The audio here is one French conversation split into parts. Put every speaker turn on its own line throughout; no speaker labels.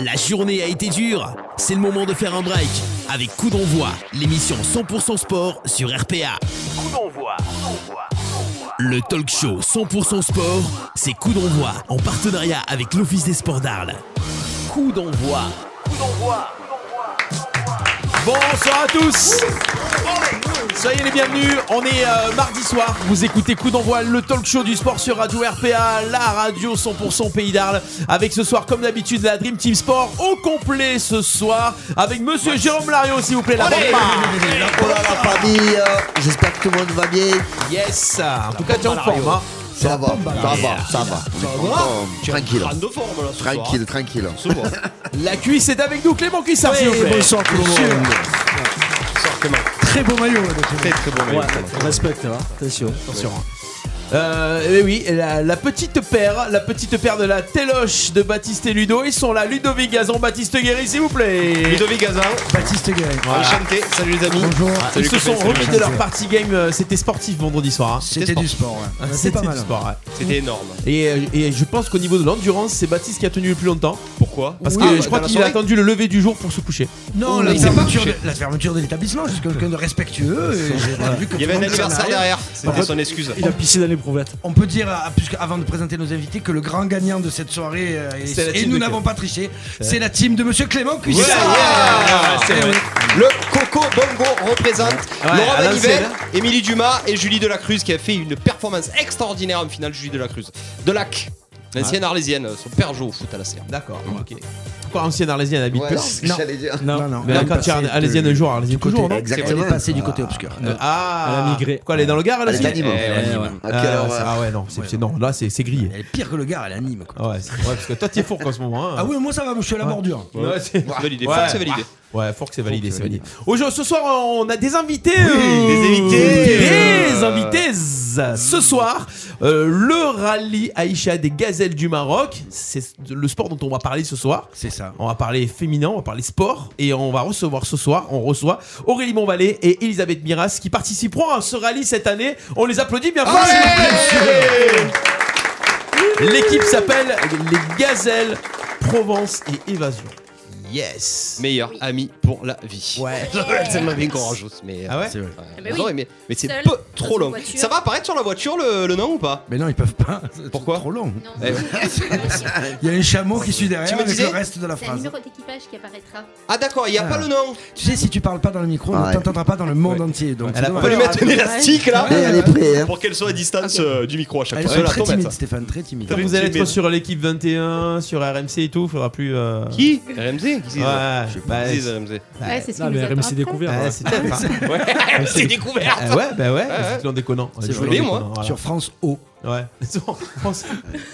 La journée a été dure, c'est le moment de faire un break avec Coup d'envoi, l'émission 100% sport sur RPA.
Coup d'envoi.
Le talk show 100% sport, c'est Coup d'envoi en partenariat avec l'Office des sports d'Arles. Coup d'envoi.
Coup d'envoi.
Bonsoir à tous Soyez les bienvenus, on est euh, mardi soir, vous écoutez Coup d'envoi, le talk show du sport sur Radio RPA, la radio 100% Pays d'Arles, avec ce soir comme d'habitude la Dream Team Sport au complet ce soir, avec Monsieur Jérôme Lario s'il vous plaît, la
Allez.
bande
Allez.
Voilà la famille, euh, j'espère que tout le monde va bien.
Yes En tout cas t'es en forme hein
Ça va, ça
Yeah.
va, ça va. On est content, Tranquille,
de forme là ce soir.
tranquille, tranquille.
Se voit.
La cuisse est avec nous, Clément Cuissard s'il vous plaît
Bonsoir tout le monde. Très beau maillot.
Très très bon maillot.
Respecte, hein. attention.
Euh, eh oui, la, la petite paire, la petite paire de la Téloche de Baptiste et Ludo, ils sont là, Ludovic Gazon, Baptiste Guéry s'il vous plaît
Ludovic Gazin,
Baptiste Guérin.
enchanté, salut les amis.
Bonjour.
Ils
Ah, Salut
se sont
Clément,
remis
salut
de leur party game, euh, c'était sportif vendredi soir. hein.
C'était du sport,
Ah,
ouais. C'est pas
C'était
mal.
du
hein.
sport, ouais.
C'était énorme.
Et, euh, et je pense qu'au niveau de l'endurance, c'est Baptiste qui a tenu le plus longtemps.
Pourquoi bah,
Parce
Oui,
que
ah,
je crois
dans la
qu'il a
soirée.
attendu le lever du jour pour se coucher.
Non,
Oh,
la,
il s'est
fermeture
pas
de,
couché.
la fermeture de l'établissement, c'est quelqu'un de respectueux. et j'ai vu que
Il y
tout
avait
le
un
monde s'en
anniversaire
allait.
derrière,
En
c'était
fait,
son excuse.
Il a pissé dans l'éprouvette.
On peut dire, ah, puisque avant de présenter nos invités, que le grand gagnant de cette soirée, euh, et,
C'est la
et
team
nous
de
n'avons pas triché, c'est la team de Monsieur Clément Cuissard.
Yeah.
Eh oui.
Le Coco Bongo représente Laurent
à
Manivel,
l'ancienne,
Émilie Dumas et Julie Delacruz qui a fait une performance extraordinaire en finale. Julie Delacruz. Delac, l'ancienne arlésienne, son père joue au foot à la serre.
D'accord, ok. Pourquoi ancienne Arlésienne habite
Ouais,
Peur
c'est ce que j'allais dire.
Non,
Non, non.
Mais
elle est
quand tu es
passée
Arlésienne
de-
un jour, Arlésienne toujours, hein. non
Exactement.
Elle est passée du côté obscur.
Euh, Ah
Elle a migré.
Quoi, elle est dans le Gard, elle
Allez,
aussi
t'animes.
Eh,
ouais.
Ah,
Ah,
quelle
ouais,
horreur.
ah ouais, non, c'est- c'est- non, là c'est c'est grillé.
Elle est pire que le gars, elle anime. Quoi.
Ah Ouais, c'est- ouais, parce que toi t'es fourque en ce moment. hein.
Ah oui, moi ça va, moi je suis à la bordure.
Ouais, c'est-
C'est validé,
Ouais.
Faut que c'est validé.
Ouais, fort que c'est validé, c'est validé. Aujourd'hui, ce soir, on a des invités. euh,
des invités.
Des
Euh.
invités. Ce soir, euh, le rallye Aïcha des gazelles du Maroc. C'est le sport dont on va parler ce soir.
C'est ça.
On va parler féminin, on va parler sport et on va recevoir ce soir, on reçoit Aurélie Monvalet et Elisabeth Miras qui participeront à ce rallye cette année. On les applaudit bien fort, s'il vous plaît. L'équipe s'appelle les Gazelles Provence et Évasion. Yes.
Meilleur ami pour la vie.
Ouais.
J'aimerais bien qu'on rajoute, mais.
Ah ouais
C'est vrai.
Ouais.
Mais
bah
oui.
Non, mais, mais c'est
Seul,
peu
dans
trop
une
long.
voiture.
Ça va apparaître sur la voiture le, le nom ou pas
Mais non, ils peuvent pas. C'est
Pourquoi
Trop long.
Non.
Eh ouais.
Il y a un chameau qui suit
Tu
derrière
me
avec
disais
le reste de la
C'est un
phrase.
numéro d'équipage qui apparaîtra.
Ah d'accord, il n'y a
Ah.
pas le nom.
Tu sais, si tu parles pas dans le micro, on
Ouais.
ne t'entendra pas dans le monde
Ouais.
entier. Donc
Elle a
c'est
pas
On va lui
dommage.
mettre un élastique là
Mais elle est prête, hein.
pour qu'elle soit à distance euh, du micro à chaque
Elles
fois.
sont
Voilà,
très
tombe,
timides,
ça.
Stéphane, très timides.
Très
Vous allez être
timide.
sur l'équipe 21, sur RMC et tout, faudra plus. euh,
Qui RMZ Qui c'est
Ouais.
ça
bah,
Qui c'est, RMZ
Ouais, c'est ce
Non,
qu'il
mais
nous
RMC
attend
découvert.
ouais,
voilà.
c'est tough, hein.
C'est découvert
Euh, ouais, bah ouais,
ouais.
c'est en déconnant.
C'est
Je
vrai,
l'en
moi.
déconnant, voilà.
Sur France O.
Ouais. France-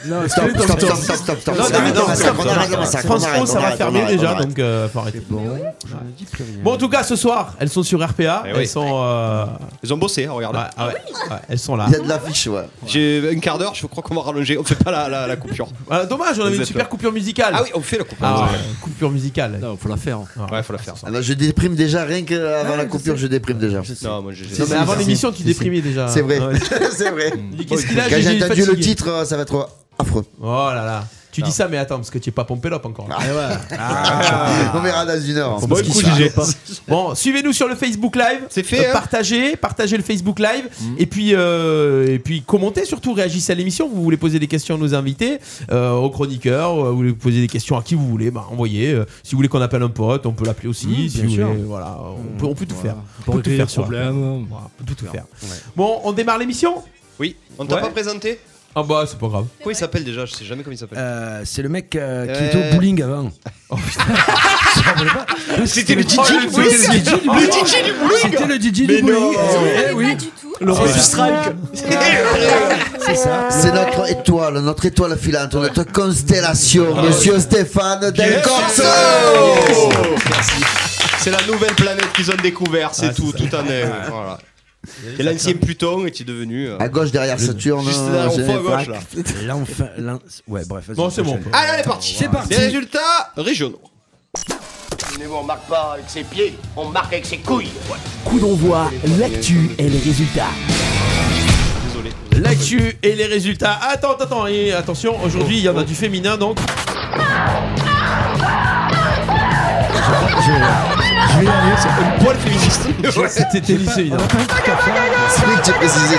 Non, est-ce
Stop,
que-
stop, stop, stop, stop, stop.
Non,
Ça
mais non,
arrête,
stop,
on
stop,
arrête, on arrête, on
France
arrête,
Pro, ça
on
va
arrête,
fermer
on arrête, on
déjà,
arrête.
donc euh, faut arrêter.
Bon, je ne dis plus rien.
Bon, en tout cas, ce soir, elles sont sur RPA.
Eh
elles
oui.
sont. euh,
Ils ont bossé, hein, regarde.
ouais, ouais, ouais, elles sont là.
Il y a de l'affiche, ouais.
J'ai un quart d'heure, je crois qu'on va rallonger. On fait pas la, la, la coupure.
Voilà, Ah, dommage, on avait
Vous
une
êtes
super
là.
coupure musicale.
Ah oui, on fait la coupure.
Ah, ouais, coupure musicale.
Non, faut la faire.
Ouais, faut la faire.
Ah non, je déprime déjà, rien qu'avant la
je
coupure,
sais.
je déprime déjà.
Non, moi j'ai.
Non, mais
si,
avant
si,
l'émission, tu déprimais déjà.
C'est vrai, Oh,
Ouais.
c'est vrai.
Il dit, Qu'est-ce qu'il a
Quand j'ai
Gigi,
entendu le
fatigué.
titre, euh, ça va être affreux.
Oh là là. Tu dis ça, mais attends, parce que tu es pas pompé l'op encore. Ah.
Ah.
On verra dans une heure.
Ah Bon coup, GG.
Bon, suivez-nous sur le Facebook Live. Euh,
C'est fait, hein. Mm.
partagez, partagez le Facebook Live. Et, puis, euh, et puis commentez surtout, réagissez à l'émission. Vous voulez poser des questions à nos invités, euh, aux chroniqueurs, euh, vous voulez poser des questions à qui vous voulez, bah, envoyez. Euh, si vous voulez qu'on appelle un pote, on peut l'appeler aussi.
Mm,
si vous voulez, voilà, on peut, on peut tout faire.
Pour
tout
régler les
faire sur
problèmes.
Voilà, on peut tout faire. Bon, on démarre l'émission
Oui, on t'a
Ouais.
pas présenté
Ah bah, c'est pas grave.
Quoi il s'appelle déjà Je sais jamais comment il s'appelle.
Euh, c'est le mec euh, qui
Euh.
était au bowling avant. Je me rappelais pas.
C'était le DJ
Oh,
du
le
bowling.
DJ du bowling.
Le DJ du bowling
C'était le DJ
Mais
du bowling.
non.
Eh oui.
Pas du tout.
Le roi du strike.
C'est ça.
C'est notre étoile, notre étoile filante, notre constellation, monsieur Stéphane Del Corso
Oh. C'est la nouvelle planète qu'ils ont découvert, c'est tout, tout en est. Voilà. Et l'ancien Pluton est devenu. euh,
À gauche derrière Saturne.
Juste derrière, au
j'ai
fond à gauche
pas-
là.
L'enfin. l'en- Ouais, bref. vas-y,
Bon, c'est bon.
prochaine.
Allez, on est parti.
C'est parti.
Les résultats régionaux. Oh
Nous, on marque pas avec ses pieds, on marque avec ses couilles.
Coup d'envoi, l'actu et les résultats.
Désolé.
L'actu et les
Oh.
résultats. Attends, attends, attends, et attention, aujourd'hui il y en a du féminin donc.
Je vais y aller. c'est-
Un poil féministe.
C'était Télissé,
On
évidemment.
va pas Oh, être café.
C'est lui que tu précisais.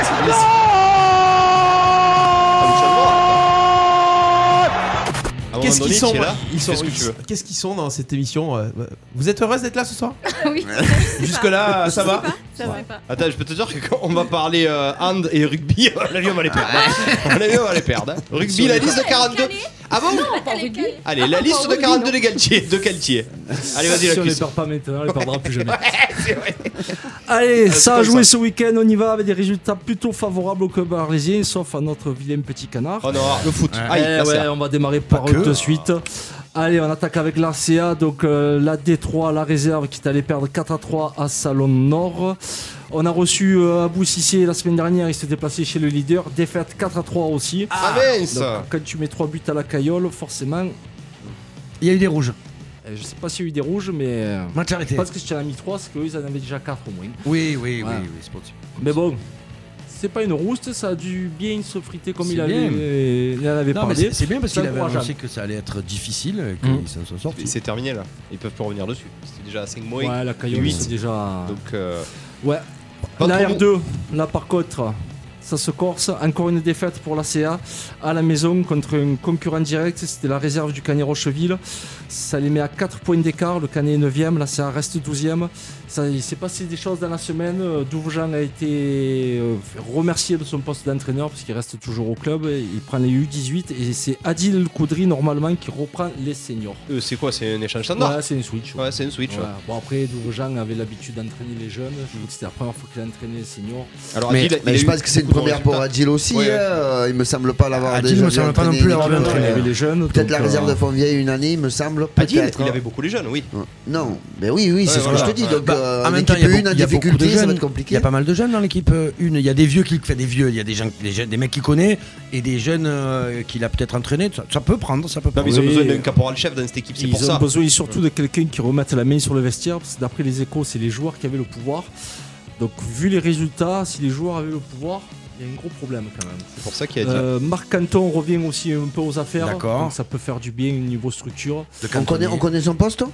Qu'est-ce qu'ils sont
là
Ils sont
Qu'est-ce que tu veux
Qu'est-ce qu'ils sont dans cette émission euh, Vous êtes heureuse d'être là ce soir
Ah oui,
Jusque là, ça va
ça va pas.
Attends, je peux te dire que quand on va parler euh, hand et rugby, la vie on va les perdre. la vie on va les perdre. hein. Rugby, la liste de 42. Ah bon Allez, la liste de 42 de Galtier. De Galtier. Allez, vas-y, la
Si on les
cuisse.
perd pas maintenant, on les perdra plus jamais. Allez, ça a
comme
joué
ça.
ce week-end. On y va avec des résultats plutôt favorables au club arlésien, sauf à notre vilain petit canard.
Oh non, le foot.
Eh
Aïe, la
ouais,
serre.
on va démarrer par eux de suite. Allez, on attaque avec l'ACA, donc euh, la D3, la réserve qui est allée perdre 4 à 3 à Salon Nord. On a reçu euh, Abou Sissé la semaine dernière, il s'est déplacé chez le leader, défaite 4 à 3 aussi.
Ah mince
Donc, quand tu mets 3 buts à la caillole, forcément,
Il y a eu des rouges.
euh, je sais pas s'il y a eu des rouges, mais euh,
Match arrêté.
je pense que si tu en as mis 3, c'est qu'eux ils en avaient déjà 4 au moins.
Oui, oui,
Ouais.
oui, oui, c'est pour ça.
Mais bon, c'est pas une rouste, ça a dû bien se friter comme
C'est
il,
bien.
avait, il en avait
Non, mais
parlé.
c'est- c'est bien parce
C'est
qu'il avait
encourageable.
annoncé que ça allait être difficile et
Mm.
qu'ils s'en sont sortis.
C'est terminé là. Ils peuvent plus revenir dessus. C'était déjà à 5 mois.
Ouais, la caillole,
Huit.
c'est déjà.
Donc, euh,
Ouais.
Pas
la
trop
R2, là par contre, ça se corse. Encore une défaite pour la CA à la maison contre un concurrent direct. C'était la réserve du Canet Rocheville. Ça les met à 4 points d'écart. Le Canet est 9ème, la CA reste 12ème. Ça, il s'est passé des choses dans la semaine. Euh, Dourjan a été euh, remercié de son poste d'entraîneur parce qu'il reste toujours au club. Il prend les U18 et c'est Adil Koudri normalement qui reprend les seniors.
eux, Euh, c'est quoi C'est un échange standard
Voilà, c'est une switch. ouais.
Ouais, c'est une Switch. ouais.
Voilà. Bon après, Dourjan avait l'habitude d'entraîner les jeunes. Je trouve que c'était la première fois qu'il entraînait les seniors.
Alors,
Mais,
Adil, il
mais
a
je
eu
pense que c'est une
beaucoup de
première pour
résultats.
Adil aussi.
Ouais, ouais.
hein, euh, il me semble pas l'avoir
Adil
déjà
me
bien
semble pas non
entraîné,
plus
ni
l'avoir bien
tout,
entraîné.
euh,
Il y avait les jeunes.
Peut-être
donc,
la réserve
euh,
de Fontvieille une année, il me semble.
Adil,
Peut-être. hein.
il avait beaucoup les jeunes, oui.
Non, mais oui, oui,
Ouais,
c'est ce
voilà.
que je te dis. Donc,
Bah,
euh, en
en même temps, il y a
équipe
beaucoup-
une, en
il y a beaucoup de
difficulté, ça va
jeunes.
être
Il y
compliqué.
a pas mal de jeunes dans l'équipe euh, une. Il y a des vieux qui, enfin, des vieux, il y a des gens, des, jeunes- des mecs qu'il connaît et des jeunes euh, qu'il a peut-être entraîné. Ça, ça peut prendre, ça peut
Non,
prendre.
mais ils ont
Oui.
besoin d'un caporal chef dans cette équipe, c'est
Ils
pour
ont
ça.
besoin surtout de quelqu'un qui remette la main sur le vestiaire, parce que d'après les échos, c'est les joueurs qui avaient le pouvoir. Donc, vu les résultats, si les joueurs avaient le pouvoir, il y a un gros problème quand même.
C'est pour ça qu'il y a Adil.
Euh, Marc Canton revient aussi un peu aux affaires.
D'accord.
Donc, ça peut faire du bien au niveau structure. Euh,
On connaît, on connaît son poste toi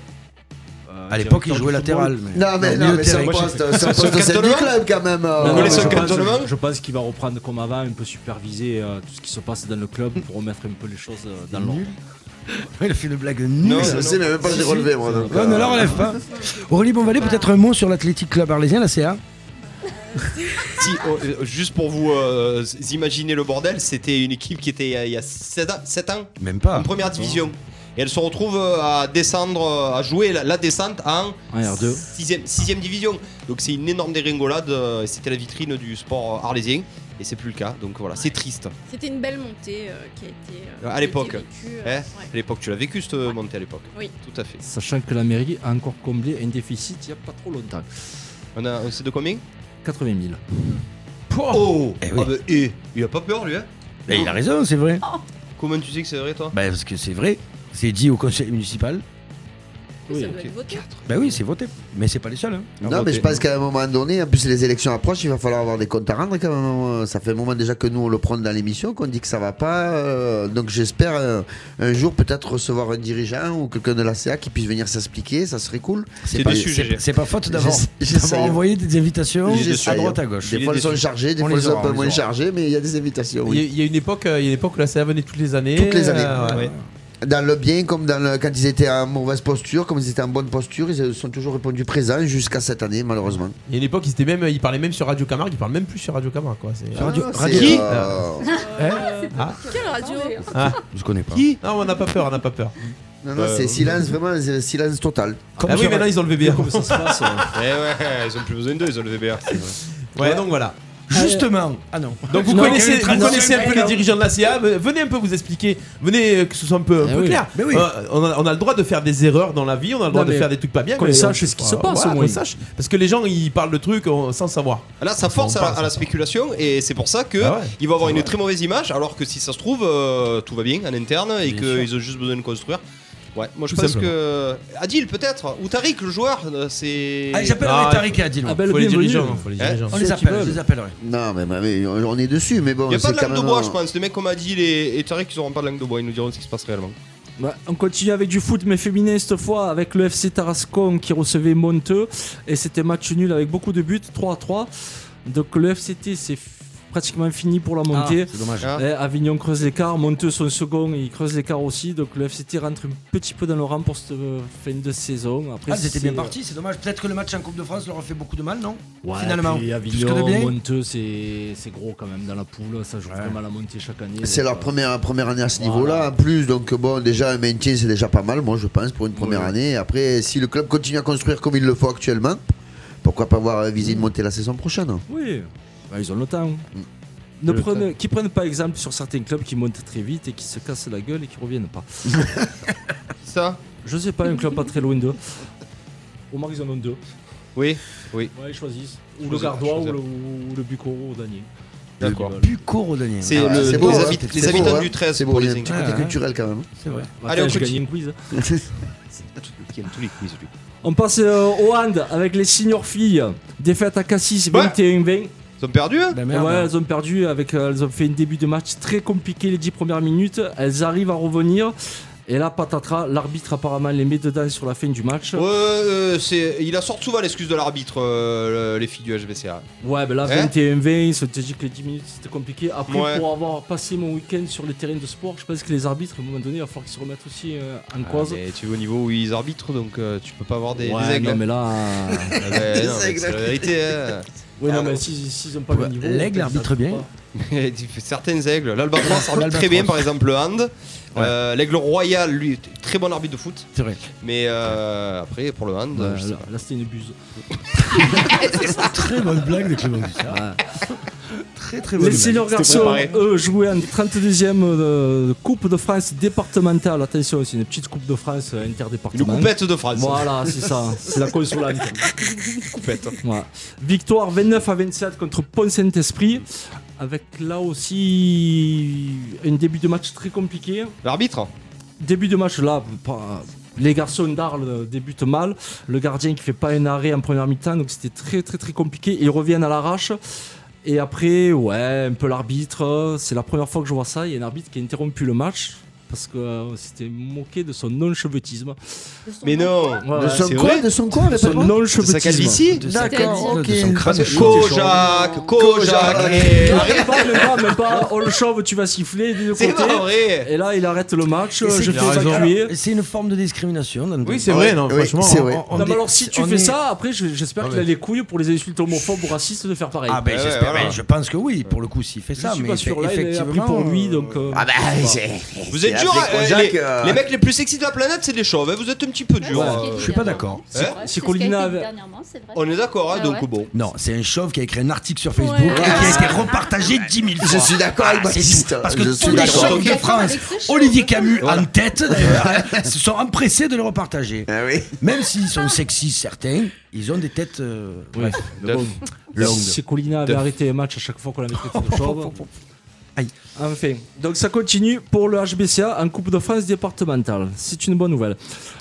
À l'époque, il jouait latéral. mais-
Non, mais, non,
milieu
mais
de
son
terrain.
poste, son poste, c'est du
cantonnement
club quand même. euh,
Non,
connaît
mais
son
je, pense,
cantonnement
je pense qu'il va reprendre comme avant, un peu superviser euh, tout ce qui se passe dans le club pour remettre un peu les choses euh, dans l'ordre.
Il a fait une blague nulle.
Non,
Je sais, mais même pas
Si,
j'ai
si.
relevé moi. donc,
Ouais,
euh,
ne la relève pas. Aurélie Bonvalet, peut-être un mot sur l'Athletic Club Arlésien, la CA
Si, oh, euh, juste pour vous euh, imaginer le bordel, c'était une équipe qui était euh, il y a 7 ans, sept ans,
Même pas.
en première division. Et elle se retrouve euh, à descendre, euh, à jouer la, la descente en
En R2.
6ème division. Donc c'est une énorme déringolade. euh, et C'était la vitrine du sport euh, arlésien. Et c'est plus le cas. Donc voilà, c'est triste.
C'était une belle montée euh, qui a été. euh,
À
qui a
l'époque.
été vécue, euh,
Eh,
ouais.
À l'époque, tu l'as vécu cette montée à l'époque.
Oui.
Tout à fait.
Sachant que la mairie a encore comblé un déficit il n'y a pas trop longtemps.
On, a, on sait de combien
80 000.
Oh
Eh oui.
Ah bah, eh, Il a pas peur lui hein
Mais il a raison, c'est vrai.
Comment tu sais que c'est vrai toi
Bah, parce que c'est vrai. C'est dit au conseil municipal.
Oui, ça
Oui,
doit être voté.
Bah oui, c'est voté. Mais c'est pas les seuls. hein.
Non, mais je pense qu'à un moment donné, en plus les élections approchent, il va falloir avoir des comptes à rendre quand même. Euh, Ça fait un moment déjà que nous on le prend dans l'émission, qu'on dit que ça va pas. euh, donc j'espère euh, un jour peut-être recevoir un dirigeant ou quelqu'un de la CA qui puisse venir s'expliquer, ça serait cool.
T'es
pas-
déçu,
c'est-
GG.
C'est pas faute d'avoir
J'essaye.
d'avoir envoyé des invitations
Il est déçu.
à droite à gauche.
Il
Des
est
fois elles sont
déçu.
chargées, des
On
fois
les
elles sont
aura,
un peu
on les
moins
aura.
chargées, mais il y a des invitations.
Il y a-
Oui.
il y a une époque, euh, il y a une époque où la CA venait toutes les années. Euh,
Toutes les années.
euh,
ouais.
Ouais.
Dans le bien, comme dans le- quand ils étaient en mauvaise posture, comme ils étaient en bonne posture, ils euh, sont toujours répondu présents jusqu'à cette année, malheureusement.
Il y a une époque, ils, étaient même, ils parlaient même sur Radio Camargue, ils parlent même plus sur Radio Camargue. Quoi. C'est-
Radio-
Ah, c'est,
Radio-
Qui
euh,
Quelle radio Ah,
Je connais pas.
Non, Ah, on n'a pas peur, on n'a pas peur.
Non, non, c'est silence, vraiment, c'est silence total.
Comme
ah oui,
sur-
maintenant ils ont le BBA.
Comme ça se passe. euh,
Eh ouais, ils ont plus besoin d'eux, ils ont le VBA.
Ouais, donc voilà.
Justement. Ah non.
Donc vous
Non, il y a
connaissez,
eu une
vous
tradition
connaissez un peu les dirigeants de la CIA, mais venez un peu vous expliquer, venez euh, que ce soit un peu, un
Eh
peu
oui.
clair.
Mais oui.
Euh, on, a, on a le droit de faire des erreurs dans la vie, on a le droit
Non,
de
mais
faire des trucs pas bien.
qu'on
mais
sache
on-
ce qui se passe,
voilà,
au
qu'on
moins.
sache. Parce que les gens ils parlent le truc euh, sans savoir.
Là, ça force
On
à la,
parle,
à la
ça.
spéculation et c'est pour ça que
Ah ouais.
il va avoir une très mauvaise image. Alors que si ça se trouve, euh, tout va bien en interne et qu'ils ont juste besoin de construire. Ouais, moi je
Tout
pense
simplement.
que Adil peut-être ou Tariq le joueur, euh, c'est.
Allez, j'appelle
Ah,
Tariq et Adil.
Ah ben, le
Faut les
bienvenu.
dirigeants, hein. faut les
Eh
dirigeants.
On les appelle, je les appellerai.
Non, mais, mais- mais on est dessus, mais bon,
Il n'y a pas
c'est
de
quand
langue de
même.
bois,
un-
je pense. Les mecs comme Adil et, et Tariq, ils n'auront pas de langue de bois. Ils nous diront ce qui se passe réellement.
Bah, on continue avec du foot mais féminin cette fois avec le FC Tarascon qui recevait Monteux et c'était match nul avec beaucoup de buts 3 à 3. Donc le FCT c'est f- pratiquement fini pour la montée.
C'est dommage.
Ah.
Eh, Avignon creuse l'écart, Monteux son second, il creuse l'écart aussi. Donc le FCT rentre un petit peu dans le rang pour cette euh, fin de saison. Après
Ah, c'était
c'est- euh,
bien parti, c'est dommage. Peut-être que le match en Coupe de France leur a fait beaucoup de mal, non
Ouais,
Finalement,
puis
plus que de
Avignon,
bien.
Monteux, c'est c'est gros quand même dans la poule. Ça joue vraiment la montée chaque année.
C'est
donc,
leur
euh,
première, première année à ce
Voilà.
niveau-là, en plus. Donc, bon, déjà, un maintien, c'est déjà pas mal, moi, je pense, pour une première
Oui.
année. Après, si le club continue à construire comme il le faut actuellement, pourquoi pas avoir visé de monter la saison prochaine
Oui, bah, ils ont le temps. Ne
Le
prennent- qui prennent pas exemple sur certains clubs qui montent très vite et qui se cassent la gueule et qui reviennent pas.
Ça
Je sais pas, un club pas très loin d'eux. Au moins ils en ont deux.
Oui, oui.
Ouais, ils choisissent. Ou le
Choisir-
Gardois ou
choisir.
le, ou le Bucoro au Daniel.
D'accord.
Bucco Rodanier.
C'est
Ah,
le-
c'est
les,
beau, hein.
habit- les
C'est beau,
habitants
hein.
du 13
C'est beau,
pour
il y a
les
un petit
Incas.
côté
Ah,
culturel quand même. hein.
C'est vrai.
Allez, on
Allez, j'ai
continue.
gagné un quiz.
Qui aime tous les quiz, lui.
On passe euh, au hand avec les seniors filles. Défaite à Cassis
Ouais.
21-20.
Ils ont perdu, hein
Ben
Ouais,
merde.
elles ont perdu, avec, euh, elles ont fait un début de match très compliqué les 10 premières minutes. Elles arrivent à revenir. Et là, patatras, l'arbitre apparemment les met dedans sur la fin du match.
Ouais, euh, c'est- il a sort souvent l'excuse de l'arbitre, euh, le- les filles du HBCA.
Ouais, ben là,
Hein
21-20, ils se sont dit que les 10 minutes c'était compliqué. Après,
Ouais.
pour avoir passé mon week-end sur les terrains de sport, je pense que les arbitres, à un moment donné, il va falloir qu'ils se remettent aussi euh, en cause.
Ah, mais tu es au niveau où ils arbitrent, donc euh, tu peux pas avoir des,
ouais,
des aigles.
non, mais là. euh,
Ah ben,
Des
non, mais
aigles.
c'est la vérité. hein.
ouais, non, mais s'ils s'ils ont pas le
Ouais,
niveau.
l'aigle
peut-être
arbitre
ça joue
bien.
pas.
Et tu fais Certaines aigles. L'albatros arbitre très bien, par exemple, le hand. Euh, L'aigle royal, lui, t- très bon arbitre de foot.
C'est vrai.
Mais euh, après, pour le hand,
Ouais,
je sais
là,
pas.
là, c'était une buse.
Très bonne blague de Clément Dussard. Très très bonne
Les
blague.
seniors garçons,
préparé.
eux, jouaient en 32e euh, Coupe de France départementale. Attention, c'est une petite Coupe de France euh,
une
interdépartementale.
coupette de phrase.
Voilà, c'est ça. C'est la consolante.
coupette.
Ouais. Victoire 29 à 27 contre Pont Saint-Esprit. Avec là aussi un début de match très compliqué.
L'arbitre
Début de match là, pas- les garçons d'Arles débutent mal. Le gardien qui fait pas un arrêt en première mi-temps, donc c'était très très très compliqué. Ils reviennent à l'arrache. Et après, ouais, un peu l'arbitre. C'est la première fois que je vois ça. Il y a un arbitre qui a interrompu le match parce qu'on s'était moqué de son non-chevetisme.
Mais non
Ouais,
de
ouais,
son
c'est
quoi
vrai.
De son quoi
de son
répète-moi
De sa
non-chevetisme.
calvitie
D'accord, ok.
De son
Parce
crâne.
que
chaud.
Kojak Eh, Kojak allez.
Non, Même pas, même pas, même pas. On le chauffe, tu vas siffler des deux
C'est
côtés.
pas vrai
Et là, il arrête le match.
Et c'est-
Je
il
fais
a raison.
évacuer.
Et C'est une forme de discrimination. dans le-
Oui, c'est
Ouais,
vrai, Ah non,
oui,
franchement.
c'est hein.
on-
vrai.
on
Non,
dit-
mais alors, si tu
on
fais
est-
ça, après, je- j'espère qu'il a les couilles pour les insultes homophobes ou racistes de faire pareil.
Ah ben
Ouais,
j'espère,
voilà.
ben, je pense que oui, pour le coup s'il fait
je
ça,
suis
mais
pas
effe-
sûr. Là, il a
effectivement...
appris pour lui, donc. euh,
Ah bah, c'est.
Vous êtes
c'est
dur
Jacques
euh,
Jacques,
les,
euh,
les mecs les plus sexy de la planète, c'est les chauves. hein. Vous êtes un petit peu dur.
Ouais,
euh.
Je suis pas d'accord. Eh
Hein
c'est
qu'on
Colina avec-
dernièrement, c'est vrai.
On est d'accord, hein,
Ah
donc
ouais.
bon.
Non, c'est un chauve qui a écrit un article sur Facebook
Ouais.
et qui a été repartagé 10 000 fois.
Ah Je suis d'accord avec
Ah, c'est-
Baptiste.
Parce que
Je
tous
suis
les
d'accord.
chauves de
D'accord
France,
avec ce chauve.
Olivier Camus en tête d'ailleurs, hein, se sont empressés de le repartager.
Ah oui.
Même s'ils sont sexy certains, ils ont des têtes... euh,
Ouais.
bref,
Mais bon,
longues.
Si Colina avait
Duff.
arrêté les matchs à chaque fois qu'on l'avait traité de chauve. Enfin, donc ça continue pour le HBCA en Coupe de France départementale. C'est une bonne nouvelle.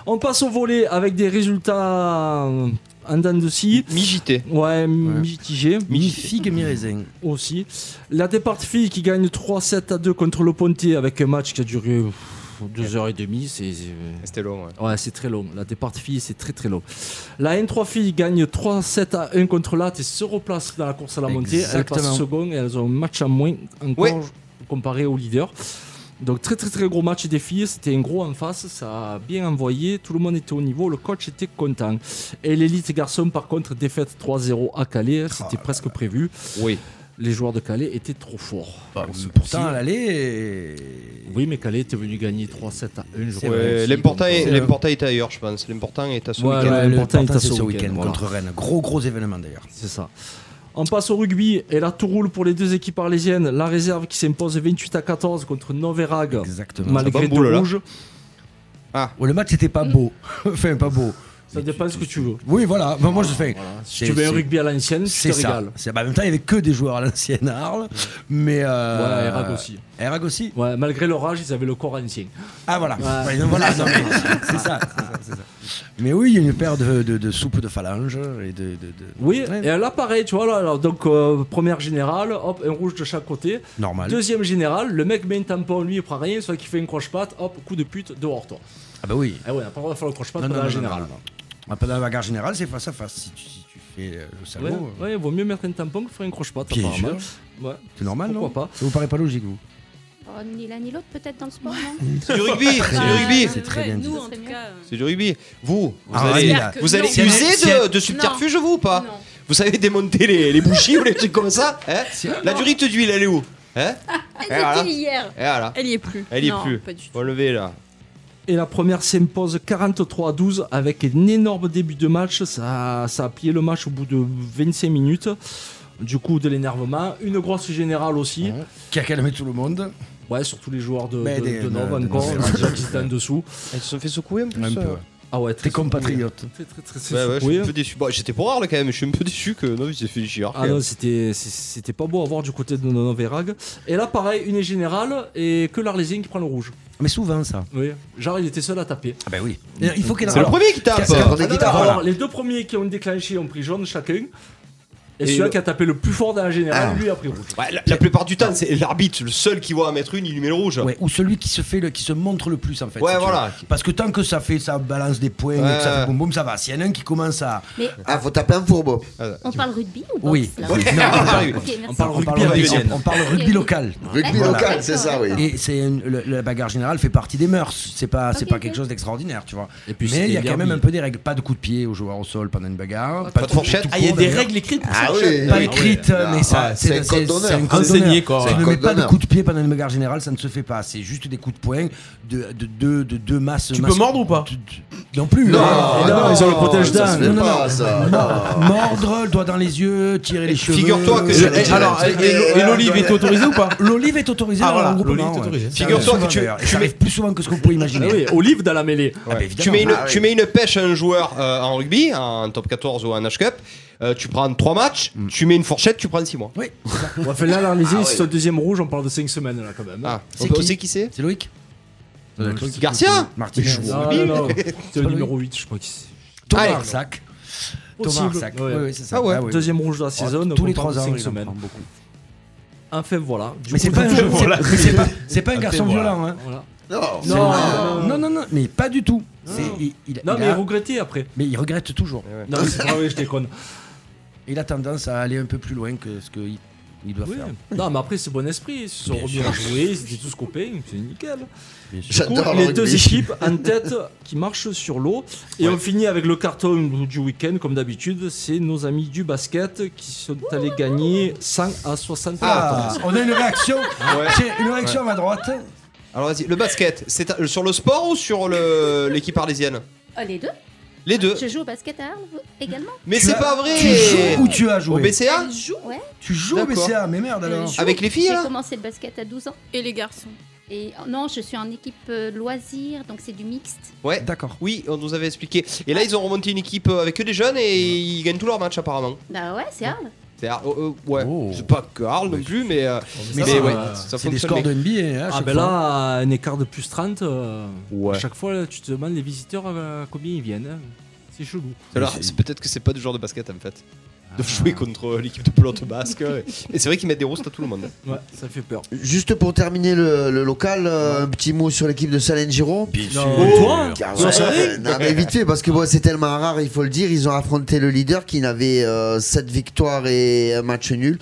On passe au volet avec des résultats euh, en dents de scie.
Mijité.
Ouais, mitigés
Mi-figue, mi-raisin.
aussi. La départ fille qui gagne 3-7 à 2 contre le Ponté avec un match qui a duré 2h30. C'est.
C'était long, ouais.
Ouais, c'est très long. La départ fille, c'est très très long. La N3 fille gagne 3-7 à 1 contre l'AT et se replace dans la course à la montée. Elles
Exactement.
passent second et elles ont un match en moins encore
Ouais.
comparé au leader. Donc très très très gros match des filles, c'était un gros en face, ça a bien envoyé, tout le monde était au niveau, le coach était content. Et l'élite garçon par contre défaite 3-0 à Calais, c'était presque prévu.
Oui.
Les joueurs de Calais étaient trop forts.
Pourtant, à l'aller...
Ah Oui mais Calais était venu gagner 3-7 à 1 je
C'est
crois.
vrai.
Ouais, L'important est,
C'est-
l'important est ailleurs, je pense. L'important est à ce
Ouais,
week-end.
ouais.
le
l'important,
portant,
il
c'est
tape
ce
au week-end,
week-end
voilà.
contre Rennes. Gros, gros événement d'ailleurs.
C'est ça. On passe au rugby et là tout roule pour les deux équipes arlésiennes. La réserve qui s'impose 28 à 14 contre Noverag
Exactement.
malgré
bamboule,
deux
là.
rouges.
Ouais, le match n'était pas beau. enfin, pas beau.
Ça dépend ce que tu veux.
Oui, voilà. Bah, moi, je fais.
Si tu veux un rugby à l'ancienne, tu
c'est
te
ça.
régales.
C'est- bah, en même temps, il n'y avait que des joueurs à l'ancienne à Arles. Mais. Euh,
Ouais, Erag aussi.
Erag aussi
Ouais, malgré l'orage, ils avaient le corps ancien.
Ah, voilà.
Ouais.
Ouais, donc, voilà. non, mais c'est ça. c'est ça, c'est ça. Mais oui, il y a une paire de, de, de soupes de phalanges et de. de- de-
Oui,
Ouais,
et là pareil, tu vois, là, là, donc euh, première générale, hop, un rouge de chaque côté.
normal.
Deuxième générale, le mec met un tampon, lui il prend rien, soit qui fait une croche-patte, hop, coup de pute, dehors toi.
Ah bah oui.
Ah ouais, on a pas le droit de faire le croche-patte
Non,
pendant
non, non,
la générale.
non, non, non. Ah, Pendant la bagarre générale, c'est face à face. Si tu, si tu fais euh, le salaud,
Ouais,
euh,
ouais, il vaut mieux mettre un tampon que faire une croche-patte.
Bien
apparemment. Ouais.
c'est normal, non
Pourquoi pas
Ça vous paraît pas logique, vous
Oh, ni l'un ni l'autre, peut-être dans le sport, non
C'est du rugby, c'est du
Bah,
rugby.
c'est très
ouais,
bien dit.
Nous, en
C'est
tout
mieux.
cas. euh,
C'est du rugby. Vous, vous
Ah,
allez,
oui,
j'espère que
vous allez
non.
elle-
user
si
de,
elle-
de subterfuge, vous ou pas
Non.
Vous savez démonter les, les bougies ou les trucs comme ça hein La durite d'huile, elle est où hein
Ah, Elle
Et voilà.
était hier.
Et voilà.
Elle y est plus.
Elle y est
Non,
plus.
Pas du tout.
On va lever là.
Et la première s'impose 43 à 12 avec un énorme début de match. Ça, ça a plié le match au bout de 25 minutes. Du coup, de l'énervement. Une grosse générale aussi.
Ouais. Qui a calmé tout le monde
Ouais, surtout les joueurs de,
Mais
de,
des-
de Nov
de- de-
encore.
de-
les gens qui étaient en dessous.
Elles se sont fait secouer un peu.
Un
ça
peu. ouais.
Ah ouais, très
Tes compatriotes.
Très, très, très, très
Ouais, ouais, je
secoué.
suis un peu déçu. Bon, j'étais pour Arles quand même, je suis un peu déçu que non, il s'est fait chier.
Ah non, c'était c'est- c'était pas beau à voir du côté de Nono Verag. Et là, pareil, une est générale et que l'Arlésien qui prend le rouge.
Mais souvent, ça.
Oui. Genre, il était seul à taper.
Ah bah oui. Il faut qu'il
c'est le premier qui tape.
C'est le premier
Ah non,
qui tape.
alors,
voilà.
les deux premiers qui ont déclenché ont pris jaune chacun. Et,
Et
celui-là
le-
qui a tapé le Ah. plus fort dans la générale, lui a pris rouge.
Ouais, la, la plupart du temps, c'est l'arbitre, le seul qui voit en mettre une, il lui met le rouge.
Ouais, ou celui qui se fait le, qui se montre le plus en fait.
Ouais,
si tu
voilà.
veux. Parce que tant que ça fait ça balance des points,
Ouais,
que ça
ouais.
fait boum boum, ça va. S'il y en a un qui commence à
Mais
Ah, faut taper un fourbeau.
on parle rugby ou boxe,
oui,
là
Oui. Non,
Ah, pareil.
Ok, merci.
on parle
rugby
on parle rugby,
bayélienne.
on parle rugby local.
Rugby
Voilà.
local, c'est ça, oui.
Et c'est une- le- la bagarre générale fait partie des mœurs. C'est pas c'est
Ok,
pas
ok.
quelque chose d'extraordinaire, tu vois.
Et puis,
Mais
c'était
il y a quand
derby.
même un peu des règles. Pas de coups de pied aux joueurs au sol pendant une bagarre.
Pas de fourchette.
Ah, il y a
court,
des
d'ailleurs.
règles écrites pour ça.
Ah oui.
Pas
oui.
écrite,
Ah,
mais ça,
ouais, c'est un code
c'est
d'honneur.
un code
Enseigné,
d'honneur.
quoi.
Tu
C'est
un
ne
code
mets pas de
d'honneur.
coups de pied pendant une bagarre générale, ça ne se fait pas. C'est juste des coups de poing de de deux de, deux masses.
Tu peux
masques-
mordre ou pas
Tu- tu- Non plus.
Non,
hein.
non,
ils ont le protège
ça
d'un.
se fait
Non, non,
pas,
non.
ça.
Mordre, mordre, le doigt dans les yeux, tirer les cheveux. Euh,
Figure-toi que-
Je-
Ouais,
eh, alors,
ouais,
et-
ouais,
et, et
ouais,
l'olive
ouais.
est autorisée ou pas
L'olive est autorisée
Ah,
dans
voilà,
le groupe.
l'olive est
ouais.
autorisée.
Ça
Figure-toi
arrive
que tu-
souvent, d'ailleurs. Et
tu
Ça
mets-
arrive plus souvent que ce qu'on pourrait
Ah
imaginer.
oui, Olive dans la mêlée.
Ah bah,
Ouais.
évidemment.
Tu mets, une,
Ah,
tu
oui.
mets une pêche à un joueur euh, en rugby, en top 14 ou en H Cup, euh, tu prends 3 matchs,
Mm.
tu mets une fourchette, tu prends 6 mois.
Oui,
On va faire là, l'Arlésien,
Ah
c'est
ouais.
son deuxième rouge, on parle de 5 semaines là quand même.
Ah,
C'est
on peut-
qui
on sait qui c'est
c'est Loïc.
Garcia
Martinez.
Non, non, non. C'était le numéro 8, je crois. qu'il s'est-
Thomas
Allez.
Arsac. Thomas
Possible.
Arsac.
Ouais.
Oui, oui, c'est ça.
Ah ouais.
Ah oui.
Deuxième rouge de la saison,
tous les
on parle
trois
de
ans,
cinq
il en
semaines.
prend
Enfin voilà. Du
Mais c'est
coup,
pas un jeu-
voilà.
c'est- c'est pas- c'est pas un garçon
voilà.
violent. hein.
Voilà.
Non,
Non, non, non,
Non, non, non, Eh mais pas du tout. C'est-
Non.
il- il-
Non,
il
mais
a-
regretter après.
mais il regrette toujours.
Non, mais c'est pas vrai, je déconne.
Il a tendance à aller un peu plus loin que ce qu'il il doit
Oui.
faire.
Non, Ah, mais après, c'est bon esprit. Ils se sont
Bien
remis à jouer, ils étaient tous copains, c'est nickel. Du coup,
j'adore le
les deux
rugby.
équipes en tête qui marchent sur l'eau. Et on finit avec le carton du week-end, comme d'habitude. C'est nos amis du basket qui sont allés gagner 100 à 60
Ah, on a une réaction.
Ouais.
C'est Une réaction à droite.
Alors vas-y, le basket, c'est à- sur le sport ou sur le- l'équipe arlésienne
Oh, les deux
Les deux.
Je joue au basket à Arles, vous, également
Mais
Tu
c'est
as-
pas vrai
Tu joues ou tu as
Au
joué
BCA
Elle joue
Ouais.
Tu joues au
D'accord.
BCA, mais merde alors.
joue.
Avec les filles
Euh, J'ai
là
commencé le basket à 12 ans.
et les garçons.
Et oh, non, je suis en équipe euh, loisir, donc c'est du mixte.
Ouais.
D'accord.
Oui, on nous avait expliqué. Et là, ils ont remonté une équipe euh, avec que des jeunes et
Mm.
ils gagnent tous leurs matchs apparemment.
Bah ouais, c'est Arles.
C'est Ar- euh, euh, ouais,
Oh.
c'est pas que Arles non plus, mais, euh, mais,
ça,
ouais,
euh,
ça
C'est
fonctionne.
des scores de NBA. hein, à
Ah
chaque
ben
fois.
là, un écart de plus 30. euh,
Ouais.
À chaque fois, là, tu te demandes les visiteurs euh, combien ils viennent. hein. C'est chelou.
Alors, c'est peut-être que c'est pas du genre de basket en fait. De jouer contre euh, l'équipe de pelote basque. ouais. Mais c'est vrai qu'ils mettent des roustes à tout le monde. hein.
Ouais, ça fait peur.
Juste pour terminer le, le local, euh, un petit mot sur l'équipe de Salengiro.
Non, Oh, toi
Car,
Sur
ouais,
Saint-Denis
non, mais vite fait, parce que bon, c'est tellement rare, il faut le dire. Ils ont affronté le leader qui n'avait 7 victoires et un match nul.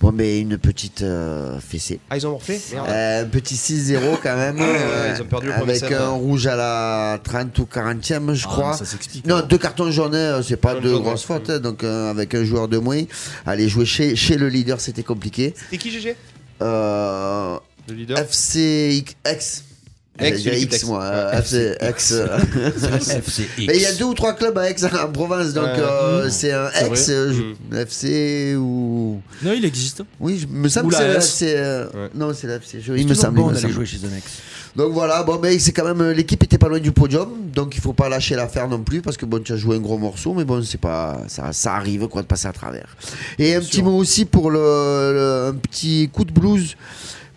Bon, mais une petite euh, fessée.
Ah, ils ont morflé Merde.
Euh, un petit 6-0 quand même. euh,
ils ont perdu le premier
avec
set,
un
ouais.
rouge à la 30 ou 40e, je
Ah,
crois.
Ça s'explique.
Non, deux cartons jaunes, euh, c'est pas
Jaune
de
jaune,
grosses
ouais.
fautes. hein, Donc, euh, avec un joueur de moins, aller jouer chez, chez le leader, c'était compliqué.
C'était qui GG
Euh,
Le leader
FCX.
Aix,
J'ai
l'équipe
X,
d'Aix.
moi. euh,
Ouais.
FC Aix, euh,
FCX.
Mais il y a deux ou trois clubs à Aix hein, en province, donc
Ouais.
euh, c'est un
C'est
Aix,
vrai.
euh, je- FC ou.
Non, il existe.
Oui, je me semble
Ou
que c'est
la
le
S.
FC. euh,
Ouais.
Non, c'est le FC. je- Il
C'est
me
toujours
semble. il me
bon d'aller
semble.
jouer chez un ex.
Donc voilà, bon, mais c'est quand même. euh, L'équipe était pas loin du podium, donc il faut pas lâcher l'affaire non plus, parce que bon, tu as joué un gros morceau, mais bon, c'est pas. Ça, ça arrive, quoi, de passer à travers. Et un petit mot aussi pour le, le- un petit coup de blues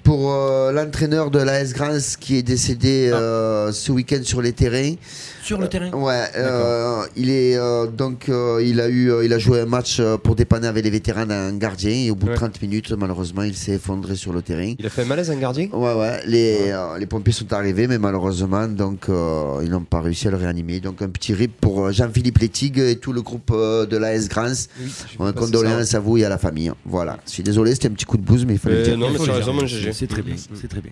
pour euh, l'entraîneur de l'AS Grance qui est décédé euh, ce week-end sur les terrains.
Sur le terrain
Ouais, euh, il est euh, donc euh, il a eu euh, il a joué un match euh, pour dépanner avec les vétérans d'un gardien et au bout
Ouais.
de 30 minutes malheureusement il s'est effondré sur le terrain.
Il a fait un malaise, un gardien
Ouais ouais, les, euh, les pompiers sont arrivés mais malheureusement donc euh, ils n'ont pas réussi à le réanimer. Donc un petit rip pour euh, Jean-Philippe Létigue et tout le groupe euh, de l'AS Grance.
pas,
Euh,
c'est
condoléances à vous et à la famille. Voilà. Je suis désolé, c'était un petit coup de bouse mais il fallait
Euh,
le dire.
non, mais
Il faut
tu as
le
raison,
dire.
mon GG.
C'est très bien, c'est très bien.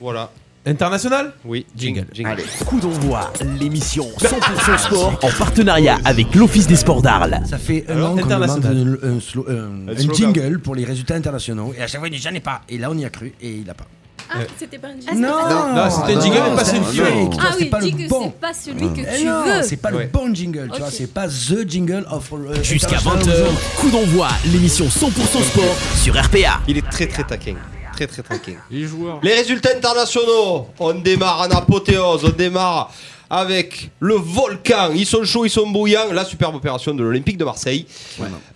Voilà.
International
Oui, jingle. jingle.
Coup d'envoi, l'émission 100% sport en partenariat avec l'Office des sports d'Arles.
Ça fait un
Alors,
an qu'on demande
international.
un, un slow- un-
Un
un
slogan.
jingle pour les résultats internationaux et à chaque fois il dit j'en ai pas et là on y a cru et il a pas.
Ah, c'était pas un jingle.
Non,
Non, c'était
un jingle et pas
c'est
une
un
fiole.
fake. Tu vois,
Ah
c'est
oui,
pas
dis
le
que
bon.
c'est pas celui que
Eh
tu
non,
veux.
c'est pas
Ouais.
le bon jingle, tu vois,
Ok.
c'est pas the jingle of euh,
Jusqu'à
international
20h,
zone.
coup d'envoi, l'émission 100% sport sur RPA.
Il est très très taquin. Très très taquin.
Les joueurs.
Les résultats internationaux, on démarre en apothéose, on démarre avec le volcan. Ils sont chauds, ils sont bouillants. La superbe opération de l'Olympique de Marseille.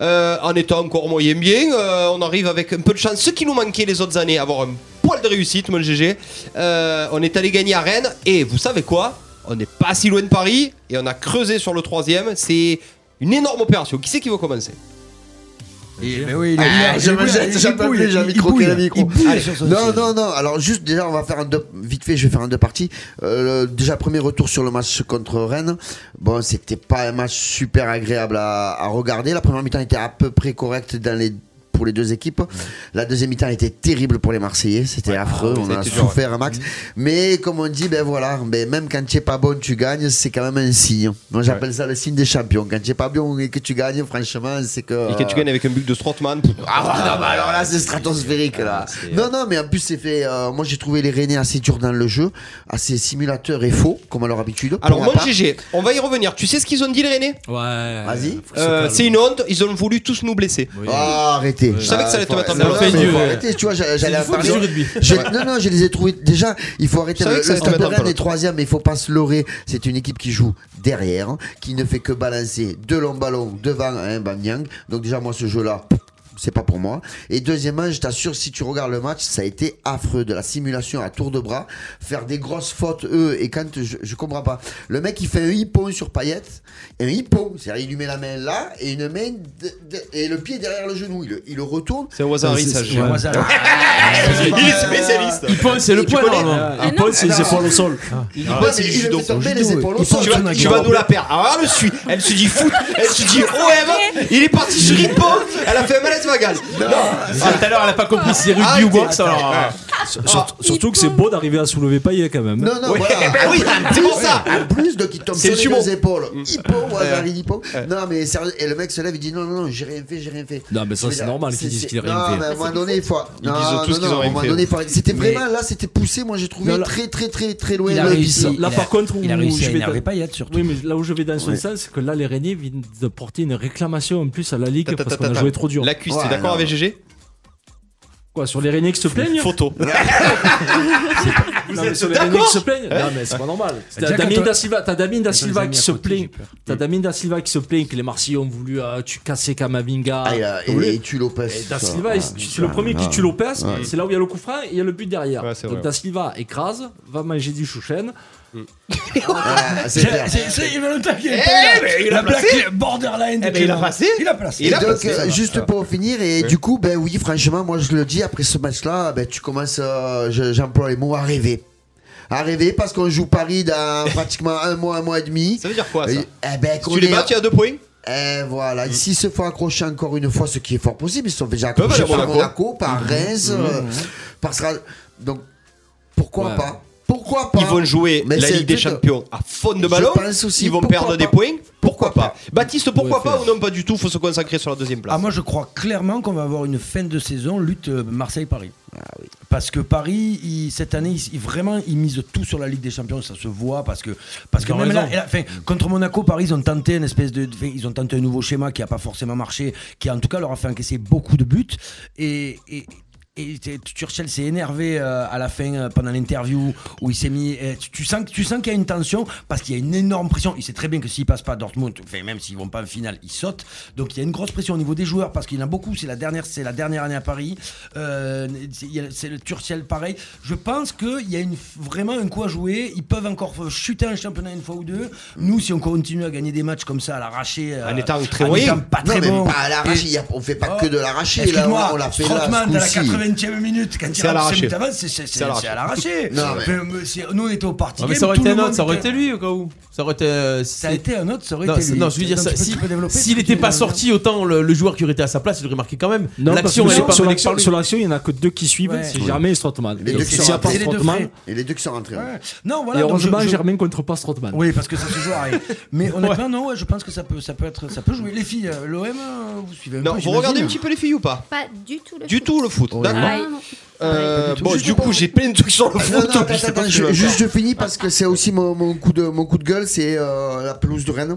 Euh, en étant encore moyen bien, euh, on arrive avec un peu de chance. Ce qui nous manquait les autres années, avoir un poil de réussite, mon GG. Euh, on est allé gagner à Rennes et vous savez quoi On n'est pas si loin de Paris et on a creusé sur le troisième. C'est une énorme opération. Qui c'est qui veut commencer
Et- mais oui, il
Ah,
est bouillant,
j'en
il est
peux-
bouillant,
j'en
il
peux
bouille,
plus, j'ai envie de
il
croquer
bouille,
le micro.
il bouille
Allez.
sur son
Non,
sujet.
non, non. Alors, juste, déjà, on va faire un deux. Vite fait, je vais faire un deux parties. Euh, le- déjà, premier retour sur le match contre Rennes. Bon, c'était pas un match super agréable à, à regarder. La première mi-temps était à peu près correcte dans les pour les deux équipes. La deuxième mi-temps était terrible pour les Marseillais, c'était affreux,
ça
on
a
a
été dur, ouais.
souffert un max. Mais comme on dit, ben voilà, ben même quand tu es pas bon, tu gagnes, c'est quand même un signe. Moi j'appelle ça le signe des champions. Quand tu es pas bon et que tu gagnes, franchement, c'est que
Et que tu gagnes avec un but de Strottmann.
Euh. ah ouais, non, bah alors là, c'est stratosphérique là. Non, non, mais en plus, c'est fait. euh, moi, j'ai trouvé les Rennais assez durs dans le jeu, assez simulateur et faux, comme à leur habitude. pour
Alors,
ma
mon
part.
GG, on va y revenir. Tu sais ce qu'ils ont dit, les Rennais
Ouais.
Vas-y.
Euh, C'est une honte, ils ont voulu tous nous blesser.
Ah, arrêtez.
Je savais que ça allait te mettre en
Non,
bloc.
non, mais
Ça fait
faut
dur.
arrêter, tu vois, j'a- j'allais en
faut que
parler.
du rugby.
Je- Non, non, je les ai trouvés. Déjà, il faut arrêter.
Je savais
Le,
que ça
le
allait te
Stade
mettre en
Rennes
bloc.
est troisième, mais il faut pas se leurrer. C'est une équipe qui joue derrière, qui ne fait que balancer de longs ballons devant un Banyang. Donc, déjà, moi, ce jeu-là. C'est pas pour moi. Et deuxièmement, je t'assure, si tu regardes le match, ça a été affreux. De la simulation à tour de bras, faire des grosses fautes, eux, et quand je, je comprends pas. Le mec, il fait un hippon sur Payette, et un hippon, c'est-à-dire, il lui met la main là, et une main, de- de- et le pied derrière le genou. Il, le- il le retourne,
C'est au hasard, ça.
C'est au hasard.
Il est spécialiste.
Il pense, c'est le point
Ah
normalement. Il
non,
pense, c'est
non.
les épaules au sol.
Il
Ah,
bosse,
mais
il est
il
judo.
le fait tomber les
judo,
épaules
il
au
faut
sol.
Tu vas, tu vas nous la perdre. Ah, elle le suit. Elle se dit foot. Elle se dit OM. Il est parti sur Hippo. Elle a fait un malaise vagal. Non. Ah,
Ah, Tout à l'heure, elle a pas compris si c'est rugby
ah,
Arrêtez.
ou boxe. Alors, euh,
Surt- Surtout que c'est beau d'arriver à soulever Payet quand même.
Non, non,
Ouais,
voilà. Ah,
ben oui, c'est pour ça.
En plus, donc il tombe
C'est
sur
le sumo.
les deux épaules. Hippo, au hasard, il hippo. Non, mais sérieux, et le mec se lève, il dit non, non, non, j'ai rien fait, j'ai rien fait.
Non, mais ça,
Je veux
c'est
dire,
normal qu'ils
c'est-
disent
c'est-
qu'il a rien
non,
fait.
mais à un moment donné, il faut.
Ils
non,
disent
non,
tous qu'ils ont
non, à un
rien
moment
fait.
donné, il faut- C'était
Mais-
vraiment là, c'était poussé. Moi, j'ai trouvé
Non, là-
très, très, très, très, très
Il
loin Ah,
a
le
réussi.
vice.
Il
Là,
a-
par contre,
il a
où
réussi
je
à
vais
énerver
dans-
Payet surtout.
Oui, mais là où je vais dans son sens, c'est que là, les Rennais viennent de porter une réclamation en plus à la Ligue parce qu'on a joué trop dur.
La cuisse, t'es
Ouais,
d'accord
non.
avec GG
Quoi, sur les Rennais qui se plaignent
Photo.
Non,
êtes
mais sur les
d'accord
Rennais qui se plaignent
Hein
Non, mais c'est pas normal.
Eh,
T'as
Déjà, quand
Damien
toi-
Da Silva, t'as Damien Da Silva qui se plaint. T'as
T'as
Damien Da Silva qui se plaint que les Marseillais ont voulu euh, tu casser Kamavinga.
Ah, il a-
Oui.
Et tu Ah. Lopez.
Et Da
ça.
Silva, il- tu- c'est le premier qui tue Lopez, c'est là où il y a le coup franc et il y a le but derrière.
Ouais, c'est
Donc
vrai.
Da Silva écrase, va manger du chouchen.
Ah, C'est clair.
Il va le taquer.
mais il
La
a placé.
plaque borderline. de
Eh ben, il a
Clément.
placé.
Il a placé.
Il
Et
a
donc,
passé,
euh,
ça va.
juste pour finir, et du coup, ben oui, franchement, moi je le dis, après ce match-là, ben, tu commences, euh, je- j'emploie les mots, à rêver. À rêver parce qu'on joue Paris dans pratiquement un mois, un mois et demi.
Ça veut dire quoi,
Et-
ça
eh ben,
Si
qu'on
tu les
est-
bats, tu as deux points.
eh, voilà, s'ils se font accrocher encore une fois, ce qui est fort possible, ils se sont déjà
Peuvent
accrochés
aller à
par
Monaco. Mm-hmm.
Monaco, par Reims, euh, par Stra- Donc, pourquoi
Ouais.
pas Pourquoi pas
Ils vont jouer
Mais
la
c'est
Ligue des
tout-
Champions à fond de ballon.
Je pense aussi,
Ils vont
pourquoi
perdre
pas
des points. Pourquoi
Pourquoi
pas Baptiste, pourquoi
Ouais,
pas
faire.
ou non pas du tout Faut se concentrer sur la deuxième
Ah,
hein.
place.
moi, je crois clairement qu'on va avoir une fin de saison lutte euh, Marseille-Paris.
Ah
Parce que Paris, il- cette année, il- il- vraiment, ils misent tout sur la Ligue des Champions, ça se voit. Parce que, parce que
ont
même
raison.
là, et là, enfin, contre Monaco, Paris, ils ont tenté une espèce de, enfin, ils ont tenté un nouveau schéma qui n'a pas forcément marché, qui en tout cas leur a fait encaisser beaucoup de buts. Et, et, et t'es- Churchill s'est énervé euh, à la fin euh, pendant l'interview où il s'est mis. euh, tu- tu sens, que- tu sens qu'il y a une tension parce qu'il y a une énorme pression. Il sait très bien que s'il passe pas à Dortmund, enfin, même s'ils vont pas en finale, il saute. Donc il y a une grosse pression au niveau des joueurs parce qu'il y en a beaucoup. C'est la dernière, c'est la dernière année à Paris. Euh, c'est- il y a- c'est le Turciel pareil. Je pense qu'il y a une, vraiment un coup à jouer. Ils peuvent encore f- chuter un championnat une fois ou deux. Nous, si on continue à gagner des matchs comme ça à l'arraché, euh,
En étant très
en
moyen.
étant pas
Non,
très
mais
bon.
pas à l'arraché.
Et-
il y a- On fait pas que de l'arraché. Là,
Oh, Excuse-moi,
on l'a fait là.
Strootman,
ce
à la
coup-ci.
80e minute, quand
C'est
il
à l'arraché.
rappe Semi c'est c'est- c'est
à l'arraché.
à l'arraché.
Non, mais-
Mais, mais c'est- Nous, on était au parti.
Non, Ah, mais
game,
ça aurait
tout
été
le
un autre,
monde
ça aurait
était-
été lui au cas où. Ça aurait été. euh,
Ça a
c'est-
été un autre, ça aurait
Non,
été
c'est-
lui.
non, je veux dire,
Donc,
ça,
tu peux-
si-
tu peux développer
s'il
ce que
n'était
tu
pas
veux.
sorti, autant le, le joueur qui aurait été à sa place, il l'aurait marqué quand même.
Non,
L'action,
parce
elle
que
est pas
sur
menée que
l'action,
par lui.
sur l'action, il y en a que deux qui suivent,
Ouais.
c'est
Oui.
Germain et Strottmann.
Les deux
Donc
qui
s'il n'y
sont
a pas
rentrés, les
deux
Strottmann,
frais.
Et les deux qui sont rentrés. hein. ouais.
Non,
et
voilà. donc je-
heureusement,
je-
Germain contre pas Strottmann.
Oui, parce que ça se joue à rien. Mais honnêtement, non, ouais, je pense que ça peut, ça peut être, ça peut jouer. Les filles, euh, l'OM, euh, vous suivez un
Non,
peu,
vous
j'imagine.
regardez un petit peu les filles ou pas
Pas du tout le
Du
foot.
tout le foot,
Oh là
d'accord.
là.
Ah, non.
Euh,
Pas du tout.
bon,
Juste
du
pour- Ah,
coup, j'ai plein de trucs sur le
Non,
foot.
non, attends,
je sais pas
attends,
ce que
je-
je vais
juste je finis parce que c'est aussi mon, mon coup de, mon coup de gueule, c'est euh, la pelouse de Rennes.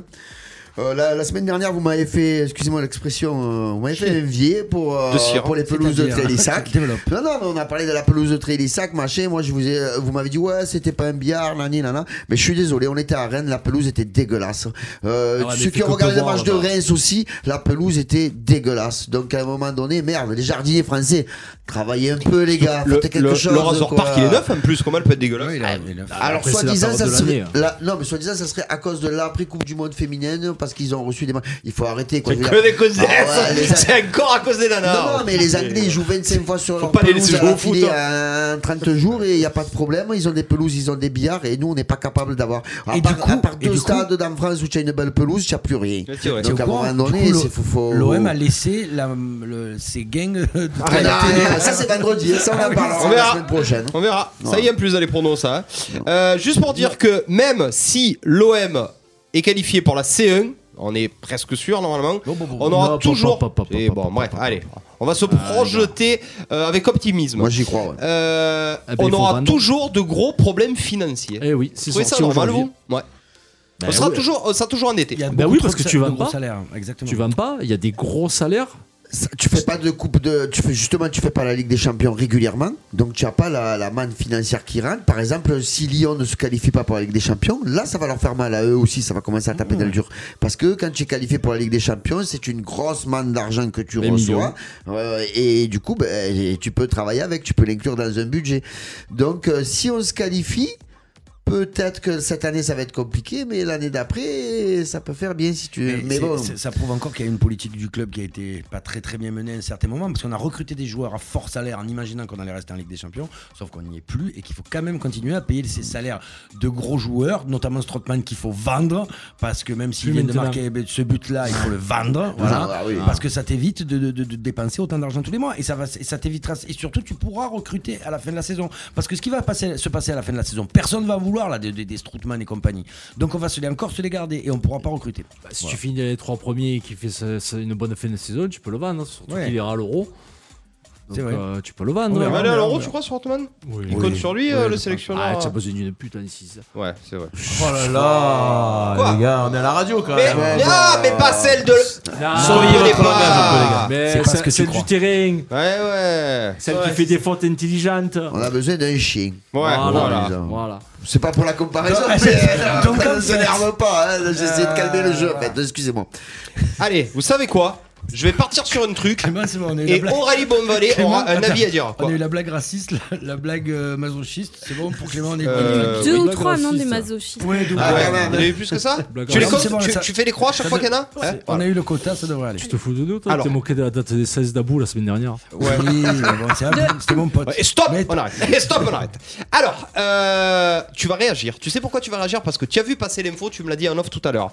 Euh, la, la semaine dernière, vous m'avez fait, excusez-moi l'expression, euh, vous m'avez fait envier pour, euh,
De cire.
pour les pelouses de
C'est-à-dire-
Trélissac.
Développe.
Non, non, mais on a parlé de la pelouse de Trélissac, machin. Moi, je vous ai, euh, vous m'avez dit, ouais, c'était pas un billard, nani, nana. Mais je suis désolé, on était à Rennes, la pelouse était dégueulasse. Euh,
Ah ouais, mais
ceux
il fait
qui ont
que
regardé le
pleuvoir,
match de
là-bas.
Reims aussi, la pelouse était dégueulasse. Donc, à un moment donné, merde, les jardiniers français, travaillez un peu, les gars.
Le,
faites quelque
le-
chose.
le Razor
quoi.
Park, il est neuf en plus, comment elle peut être dégueulasse Ah,
Ouais, il a- il a-
Alors,
Après, c'est la
soi-disant, ça
période de
serait.
hein.
l'année.
la- non, mais soi-disant, ça serait à cause de l'après-Coupe du Monde féminine, parce qu'ils ont reçu des. ma- Il faut arrêter, quoi.
C'est
Je veux
que
dire-
des causes
Ah ouais, les-
C'est encore à cause des nanas hein.
Non, non, mais les Anglais, ils jouent 25 fois sur
Faut
leur
pas les
pelouse
laisser
à
jouer au
l'affilée
foot, hein.
en 30 jours et il n'y a pas de problème. Ils ont des pelouses, ils ont des billards et nous, on n'est pas capable d'avoir. À,
Et
part-
du coup-
à part
et
deux
du coup-
stades en France où tu as une belle pelouse, tu n'as plus rien.
Ouais, c'est vrai.
Donc,
Tu
à un
vois,
moment
du
donné,
coup,
c'est faut- faut-
L'OM a laissé la, le, ses gangs euh, de
Ah, non, non, ça, c'est vendredi. Ça, on en
On
parlera la
verra.
semaine prochaine.
On verra. Ça
Ouais.
y est, en plus, elle est pronos, ça. hein. Euh, juste pour dire que même si l'OM est qualifié pour la C1, on est presque sûr normalement,
Bon, bon, bon.
on aura
Non, pas,
toujours.
pas, pas, pas,
Et
pas,
bon,
pas,
bref,
pas, pas,
allez, on va se projeter euh, avec optimisme.
Ah, Moi, Ah, j'y crois. ouais.
Euh,
Eh ben,
on
il faut
aura
vendre.
toujours de gros problèmes financiers.
Eh oui,
Vous
c'est
trouvez ça
sorti
normal,
aujourd'hui.
vous Ouais.
Ben
on, sera
oui.
toujours, on sera toujours endetté.
Il y a
Ben
beaucoup
oui,
trop
parce
de
que
sa-
tu
de
vends
gros
pas.
salaires, exactement.
Tu vends pas, il y a des gros salaires.
Ça, tu fais pas de coupe de tu fais justement tu fais pas la Ligue des Champions régulièrement donc tu as pas la, la manne financière qui rentre par exemple si Lyon ne se qualifie pas pour la Ligue des Champions là ça va leur faire mal à eux aussi ça va commencer à
Mmh.
taper dans le dur parce que quand tu es qualifié pour la Ligue des Champions c'est une grosse manne d'argent que tu
Des
reçois Euh, et du coup ben, et tu peux travailler avec tu peux l'inclure dans un budget donc euh, si on se qualifie Peut-être que cette année ça va être compliqué, mais l'année d'après ça peut faire bien si tu.
Mais
Mais,
c'est-
bon,
c'est- ça prouve encore qu'il y a une politique du club qui a été pas très très bien menée à un certain moment parce qu'on a recruté des joueurs à fort salaire en imaginant qu'on allait rester en Ligue des Champions, sauf qu'on n'y est plus et qu'il faut quand même continuer à payer ces salaires de gros joueurs, notamment Strootman qu'il faut vendre parce que même s'il
Plus
vient de
maintenant.
marquer ben, ce but-là, il faut le vendre, voilà,
Ah oui.
parce que ça t'évite de, de- de- de dépenser autant d'argent tous les mois et ça va et ça t'évitera et surtout tu pourras recruter à la fin de la saison parce que ce qui va passer- se passer à la fin de la saison, personne va vouloir là des, des, des Strootman et compagnie, donc on va se les encore se les garder et on pourra pas recruter.
Bah, si tu finis les trois premiers et qu'il fait ce- ce- une bonne fin de saison, tu peux le vendre, hein, surtout
Ouais.
qu'il ira à l'euro. Donc,
C'est vrai.
euh, tu peux le vendre.
Ouais,
On va
hein.
aller à
on
l'euro,
verra.
tu crois, sur Ottoman
Oui.
Il compte sur lui, euh, le
Ah,
sélectionneur
tu as besoin d'une pute hein, en 6.
Ouais, c'est vrai.
Oh là là
Quoi
Les gars, on est à la radio quand
Mais,
même. Ouais.
ah, mais pas celle de.
Soyez
on est
votre
pas-
langage un peu, les gars.
Mais
C'est pas ce
c'est
que tu
celle
crois.
du terrain,
Ouais, ouais.
celle
Ouais.
qui fait des fautes intelligentes.
on a besoin d'un chien.
Ouais, voilà.
Voilà.
voilà.
C'est pas pour la comparaison,
Donc,
mais euh,
donc,
après,
en
ne
fait-
s'énerve pas. hein, J'essaie de calmer le jeu.
Euh,
en fait, Excusez-moi.
Allez, vous savez quoi Je vais partir sur un truc.
Clément, c'est bon, on a eu la
Et
blague.
Aurélie Bonvalet
Clément,
aura un
attends,
avis à dire.
On
quoi.
a eu la blague raciste, la, la blague euh, masochiste. C'est bon pour Clément, on est
Euh,
Deux
oui.
ou
Blague
trois noms
raciste.
des masochistes.
Ouais, donc,
Ah ouais,
ouais,
vous en avez eu plus que ça
Blague
Tu les
raciste.
comptes
C'est bon,
tu,
ça-
tu fais les croix à chaque fois qu'il y en a
c'est-
Hein
On
Voilà.
a eu le quota, ça devrait aller.
Tu te fous de nous, toi
Alors.
T'es moqué de la date des 16 d'Abou la semaine dernière.
Ouais.
Oui, mais bon, c'est un- c'était mon pote.
Ouais, Et stop, Oh,
Mais-
on arrête. Et stop, on arrête. Alors, euh, tu vas réagir. Tu sais pourquoi tu vas réagir Parce que tu as vu passer l'info, tu me l'as dit en off tout à l'heure.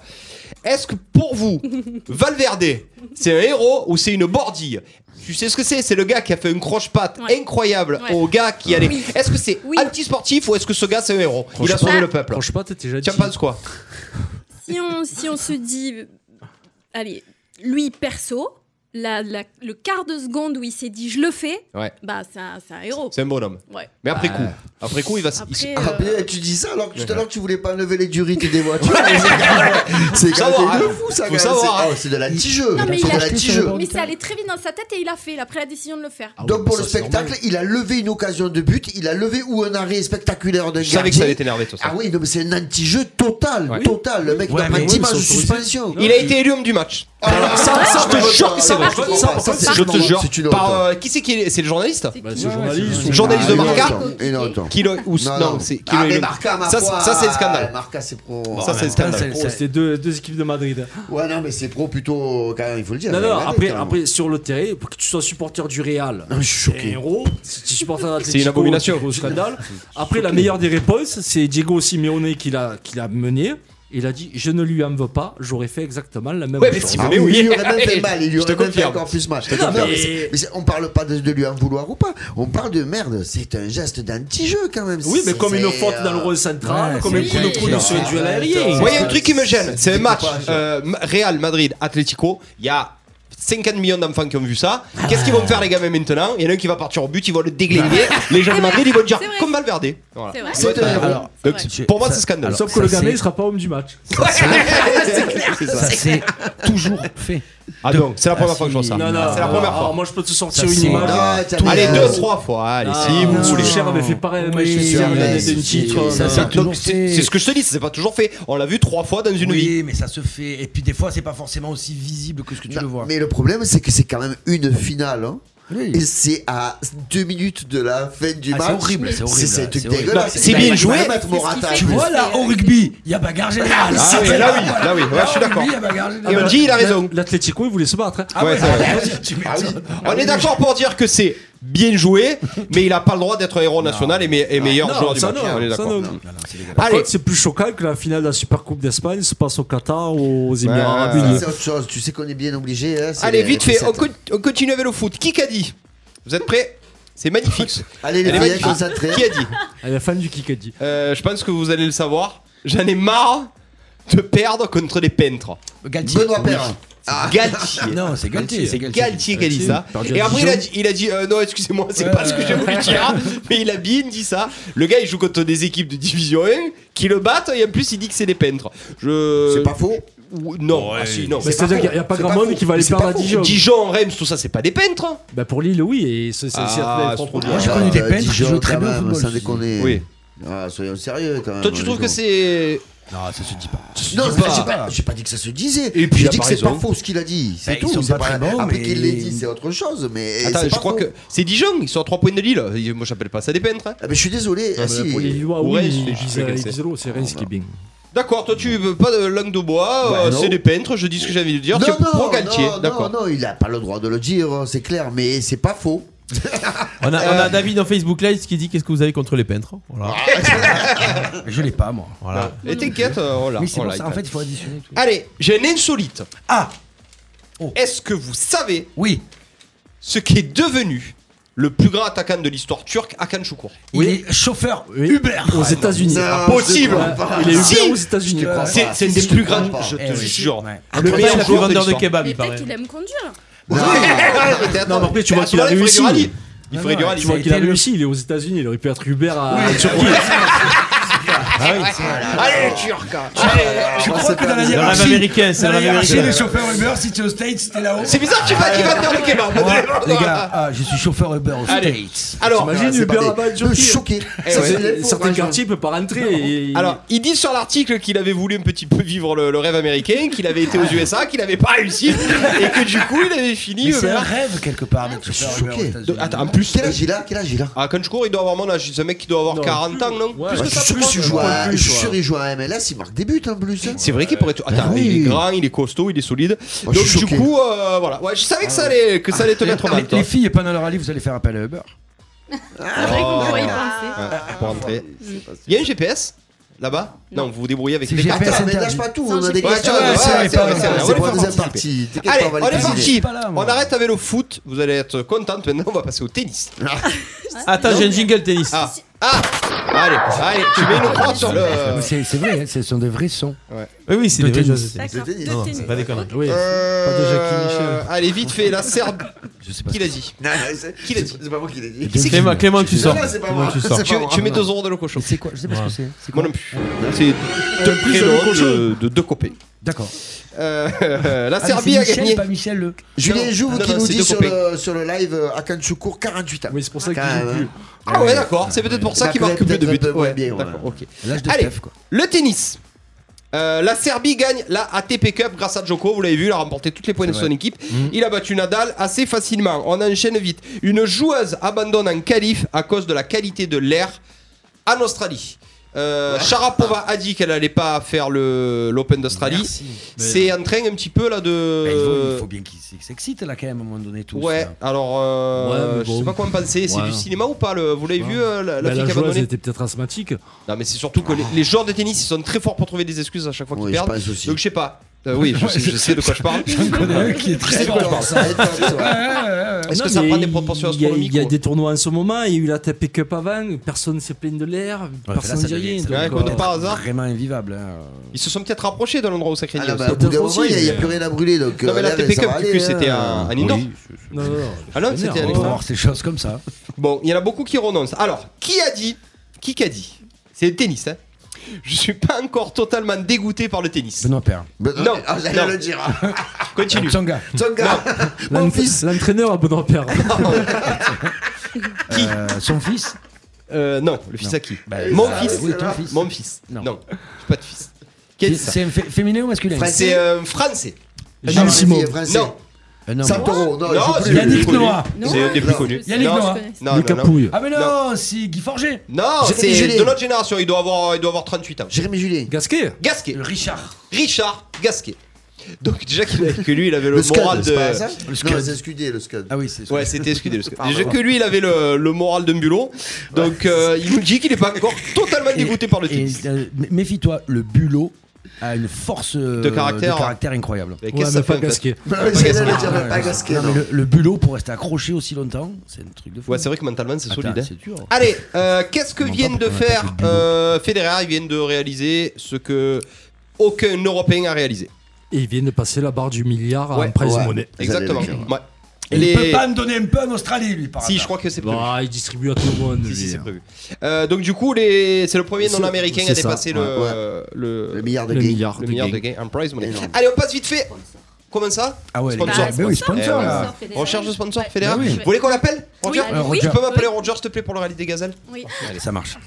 Est-ce que pour vous, Valverde, c'est un héros ou c'est une bordille Tu sais ce que c'est C'est le gars qui a fait une croche-patte
Ouais.
incroyable
Ouais.
au gars qui allait.
Oui.
Est-ce que c'est
Oui.
anti-sportif ou est-ce que ce gars c'est un héros Il a sauvé le peuple.
Franchement, pas, t'es déjà
Tu en penses quoi
Si on, si on se dit, euh, allez, lui perso, la- la- le quart de seconde où il s'est dit je le fais,
Ouais.
bah c'est un, c'est un héros.
C'est un bonhomme.
Ouais.
Mais après coup. Après coup, il va. s- il s-
Après,
Ah,
euh,
mais tu dis ça alors que tout à l'heure tu voulais pas enlever les durites des voitures. c'est quand
savoir,
même
hein.
de fou
Faut
ça. quand même.
savoir,
C'est-
hein.
oh, C'est de la tige.
Non, mais
C'est
il
de
a-
la tige. Ah.
mais ça allait très vite dans sa tête et il a fait. Il a pris la décision de le faire.
Ah
Donc pour le spectacle, il a levé une occasion de but, il a levé ou un arrêt spectaculaire d'un
Je savais que ça allait
gardien.
t'énerver, toi. ça.
Ah oui, non, mais c'est un anti-jeu total,
Ouais.
total. Le mec
Ouais,
doit
mais
prendre
oui,
10 matchs de
mais sont autorisés.
suspension.
Il a été élu homme du match.
Alors, ça, ça,
je te
je
jure que c'est vrai.
je comprends pas. Ça, c'est
Je te
une honte,
jure.
c'est une honte.
Par euh, qui c'est qui est C'est le journaliste
Bah, c'est journaliste. ou-
Journaliste de
Ah, une
Marca
honte, une honte.
Qui le ou
Non,
non,
non.
c'est qui
Ah,
le-
mais
le-
Marca, ma
Ça,
foi,
ça, c'est le scandale.
Marca, c'est pro.
Ça, c'est le scandale.
Oh, C'était deux, deux équipes de Madrid.
Ouais, non, mais c'est pro plutôt, quand même, il faut le dire.
Non,
c'est
non,
vrai,
après,
quand même.
après, Eh, sur le terrain, pour que tu sois supporter du Real.
Non, je suis
Et
choqué.
héros, si tu supportes un
C'est une abomination.
Atlético, c'est un scandale. Après, la meilleure des réponses, c'est Diego Simeone qui l'a, qui l'a mené. Il a dit Je ne lui en veux pas, j'aurais fait exactement la même
Ouais, mais
chose.
si-
Ah
Mais oui.
il lui aurait même fait mal, il lui
Je te
aurait même fait
confirme.
encore plus mal.
te
Non,
confirme.
mais c'est- mais c'est- on parle pas de, de lui en vouloir ou pas, on parle de merde, c'est un geste d'anti-jeu quand même.
Oui, mais comme
C'est,
une faute
euh,
dans le rôle central,
ouais,
comme un
c'est-
coup de coude
Non,
sur le duel aérien.
Moi, il y a un truc qui me gêne. C'est un match
pas, ça.
euh, Ma- Real Madrid Atlético. Il y a 50 millions d'enfants qui ont vu ça. Qu'est-ce qu'ils vont faire les gamins maintenant Il y en a un qui va partir au but, ils vont le déglinguer. Les gens de Madrid, ils vont dire
C'est vrai.
comme Valverde. Voilà.
C'est vrai.
C'est un héros.
Alors,
Donc,
Ouais.
pour moi,
Ça-
c'est scandaleux.
Sauf que
ça,
le gamin,
c'est-
il sera pas homme du match.
Ça s'est toujours fait.
Ah donc, c'est la première fois que je vois ça.
Non, non,
c'est la
euh,
première
alors,
fois.
moi, je peux te sortir
Ça,
une
c'est-
image. Ah,
Ah, t'as
Allez,
raison.
deux, trois fois. Allez, si vous
non.
voulez.
Solskjaer avait fait pareil à
Oui,
Manchester
mais
United
c'est-
d'un titre.
ça,
euh,
c'est-
Ah. Donc,
toujours
c'est
fait.
c'est ce que je te dis, c'est pas toujours fait. On l'a vu trois fois dans une vie.
Oui, mais ça se fait. Et puis des fois, c'est pas forcément aussi visible que ce que tu
Non,
le vois.
Mais le problème, c'est que c'est quand même une finale. hein.
Oui.
Et c'est à deux minutes de la fin du
Ah, c'est
match.
horrible, c'est horrible,
C'est un truc
c'est horrible.
dégueulasse.
Non, c'est bien
Il va
joué.
mettre Morata.
C'est ce
Tu vois là, au rugby, il y a bagarre générale.
Ah oui, là oui, là oui, ouais, je suis
Au
d'accord. Ah
rugby, il y a bagarre
Et on
générale.
dit, il a raison.
L'Atlético, il voulait se battre. hein.
Ah
Ouais,
ouais,
c'est vrai.
ouais, tu m'étonnes.
On est d'accord pour dire que c'est bien joué, mais il n'a pas le droit d'être héros national et, me- et meilleur
Non,
joueur du
ça
match.
non,
on est
ça
d'accord.
Non,
non.
non, c'est dégueulasse.
Par
Allez,
contre, c'est plus choquant que la finale de la Super Coupe d'Espagne se passe au Qatar ou aux Émirats
Ouais.
Arabes Unis.
Ah, C'est autre chose. Tu sais qu'on est bien obligé. hein, c'est
allez
les-
vite
les
fait, on,
recettes.
co- on continue avec le foot. Qui qu'a dit Vous êtes prêts C'est magnifique.
Allez, les
Elle est
filles,
magnifique.
concentrées.
Qui a dit
À la fin du Kikadi.
Euh, Je pense que vous allez le savoir. J'en ai marre de perdre contre les peintres.
Galtier.
Benoît Perrin.
Ah. Galtier.
Non, c'est Galtier.
Ah C'est Galtier qui a dit ça.
Perdu à
Et après, il
Dijon.
a dit, il a dit, euh, non, excusez-moi, c'est pas ce que je voulais dire. Mais il a bien dit ça. Le gars, il joue contre des équipes de Division 1 qui le battent et en plus, il dit que c'est des peintres. Je...
C'est pas faux.
Ou- Non, ah, si, non.
Bah, C'est-à-dire qu'il n'y a pas
C'est
grand
pas
monde
faux.
qui va aller
C'est
perdre
pas
à
faux.
Dijon.
Dijon, Reims, tout ça, c'est pas des peintres. hein.
Bah pour Lille, oui. Et c'est
Ah, c'est trop bien.
Moi, je
Ah,
connais des
euh,
peintres qui
Dijon,
jouent très
quand
bien au
même,
football.
Sans déconner.
Oui.
Ah, soyons sérieux quand même.
Toi, tu
les
trouves que
gens.
c'est.
Non, ça se dit pas.
Non,
dis
mais
pas.
j'ai pas, j'ai pas dit que ça se disait.
Et puis, il
j'ai
a
dit
pas
que c'est pas
raison.
faux ce qu'il a dit. C'est
Ben, ils
tout.
sont
c'est
pas très bons,
Après
mais-
qu'il l'ait dit, c'est autre chose. Mais
Attends,
c'est
je
pas
crois
faux.
que. C'est Dijon, ils sont à 3 points de Lille. Et Moi, j'appelle pas ça des peintres. hein.
Ah, mais je suis désolé. ah, si.
Pour les Lillois,
Ouais,
oui.
je-
Ils
je
disent
sais quel
ils
c'est.
disent l'eau, c'est Reims qui est bien.
D'accord, toi, tu veux pas de langue de bois,
Bah,
euh,
non.
c'est des peintres, je dis ce que j'avais envie de dire. tu es pro Galtier.
non,
D'accord.
non, non, il a pas le droit de le dire, c'est clair, mais c'est pas faux.
On a, on a David en Facebook Live qui dit Qu'est-ce que vous avez contre les peintres Voilà.
Je l'ai pas, moi.
voilà.
Et t'inquiète, euh, on l'a.
Mais c'est
on
pour
l'a,
ça,
il
en fait, il faut additionner tout.
Allez, j'ai un insolite. Oh.
Ah
Est-ce que vous savez
Oui,
ce qui est devenu le plus grand attaquant de l'histoire turque, Hakan Şükür
il est chauffeur Uber.
Aux États-Unis.
impossible.
Il est
Si.
Uber aux États-Unis.
crois pas.
C'est c'est
Si,
des
je
plus
te crois
grands,
pas.
je te
Eh oui.
jure.
Ouais.
Le meilleur plus vendeur de kebab,
Mais
il
peut-être
paraît.
qu'il aime conduire.
Non, mais après, tu vois qu'il a
Ah, souvent, il
réussi.
faudrait du rallye. Il
Non,
ferait du
non,
rallye.
Tu vois
Ça a
qu'il a
été le-
réussi. Il est aux États-Unis. Il aurait pu être Uber à à Turquie.
Allez, les Turcs
Je crois que dans la
C'est le rêve
hiérarchie,
américain, c'est
dans
le
la
rêve
hiérarchie,
américain.
les chauffeurs Uber, si tu es aux States, t'es là-haut.
C'est bizarre qu'il va qu'il va faire le kebab.
Moi, les gars, ah, je suis chauffeur Uber aux
Allez.
States.
Alors,
Imagine
C'est pas
Uber
des-
là-bas à
de
Turquie.
choquer.
Eh
Ça,
ouais.
c'est des faux,
Certains
hein,
quartiers, il peut pas rentrer. et-
alors, il dit sur l'article qu'il avait voulu un petit peu vivre le, le rêve américain, qu'il avait été aux USA, qu'il n'avait pas réussi, et que du coup, il avait fini.
Mais c'est
euh,
un rêve quelque part
Ah,
d'être chauffeur
suis
Uber aux
choqué.
États-Unis.
de- Attends, en plus,
Quel âge il a Quel âge il a
à Kanchkour, il doit avoir mon âge. C'est un mec qui doit avoir
Non,
40
plus.
ans, non
Ouais.
Plus
Bah,
que
Je
ça,
suis sûr
je
qu'il
pense.
joue à-
plus,
je suis
toi.
sûr qu'il joue à MLS, il marque des buts en plus. hein.
C'est vrai qu'il pourrait. tout- Attends,
Ben
oui.
il est grand, il est costaud, il est solide.
Oh,
Moi, je
Donc
suis
du
choqué.
coup, euh, voilà. Ouais, je savais que ça allait, que ça allait te mettre
Ah, Les-
mal. toi.
Les filles, pendant leur rallye, vous allez faire appel à Uber.
C'est vrai qu'on pourrait y
Ah.
penser.
Ouais, pour rentrer. Il y a un GPS là-bas Non, vous vous débrouillez avec
C'est
les cartes.
GPS.
Attends, mais lâche pas tout, on a des
Ouais,
questions.
ouais, ouais,
c'est
ouais,
vrai,
c'est vrai, c'est vrai. On va
c'est
les
pour la
faire
deuxième
participer.
partie. T'inquiète
Allez,
pas,
on
les
est
faire
parti.
pas là, moi.
On arrête avec le foot. Vous allez être contente maintenant. On va passer au tennis.
Attends, j'ai un jingle tennis.
Ah, ah Allez, allez, tu mets une croix sur le.
Mais C'est c'est vrai, hein, ce sont des vrais sons.
Oui, oui, c'est
Le
des vraies
tennis.
choses.
D'accord.
C'était-
Deux
non,
tennis.
Pas déconnant.
Oui.
Euh,
Pas de Jackie Michel.
Allez, vite fait, la Serbe.
Je sais pas.
Qui l'a dit
Non, non, c'est-
Qui l'a dit
C'est pas moi qui l'ai dit.
c'est qui
Clément, Clément, tu sors.
Non, non, c'est pas moi.
Clément, tu sors.
C'est
tu,
Ah,
pas moi.
tu mets 2 euros dans le cochon.
C'est quoi Je sais pas ce que c'est. C'est quoi Euh,
Moi non plus. C'est deux prénoms de, de deux copains.
D'accord.
Euh, la
Ah, mais
Serbie
c'est
a
Michel,
gagné.
pas Michel le.
Julien
Non, non,
Jouve qui
non,
nous
c'est
dit
deux
sur
copains.
le, sur le live euh, Akanchukur 48 ans.
Oui, c'est pour ça que
Quand
je joue
même,
plus.
Ah ouais, d'accord. C'est peut-être pour ça
Bah,
qu'il marque plus
peut-être
de buts.
un peu moins
Ouais,
bien, ouais.
d'accord, ok.
L'âge de
Allez.
Steph, quoi.
Le tennis. Euh, la Serbie gagne la ATP Cup grâce à Djoko, vous l'avez vu, il a remporté toutes les points de son équipe. Il a battu Nadal assez facilement. On enchaîne vite. Une joueuse abandonne en qualif à cause de la qualité de l'air en Australie. Euh, Sharapova a dit qu'elle n'allait pas faire le- l'Open d'Australie. C'est en train un petit peu là de.
Bah, il, faut, il faut bien qu'ils s'excitent là quand même à un moment donné tous.
Euh.
hein.
Ouais,
là.
alors euh,
Ouais, mais
je sais
bon.
pas quoi en penser. C'est
Ouais.
du cinéma ou pas le- Vous l'avez
sais
vu
pas.
euh, la, la
Bah,
fille
la
qui a
joueuse
abandonné
était peut-être asthmatique.
Non, mais c'est surtout que les, les joueurs de tennis ils sont très forts pour trouver des excuses à chaque fois qu'ils
Oui, je
perdent.
pense aussi.
Donc je sais pas. Euh, oui, je sais, je sais de quoi je parle.
Ouais, qui est très fort.
Étonne, ça, étonne, ça.
Est-ce
Non,
que ça
mais
prend des proportions
il y a-
astronomiques
Il y a
ou-
des tournois en ce moment, il y a eu la TP Cup avant, personne s'est plaint de l'air,
Ouais, là,
personne
ça
ne dit
devient-
rien.
ça
donc,
devient
euh,
complètement par hasard.
Vraiment invivable. hein.
Ils se sont peut-être rapprochés de l'endroit où ça crée
Ah,
des-
non, bah, au bout d'un
peut-être
moment, il n'y a, plus rien à brûler. Donc,
Non, mais
euh,
la
là,
TP
ça
Cup,
va
du
aller,
coup, c'était
hein.
un, un indoor.
non, non, non,
Ah non,
c'est
c'était à
énorme.
On
Alexa.
va voir ces choses comme ça.
Bon, il y en a beaucoup qui renoncent. Alors, qui a dit Qui qu'a dit C'est le tennis, hein Je suis pas encore totalement dégoûté par le tennis.
Benoît Père.
Bah,
Non,
ah, j'allais
non.
le dire.
Continue.
Tsonga.
Ton gars, mon
L'entra-
fils.
L'entraîneur à Benoît Père.
Euh, son fils.
Euh, non, le fils à qui
Bah,
Mon
ça,
fils
Oui, ton fils.
Mon fils. Non,
Non.
j'ai pas de fils. Qui a dit ça
C'est un fé- féminin ou masculin
Français.
C'est euh, français.
Non,
Gilles
mais
Simon.
il est français.
Non.
Un homme.
Santoro, non, il
Non,
joue
c'est
plus.
le
Yannick
plus connu.
Noah.
C'est un des plus
Non.
connus.
Yannick
Non,
Noah.
Non,
Le
non, non.
Capouille.
Ah mais non, c'est Guy Forger.
Non,
Jérémy
c'est
Julien.
de notre génération. Il doit avoir, il doit avoir 38 ans.
Jérémy Julien.
Gasquet
Gasquet.
Le Richard.
Richard Gasquet. Donc déjà qu'il avait- que lui, il avait le,
Le
moral
Scud,
de.
c'est pas ça
Scud.
Non, c'est SQD, le Scud.
Ah oui, c'est
Ouais, c'était excusez le Déjà que lui, il avait le, le moral d'un bulot. Donc euh, il nous dit qu'il est pas encore totalement dégoûté par le
Et,
tennis.
euh, mé- Méfie-toi, le bulot a une force euh,
De caractère.
incroyable.
Mais
Ouais,
Qu'est-ce que ça
mais
fait
pas
en fait
Gasquet.
Non, mais j'allais le dire, mais pas Gasquet,
Non, mais
non.
le, le bulot pour rester accroché aussi longtemps, c'est un truc de fou.
Ouais, c'est vrai que mentalement, c'est
Attends,
solide. hein.
C'est dur.
Allez, euh, qu'est-ce que
Comment
viennent
pas
de
pourquoi on
faire
attaque le bulot
euh, Federer Ils viennent de réaliser ce que aucun Européen a réalisé.
Et il vient de passer la barre du milliard
Ouais.
en prize
Ouais.
money.
J'allais
Exactement.
le dire.
Ouais.
Il
Les-
peut pas me donner un peu en Australie, lui, par
Si, je
hasard.
crois que c'est prévu.
Bah, il distribue à tout le monde.
Si, si,
lui,
c'est
hein.
prévu. Euh, donc du coup, les... c'est le premier
C'est-
non-américain à
c'est ça,
dépasser
ouais,
le...
Le
Le...
milliard de
Le
gains.
milliard
le
de
milliard
gains.
de gains en prize money.
Énorme.
Allez, on passe vite fait. Comment ça
Ah ouais, les
Sponsor.
gars, mais oui,
Eh,
sponsor,
ouais.
là.
On cherche le sponsor, Federer.
Ah
Bah oui.
Vous voulez qu'on l'appelle Roger
Oui,
Euh,
oui.
Tu peux
Roger.
m'appeler Roger, s'il te plaît, pour le rallye des gazelles
Oui.
Ça marche.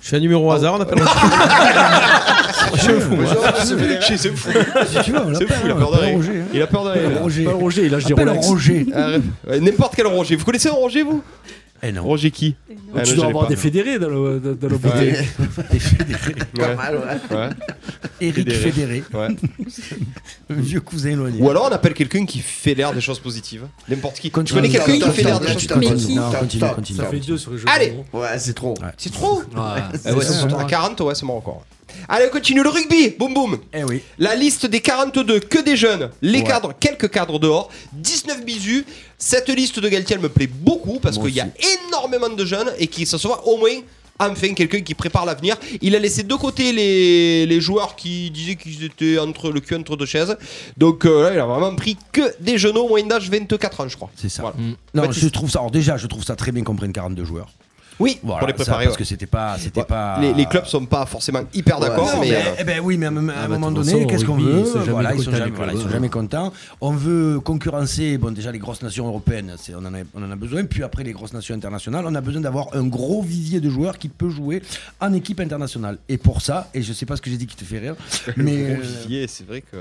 Je suis un numéro au hasard, on appelle un Je suis un fou. moi.
C'est fou,
Si tu veux, on
c'est
l'appelle,
fou, il a
hein,
peur de
appelle
rien.
Roger. hein.
Il a peur de
Appelle
rien.
Roger.
Pas Roger, il a des
Appelle
Rolex.
Roger.
Arrête. Ah, Ouais, N'importe quel Roger. Vous connaissez un Roger, vous
Eh non.
Roger qui Ah, non,
Tu
je l'ai
dois avoir
pas.
des fédérés dans le, dans- dans le
Ouais.
bouteille.
Pas mal, ouais.
Ouais,
Eric Fédéré,
ouais.
un vieux cousin éloigné.
Ou alors on appelle quelqu'un qui fédère des choses positives. N'importe qui. Tu
Continue.
connais quelqu'un qui
Stop,
fédère
stop,
des
là,
choses
tu
positives
t'entends.
Mais qui
Stop,
Non, continue,
stop.
continue.
Ça fait deux sur les jeux.
Allez.
de mots.
Ouais, c'est trop.
C'est trop
Ouais.
Ah ouais,
C'est
c'est
hein.
ça.
à 40, ouais, c'est mon record. Allez, on continue le rugby. Boum boum.
Eh oui.
La liste des 42, que des jeunes. Les
Ouais.
cadres, quelques cadres dehors. 19 bisous. Cette liste de Galtier, elle me plaît beaucoup parce
Moi
qu'il y a énormément de jeunes et qui se voit au moins. Enfin, quelqu'un qui prépare l'avenir. Il a laissé de côté les, les joueurs qui disaient qu'ils étaient entre le cul entre deux chaises. Donc euh, là, il a vraiment pris que des jeunes au moyen d'âge 24 ans, je crois.
C'est ça.
Voilà.
Non,
Baptiste.
je trouve ça. Alors déjà, je trouve ça très bien qu'on prenne 42 joueurs.
Oui,
Voilà,
pour les
ça,
préparer.
parce
ouais.
que c'était pas, c'était
Ouais.
pas.
les, les clubs sont pas forcément hyper d'accord,
Non,
mais.
mais,
euh,
eh ben oui, mais à, un- à un
bah,
moment
de toute
donné,
façon,
qu'est-ce
au
qu'on
rugby,
veut
ils sont jamais
Voilà, ils
contents,
sont
les
jamais,
clubs,
voilà, ils sont
hein.
jamais contents. On veut concurrencer, bon, déjà les grosses nations européennes, c'est- on en, a, on en a besoin. Puis après les grosses nations internationales, on a besoin d'avoir un gros vivier de joueurs qui peut jouer en équipe internationale. Et pour ça, et je sais pas ce que j'ai dit qui te fait rire, mais euh,
Convivier, c'est vrai que.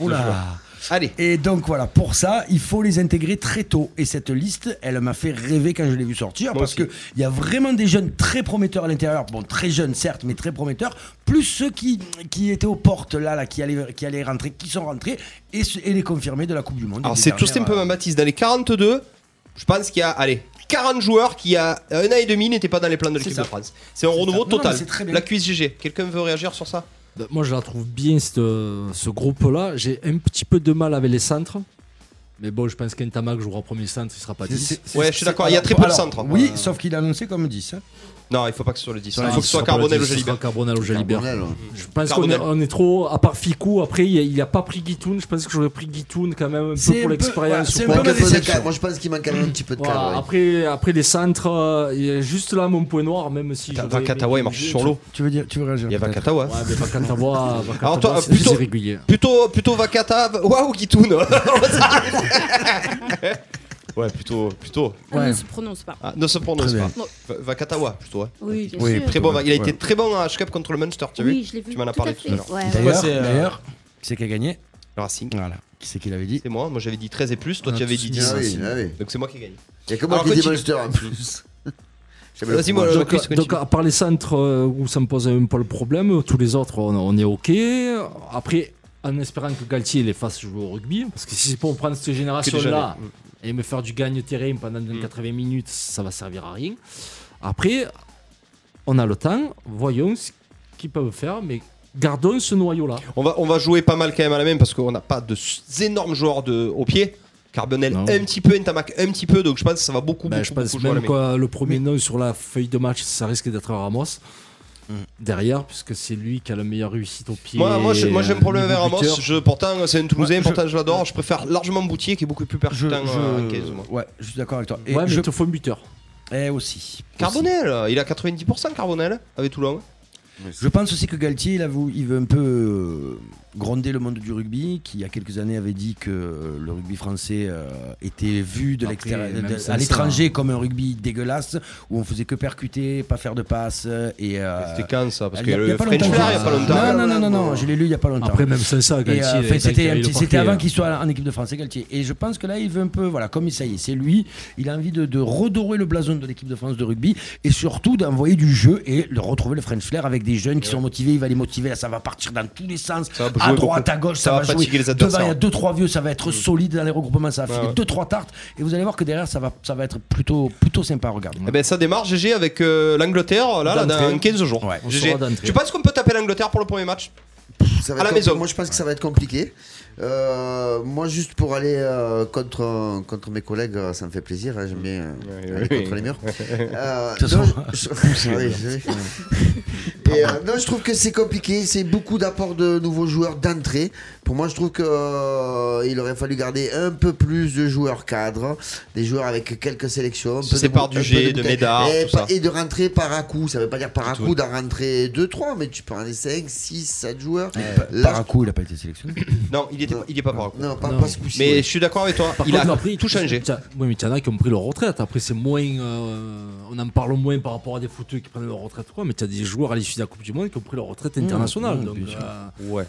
Oula.
Allez.
Et donc voilà, pour ça, il faut les intégrer très tôt. Et cette liste, elle m'a fait rêver quand je l'ai vu sortir,
Moi
parce
aussi.
que il y a vraiment des jeunes très prometteurs à l'intérieur. Bon, très jeunes certes, mais très prometteurs. Plus ceux qui, qui étaient aux portes là, là qui, allaient, qui allaient rentrer, qui sont rentrés, et, ce- et les confirmés de la Coupe du Monde.
Alors
Des
c'est tout
dernières, euh,
simplement Baptiste. Dans les 42, je pense qu'il y a allez, 40 joueurs qui il y a un an et demi n'étaient pas dans les plans de l'équipe
ça.
de France. C'est un renouveau
ça. Non,
total.
mais c'est très bien.
la cuisse GG. Quelqu'un veut réagir sur ça
euh, Moi, je la trouve bien, cette- ce groupe-là. J'ai un petit peu de mal avec les centres. Mais bon, je pense qu'Intamac jouera premier centre, il sera pas 10.
Ouais, je suis d'accord, il y a très peu de centres, hein.
Oui, sauf qu'il a annoncé comme 10. hein.
Non, il faut pas que ce soit le 10.
Ah,
il faut que ce soit
sera pas
Carbonel
le
ou
10, ce sera
Jalibert.
Carbonel ou Jalibert.
Carbonel, ouais.
Je pense qu'on est,
Carbonel.
on est trop. À part Ficou, après, il y a- il a, pas pris Guitoun. Je pense que j'aurais pris Guitoun quand même un
C'est
peu pour
un peu- voilà,
l'expérience.
c'est
ou
un
quoi.
peu
Manque
ma
un peu de
déception.
cadre. Moi, je pense qu'il manque quand même un petit peu de
Voilà,
cadre. ouais. Ah
après, après les centres, euh, il y a juste là mon point noir, même si.
Putain,
j'aurais
Vakatawa, il
aimé-
marche sur l'eau.
Tu veux dire, tu veux réagir
Il y a
peut-être
Vakatawa.
Ouais, mais Vakatawa,
Alors toi,
Vakatawa,
euh,
c'est
plutôt-
c'est régulier.
Plutôt, plutôt Vakata. Waouh, Guitoun Ouais, plutôt. plutôt.
Ah,
Ouais.
ne se prononce pas.
Ah, ne se prononce
Très
pas.
bien.
Va- Vakatawa, plutôt. hein.
Oui, bien
Oui,
sûr.
Très bon, il a été
Ouais.
très bon à HCAP contre le Munster, tu as
oui,
vu
je l'ai vu.
Tu m'en as
tout
parlé
à
tout
fait.
à l'heure.
Ouais, ouais.
D'ailleurs,
c'est, euh,
d'ailleurs, qui c'est qui a gagné
Le Racing.
Voilà. Qui c'est qui l'avait dit
C'est moi, moi j'avais dit 13 et plus, toi
Ah,
tu avais
tu
dit
me
10.
Ah oui, ah oui.
Donc c'est moi qui gagne.
Il y a que moi
Alors,
qui dis
continue.
Monster en plus. J'aime le
Vas-y,
fromage.
moi,
Euh, Donc,
Chris,
donc,
continue.
à part les centres euh, où ça me pose un peu le problème, tous les autres on, on est ok. Après, en espérant que Galtier les fasse jouer au rugby, parce que si c'est pour prendre cette génération-là et me faire du gagne terrain pendant
Mm.
80 minutes, ça va servir à rien. Après, on a le temps, voyons ce qu'ils peuvent faire, mais gardons ce noyau-là.
On va, on va jouer pas mal quand même à la même parce qu'on n'a pas de s- énormes joueurs de, au pied. Carbonel
Non.
un petit peu, Entamac un petit peu, donc je pense que ça va beaucoup,
Ben,
beaucoup,
je pense
beaucoup jouer à la
même
main.
que le premier nom sur la feuille de match, ça risque d'être Ramos. Derrière, puisque c'est lui qui a la meilleure réussite au pied.
Mm. Moi, moi, je- moi j'ai un
euh,
problème
niveau
avec Ramos.
buteur.
Je, pourtant, c'est un Toulousain,
Moi, je-
pourtant je l'adore. Je préfère largement Boutier qui est beaucoup plus
je,
percutant euh,
je-
en 15, moi.
ouais, je suis d'accord avec toi. Et
Ouais, mais
je-
il te faut un buteur.
eh, aussi.
Carbonel, il a 90% Carbonel avec Toulon. hein.
Je pense aussi que Galtier, il, avoue- il veut un peu euh, gronder le monde du rugby, qui il y a quelques années avait dit que le rugby français euh, était vu de
Après,
l'extérieur,
même
de-
sans
à
ça,
hein.
l'étranger comme un rugby dégueulasse, où on faisait que percuter, pas faire de passes. Et, euh,
C'était quand ça Parce
il
que
y a- il y a
le
pas
French
longtemps,
Flair, il n'y a
je-
pas longtemps.
Non, non, non, non, non, je l'ai lu il y a pas longtemps.
Après, même sans ça,
Et,
Galtier.
euh,
il
enfin,
était- il
c'était un
avait
petit-
le
c'était
parquet.
avant
hein.
qu'il soit en équipe de France, c'est Galtier. Et je pense que là, il veut un peu, voilà, comme ça y est, c'est lui, il a envie de, de redorer le blason de l'équipe de France de rugby et surtout d'envoyer du jeu et de retrouver le French Flair avec des jeunes qui sont motivés. Il va les motiver, là, ça va partir dans tous les sens,
Ça va
à
jouer
droite,
beaucoup.
à gauche,
Ça
ça,
va
va, jouer.
fatiguer les
Devant,
adversaires. Mm.
il y a deux, trois vieux, ça va être solide dans les regroupements, ça va
Ouais,
filer
ouais.
deux, trois tartes et vous allez voir que derrière, ça va, ça va être plutôt, plutôt sympa à regarder.
Eh ben ça démarre GG avec euh, l'Angleterre là, là
D'entrée.
dans 15 jours.
Ouais,
on
GG.
saura d'entrée.
Tu penses qu'on peut taper l'Angleterre pour le premier match
Ça
À
va
la
être
maison.
compli- Moi, je pense que ça va être compliqué. Euh, moi, juste pour aller euh, contre, contre mes collègues, euh, ça me fait plaisir. hein, J'aime bien euh,
Oui, oui,
aller
oui.
contre les murs. Euh,
toute
non,
façon-
je- Ah oui, oui. Et, euh, non, je trouve que c'est compliqué. C'est beaucoup d'apports de nouveaux joueurs d'entrée. Pour moi, je trouve qu'il aurait fallu garder un peu plus de joueurs cadres, des joueurs avec quelques sélections. un peu
C'est
de-
par
un
du
peu
G, de
bouteille. Eh,
Médard,
Et,
tout ça.
pa- et de rentrer par à coup. Ça veut pas dire par à coup d'en rentrer 2-3, mais tu peux en 5, 6, 7 joueurs. Là,
Par un coup, il n'a pas été sélectionné.
Non, il n'y est pas par contre.
non, pas,
Non.
pas ce coup-ci.
Mais
ouais.
je suis d'accord avec toi.
Par
il
contre,
a
après,
tout changé.
t'as- Oui, mais il y en a qui ont pris leur retraite. Après, c'est moins. euh, on en parle moins par rapport à des footeux qui prennent leur retraite, quoi. Mais tu as des joueurs à l'issue de la Coupe du Monde qui ont pris leur retraite internationale.
mmh,
donc,
bien sûr.
euh,
Ouais.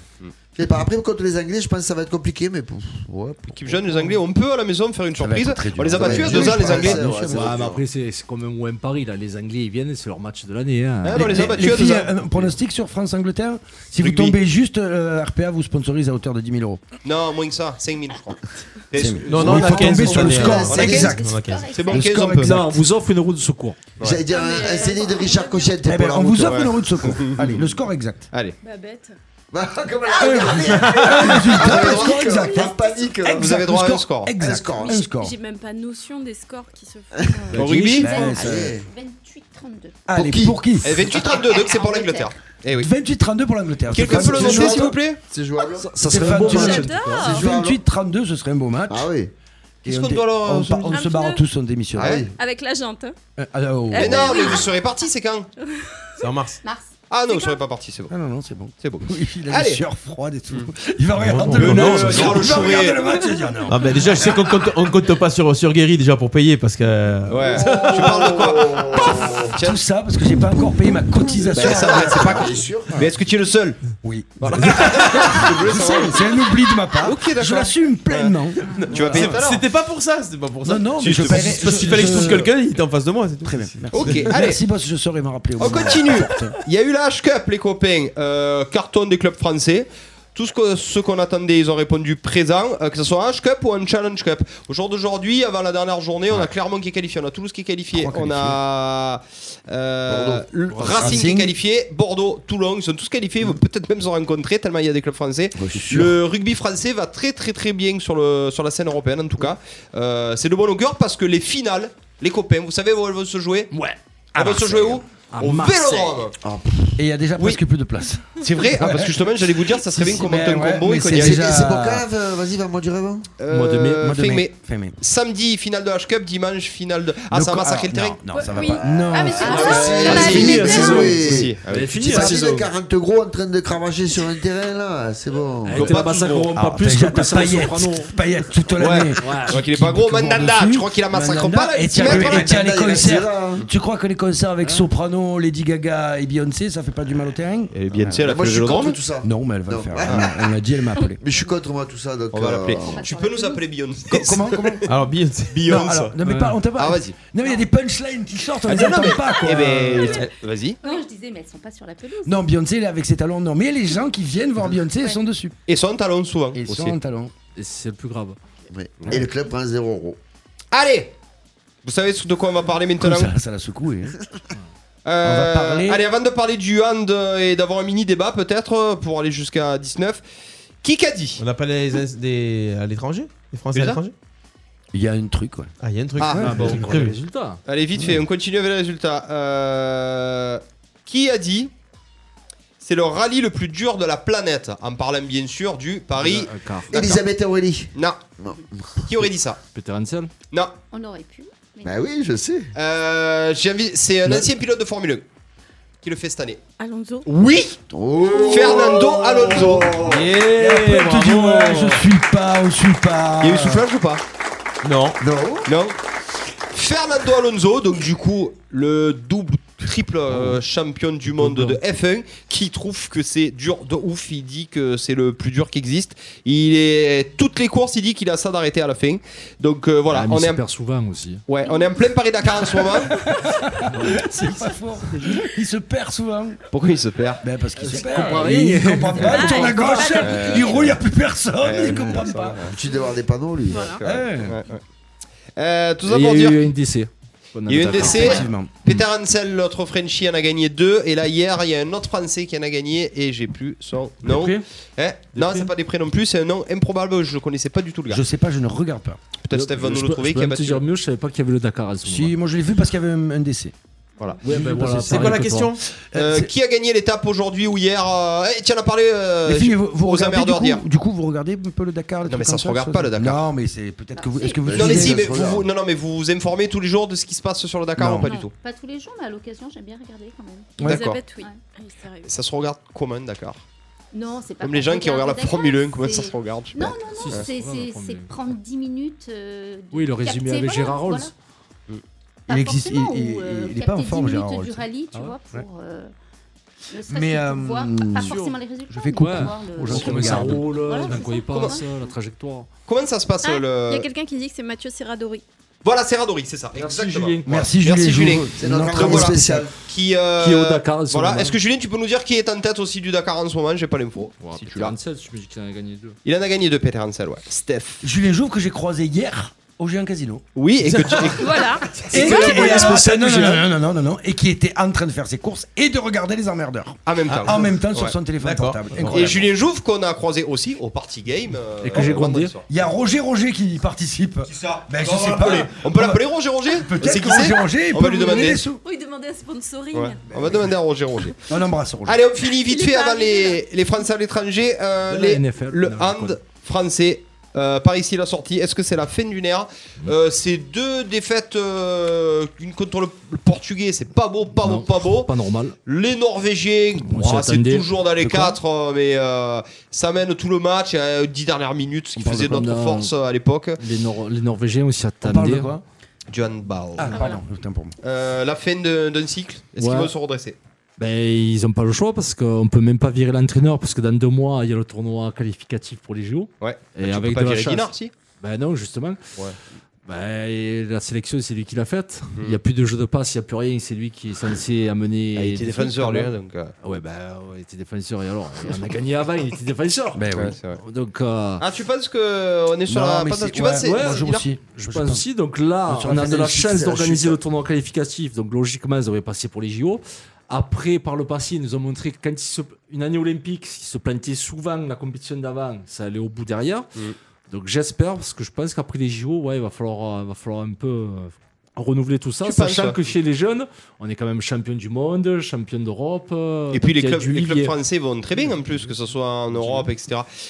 Je sais pas, après, contre les Anglais, je pense que ça va être compliqué, mais pouf, ouais.
Équipe jeune, les Anglais, on peut à la maison faire une
va être
surprise.
très dur.
On les a
Ça va
battus
être
à
dur,
deux ans,
je
les
pense,
Anglais.
ouais.
ouais, mais après, c'est c'est comme un moins Paris. Là. Les Anglais, ils viennent, c'est leur match de l'année. hein.
Eh,
Ah, non, on les a
Les
battus à deux
filles,
ans.
un pronostic sur France-Angleterre Si
Rugby.
vous tombez juste, euh, RPA vous sponsorise à hauteur de 10 000 euros.
Non, moins que ça, 5000, je crois. Et-
Non,
non,
non,
il faut tomber sur le
hein.
score,
On a 15.
exact.
C'est bon,
Le
15
score
on peut.
Là, on vous offre une roue de secours.
J'allais dire un, un CD de Richard Cochette.
Eh ben,
pour la
on vous
route.
offre une roue de secours. Allez, le score exact.
Allez,
Babette.
Bah, comme elle a regardé,
Ah, hein. Résultat, le
elle
score exact.
en panique.
Exact,
vous avez droit
le
à un score.
Un
Exact.
score.
Un score.
J'ai même pas notion des scores qui se font.
Au rugby
Ouais, ça-
Allez.
28-32.
Allez,
qui
pour qui
Eh, 28-32, donc c'est pour l'Angleterre. Eh oui.
28-32 pour l'Angleterre.
Quelqu'un
C'est
peut le
pas-
noter,
c'est
s'il vous plaît
C'est jouable.
Ça
serait
serait
un
un
beau
bon
match.
match.
J'adore
jouable. 28-32, ce serait un beau match.
Ah oui.
Et
Qu'est-ce
on
qu'on
dé-
doit leur-
on, par- on
Un
se barre
pneu.
tous, on démissionne.
Ah oui.
Avec la jante. hein.
Euh, ah, oh.
Mais non, mais vous serez parti, c'est quand
C'est en mars.
Mars.
Ah non, vous serez pas parti, c'est bon.
Ah non, non, c'est bon.
C'est bon.
Il a
Allez.
des sueurs froides et tout. Il va regarder le
Non, non,
match.
ça
sera le
Il va
chouet.
regarder le match et dire non.
Ah bah déjà, je sais qu'on compte, on compte pas sur, sur Guéry déjà pour payer parce que. euh,
Ouais. Tu parles de quoi
Tout ça parce que j'ai pas encore payé ma cotisation.
Ben, ça, ouais, c'est pas
Bien sûr.
Mais est-ce que tu es le seul
Oui. Je sais, c'est un oubli de ma part.
Ok, d'accord.
Ah. je l'assume pleinement.
Tu vas payer tout à l'heure.
C'était pas pour ça, c'était pas pour ça.
Non, non,
Si,
mais je
c'était
paierai-
juste Parce qu'il
je-
fallait que je trouve
je-
quelqu'un, il était en face de moi, c'est tout.
euh, Très bien. Merci.
Ok, allez.
Merci, boss, je saurais me rappeler. au
On
moment.
continue. Il y a eu la H-Cup, les copains. Euh, carton des clubs français. Tout ce que- ceux qu'on attendait, ils ont répondu présent, euh, que ce soit un H Cup ou un Challenge Cup. Au jour d'aujourd'hui, avant la dernière journée, on a Clermont qui est qualifié, on a Toulouse qui est qualifié,
Trois
on a euh, le-
Bordeaux.
Racing qui est
Racing.
qualifié, Bordeaux, Toulon, ils sont tous qualifiés, ils vont peut-être même se rencontrer tellement il y a des clubs français.
Ouais, c'est sûr.
Le rugby français va très très très bien sur, le, sur la scène européenne en tout cas. Euh, c'est de bon augure parce que les finales, les copains, vous savez où elles vont se jouer
Ouais.
Elles vont se jouer où
À
Au
Marseille.
Vélodrome
Et il y a déjà presque plus de place.
C'est vrai Ah, Parce que justement j'allais vous dire ça serait bien qu'on monte un
Mais ouais,
combo et
mais
qu'on y
c'est
aille.
déjà-
C'est pour quand euh, Vas-y, va moi du rêve. hein.
Euh,
Mois de mai. mois de
fin
mai,
mai.
fin mai.
Samedi, finale de H-Cup, dimanche, finale de. Ah,
Le
ça va
co-
massacrer le
alors,
terrain
Non, non, ça va
Oui.
pas. Non.
Ah, mais c'est
Ah,
pour ça
c'est-
qu'on a
c'est
les
fini,
mêmes.
c'est saison.
Si, si. Ah,
Elle
oui.
est finie
C'est
la
pas mis
saison.
de 40 gros en train de cravacher sur un terrain là, c'est bon.
Ils ont
T'es
pas
là-bas,
tous
ça
gros.
corrompt pas
Alors,
plus que
déjà,
le
Ah, t'as
Passa
Payet,
Soprano.
Payet toute l'année.
Je crois qu'il est pas gros, Mandanda. Je crois qu'il la massacre
Mandanda,
pas, là, il
Et
s'y
tiens,
met,
et
voilà.
tiens, les
Mandanda, il va se dire,
concerts.
hein.
Tu crois que les concerts avec Soprano, Lady Gaga et Beyoncé, ça fait pas du mal au terrain
Et bien, tu sais, elle a fait
Moi
le
je suis contre
vélodrome.
tout ça.
Non, mais elle va
Non.
le faire. Elle- Elle m'a dit, elle m'a appelé.
Mais je suis contre moi tout ça donc.
On va
euh,
l'appeler.
va
Tu
pas
peux nous
parler de
appeler Beyoncé
Comment Comment
Alors, Beyoncé.
Non,
Beyoncé.
alors, non, mais pas, on t'a pas.
Ah, vas-y.
Non, mais il y a des punchlines qui sortent, on les
non,
entend
mais-
pas, quoi.
Eh ben, vas-y.
Non, je disais, mais elles sont pas sur la pelouse.
Non, Beyoncé, là, avec ses talons, non. Mais les gens qui viennent voir Beyoncé, ils sont dessus.
Et son talon souvent
Ils
aussi.
sont en talons.
Et c'est le plus grave.
ouais. Et le club prend 0 euros.
Allez Vous savez de quoi on va parler
Comme
maintenant
ça, ça l'a secoué. hein.
Euh,
On va parler-
Allez, avant de parler du hand euh, et d'avoir un mini débat peut-être euh, pour aller jusqu'à 19, qui qu'a dit
On n'a pas les les- des à l'étranger Les Français à
Déjà
l'étranger
Il y a un truc, quoi.
Ah, il y a un truc.
Ah,
Ouais,
ah,
un
bon.
truc
Pour les
prévu.
résultats.
Allez, vite fait, on continue avec les résultats. Euh, Qui a dit c'est le rallye le plus dur de la planète En parlant bien sûr du Paris.
Un quart.
Elisabeth Aurélie.
Non.
Non.
Qui aurait dit ça
Peter Hansel.
Non.
On aurait pu. mais
Bah oui, je sais.
Euh, j'ai envie- C'est un ancien pilote de Formule 1 qui le fait cette année.
Alonso.
Oui
Oh.
Fernando Alonso.
Et après, elle te dit,
bravo.
ouais, je suis pas, je suis pas.
Il y a eu soufflage ou pas
Non.
Non.
Non. Fernando Alonso, donc du coup le double triple euh, champion du monde de F1 qui trouve que c'est dur de ouf il dit que c'est le plus dur qui existe il est toutes les courses il dit qu'il a ça d'arrêter à la fin donc euh, voilà
Ah, mais
on,
il
est
se
en,
perd souvent aussi.
ouais, on est en plein Paris Dakar en ce moment
C'est pas fort. Il se perd souvent.
pourquoi il se perd
Ben, parce qu'il se
comprend
perd.
rien.
Il comprend pas. Il tourne à gauche.
Euh,
Il roule, il n'y a plus personne.
ouais,
Il comprend pas.
Tu devais avoir des panneaux lui.
Ouais.
Euh, tout
Et
ça
Il y
pour
a
dire
eu un décès.
Il y a eu un décès.
Effectivement.
Peter Hansel l'autre Frenchie en a gagné deux et là hier il y a un autre français qui en a gagné et j'ai plus son nom
Après,
Eh, non
prix
c'est pas des prénoms plus c'est un nom improbable je le connaissais pas du tout le gars
Je sais pas, je ne regarde pas.
Peut-être Steph va
je
nous le
peux-
trouver
je peux
qui a
même te
battu.
dire mieux, je savais pas qu'il y avait le Dakar à ce moment.
Si, moi je l'ai vu parce qu'il y avait un, un décès.
Voilà.
Ouais, ben voilà,
C'est quoi
pareil
la
que
question
Euh,
C'est-
qui a gagné l'étape aujourd'hui ou hier euh... eh, Tiens, on a parlé. euh,
Les filles, vous, vous
aux
regardez
emmerdeurs
du
d'hier.
coup, du coup, vous regardez un peu le Dakar. les
Non, mais
trucs
ça
comme
se regarde pas, le Dakar.
Non, mais c'est peut-être que vous. Est-ce que vous
Non, mais
suivez-
si, mais vous,
Voilà.
vous- non, non, mais vous vous informez tous les jours de ce qui se passe sur le Dakar
Non.
ou pas
non,
du tout
Pas tous les jours, mais à l'occasion, j'aime bien regarder quand même.
Ouais.
D'accord.
Elisabeth, oui.
Ouais.
Ah, il s'est arrivé.
Ça se regarde comment, Dakar
Bah,
Non, c'est pas.
Comme les gens qui regardent la Formule 1, comment ça se regarde
regarde
je sais
Non,
pas.
non,
Si,
non,
ça se
c'est-
regarde la
c'est
Formule
c'est
un.
prendre 10 minutes. euh, de
Oui, le résumé
capter,
avec
voilà,
Gérard Rolls.
voilà.
Il
Pas
existe- il-
forcément,
il-
ou, euh,
il est pas en
capter 10
forme, Gérard
minutes
Rolls.
Du rallye, tu
Ah ouais
vois, pour. euh, ne serait-ce
Mais,
que pour
euh,
voir, pas
sûr.
forcément les résultats.
Je fais
mais
coupe.
pour voir le-
Aux gens qui
Comment ça
regardent.
roule,
Voilà,
dans
c'est
quoi il
ça.
passe,
Comment-
la trajectoire.
Comment ça se passe
Ah, Il y a
le.
quelqu'un qui dit que c'est Mathieu Serradori.
Voilà, c'est Radori, c'est ça.
Merci
Exactement.
Julien.
Merci,
Merci, Julien.
Julien.
C'est notre
très
entraîneur
voilà.
spécial.
Qui, euh,
Qui est au Dakar, ce
Voilà.
moment.
Est-ce que Julien, tu peux nous dire qui est en tête aussi du Dakar en ce moment J'ai pas l'info.
Ouais,
si tu
Peter
l'as.
Hansel, tu me dis qu'il en a gagné deux.
Il en a gagné deux, Peter Hansel, ouais. Steph.
Julien Jouve que j'ai croisé hier au Géant Casino.
Oui, et que tu.
Voilà.
Et,
quoi le moyen
non, non, non, non, non, non, non, et qui était en train de faire ses courses et de regarder les emmerdeurs
En même temps.
Ah, en même temps sur
Ah, Ouais.
son téléphone
D'accord.
portable.
Et
Et
Incroyable.
Julien Jouve qu'on a croisé aussi au Party Game. euh,
Et que j'ai
vendredi
grondé.
soir.
Il y a Roger Roger qui y participe.
ça
Ben, je
On va
sais
l'appeler.
pas.
On peut l'appeler Roger Roger
Peut-être
C'est
que
qui c'est
Roger Roger il
On
peut
va lui
vous donner
demander.
des sous.
Oui, demander Oh, un sponsoring.
Ouais. On va demander à Roger Roger.
On embrasse Roger.
Allez, on finit vite
Il est
fait
pas
avant
arrivé,
les, les Français à l'étranger. euh,
De la
les-
NFL,
le
non, je
hand
connais.
français. euh, par ici la sortie, est-ce que c'est la fin d'une ère Euh, C'est deux défaites, euh, une contre le, le portugais, c'est pas beau, pas
Non,
beau, pas beau.
Pas normal.
Les Norvégiens,
On s'y
oh, c'est
attendait.
toujours dans les
De quoi
4, mais euh, ça mène tout le match, euh, 10 dernières minutes, ce qui
On parle
faisait
de quoi
notre
Non.
force euh, à l'époque.
Les, Nor- les Norvégiens aussi
On parle de
attendaient.
quoi
Du handball.
Ah, pardon, autant pour moi.
Euh, la fin de- d'un cycle, est-ce
Ouais.
qu'ils vont se redresser
Ben, ils n'ont pas le choix parce qu'on peut même pas virer l'entraîneur parce que dans deux mois, il y a le tournoi qualificatif pour les JO.
Ouais.
Et
Tu
Ah,
avec
peux
de
pas
la
virer
chance.
Guinard, si
Ben non, justement.
Ouais. Mhm.
Bah, et la sélection, c'est lui qui l'a faite. Il n'y a plus de jeu de passe, il n'y a plus rien. C'est lui qui est censé amener.
Ah, il était défenseur, lui. hein, donc, euh.
Ouais, bah, ouais, il était défenseur. Et alors On a gagné avant, il était défenseur.
Ben oui.
Ouais, Eh c'est vrai.
Donc. euh,
Ah, tu penses qu'on est sur la.
mais
patate-
c'est-
tu penses
ouais,
c'est-
ouais,
il
moi,
a-
je aussi.
Je
Moi,
pense aussi. Donc là,
Sur
on
la
a de la
finale, c'est
chance
la
d'organiser
chute.
le tournoi qualificatif. Donc logiquement, ils auraient passé pour les JO. Après, par le passé, ils nous ont montré que quand ils se- une année olympique, ils se plantaient souvent la compétition d'avant, ça allait au bout derrière. Donc j'espère, parce que je pense qu'après les JO, ouais, il va falloir, euh, va falloir un peu euh, renouveler tout ça,
Tu penses,
sachant
toi
que chez les jeunes, on est quand même champion du monde, champion d'Europe. euh,
Et puis les
donc il y a
clubs,
du
les clubs
vivier.
français vont très bien en plus, que ce soit en Europe, etc.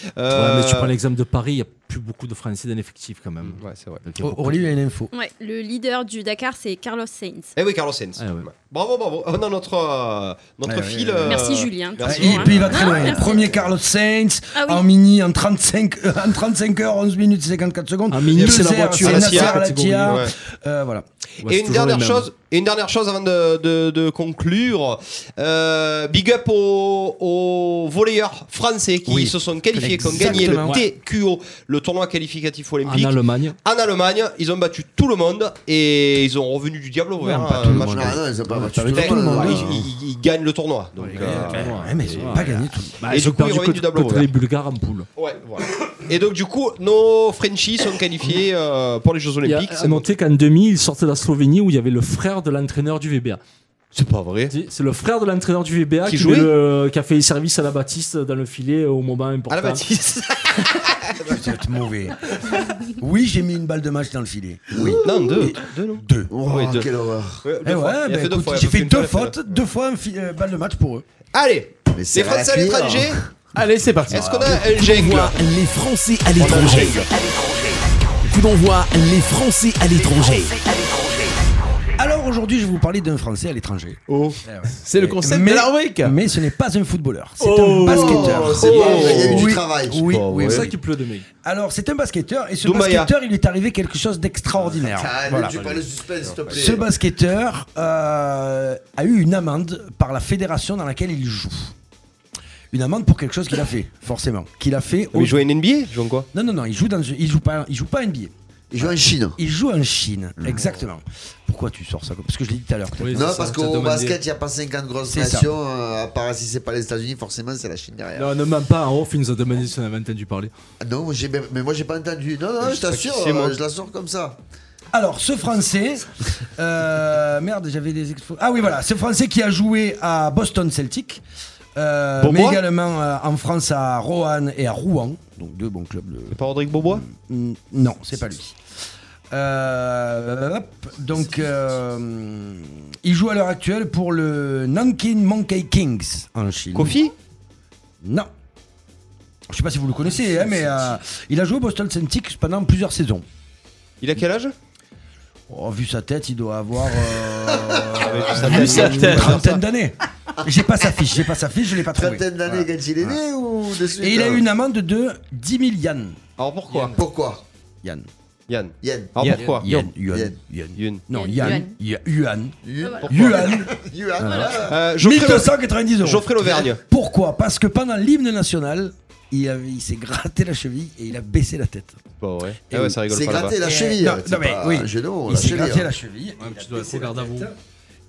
Ouais,
Euh,
mais tu prends l'exemple de Paris, il n'y a plus beaucoup de Français dans l'effectif quand même.
Mm. Ouais, c'est vrai.
Donc, il y a
Au-
beaucoup-
Aurélie, il y a une info.
Ouais, le leader du Dakar, c'est Carlos Sainz.
Eh oui, Carlos Sainz.
Ah, ouais.
Bravo, bravo. On a notre, euh, notre
Ouais,
fil.
ouais, ouais.
euh,
Merci Julien.
merci.
C'est bon,
Et
hein.
puis il va très
Ah,
loin.
merci.
Premier Carlos Sainz
Ah oui.
en mini en 35, euh, en 35 heures, 11 minutes, 54 secondes.
Un mini,
Deux
c'est la hein.
heures,
voiture,
c'est
la
Nasser
Sia,
Latia.
ouais.
Euh, voilà.
Ouais,
Et
c'est
une
toujours les
dernière
mêmes.
chose, et une dernière chose avant de, de- de conclure. Euh, big up aux, aux volleyeurs français qui
Oui.
se sont qualifiés, qui ont gagné le
Exactement.
TQO, le tournoi qualificatif
En
olympique.
Allemagne.
En Allemagne, ils ont battu tout le monde et ils ont revenu du diable au vert.
pas
hein,
tout le
match-
Non,
monde.
non, ils ont pas battu
Tout le
tout le
Ouais,
monde,
ils,
hein.
ils- ils gagnent le tournoi. Donc, euh,
Ouais, mais ils ont pas gagné tout.
Bah,
Et
ils
du
ont
coup, Ah, ils reviennent
perdu
du
contre,
tableau,
contre
ouais.
les Bulgares en poule.
ouais, voilà. Et donc, du coup, nos Frenchies sont qualifiés euh, pour les Jeux
Il y a
Olympiques.
à noter qu'en demi, ils sortaient de la Slovénie où il y avait le frère de l'entraîneur du VBA.
C'est pas vrai.
Si, C'est le frère de l'entraîneur du VBA
Qui
qui,
jouait
est le- qui a fait les services à la Baptiste dans le filet au moment important.
À la bâtisse.
Vous êtes mauvais. Oui, j'ai mis une balle de match dans le filet. Oui.
non, deux.
Deux.
Oh,
Oui, deux.
quelle horreur.
Ouais, deux
Eh
fois.
ouais,
Il a fait
bah,
deux
écoute,
fois, il a
j'ai
pas
fait
une fois,
deux
il a fait
fautes, deux fois un fi- euh, balle de match pour eux.
Allez,
Mais c'est
les Français à
la pire.
l'étranger.
Allez, c'est parti.
Est-ce qu'on a un jungle
Les Français à l'étranger. Coup d'envoi, les Français à l'étranger.
Alors aujourd'hui, je vais vous parler d'un Français à l'étranger. Eh
C'est le concept
Mais-
de la rubrique.
Mais ce n'est pas un footballeur, c'est
Oh,
un basketteur.
c'est
pas vrai, il y a eu du
oui,
travail.
Oui,
Oh,
oui,
C'est
ouais.
pour ça
oui.
qu'il pleut de mai.
Alors, c'est un basketteur et ce
Doumbaya.
basketteur, il lui est arrivé quelque chose d'extraordinaire.
Arrête,
Voilà.
tu parles de suspense, s'il te plaît.
Ce basketteur euh, a eu une amende par la fédération dans laquelle il joue. Une amende pour quelque chose qu'il a fait, forcément. Qu'il a fait. au-
Vous jouez à une NBA Jouez quoi
Non, non, non, il joue dans, il joue pas, il joue pas NBA.
Il joue en Chine.
Il joue en Chine, exactement. Pourquoi tu sors ça comme- Parce que je l'ai dit tout à l'heure.
Non, parce qu'au basket, il n'y a pas 50 grosses
C'est ça.
nations. euh, À part si c'est pas les États-Unis, forcément, c'est la Chine derrière.
Non, ne ment pas, en off, il nous a demandé si on avait entendu parler.
Ah Non, moi, j'ai- mais moi, j'ai pas entendu. Non, non, je t'assure,
c'est moi.
euh, je la sors comme ça.
Alors, ce Français. euh, merde, j'avais des expos. Ah oui, voilà, ce Français qui a joué à Boston Celtic. euh, mais
Bourbois
également euh, en France à Roanne et à Rouen. Donc deux bons clubs de,
C'est pas Rodrigue Bobois
Mm, Non, c'est pas lui. Euh, hop, donc, euh, il joue à l'heure actuelle pour le Nankin Monkey Kings en Chine.
Kofi
Non. Je sais pas si vous le connaissez, hein, mais euh, il a joué au Boston Celtics pendant plusieurs saisons.
Il a quel âge
Oh, vu sa tête, il doit avoir
Ah, mais
euh,
vu sa tête,
sa
une
tête.
trentaine d'années. J'ai pas sa fiche, j'ai pas sa fiche, je l'ai pas trouvée.
Trentaine d'années
Voilà.
quand il est né ou de suite
Et il a
hein
eu une amende de 10 000 yens.
Alors pourquoi
Pourquoi
Yann.
Yann.
Yann.
Alors
Yann.
pourquoi
Yann.
Yen.
Yuan. Yuan.
Yun.
Non,
Yuan.
Yann. Yuan.
Yuan.
Yuan.
Yuan.
Euh, Geoffrey Lo-
1290 euros.
Geoffrey Lauvergne.
Pourquoi Parce que pendant l'hymne national, il, avait- il s'est gratté la cheville et il a baissé la tête.
Bon, ouais.
Et
Ah ouais,
oui,
ça rigole
C'est
pas là-bas.
gratter la
Et- euh,
cheville.
non,
hein, c'est
non, mais
pas
oui.
un genou,
il
la
s'est
cheville. hein.
gratté la cheville. et
Ouais,
il
tu
a
dois
baissé
être au
la
garde à
tête.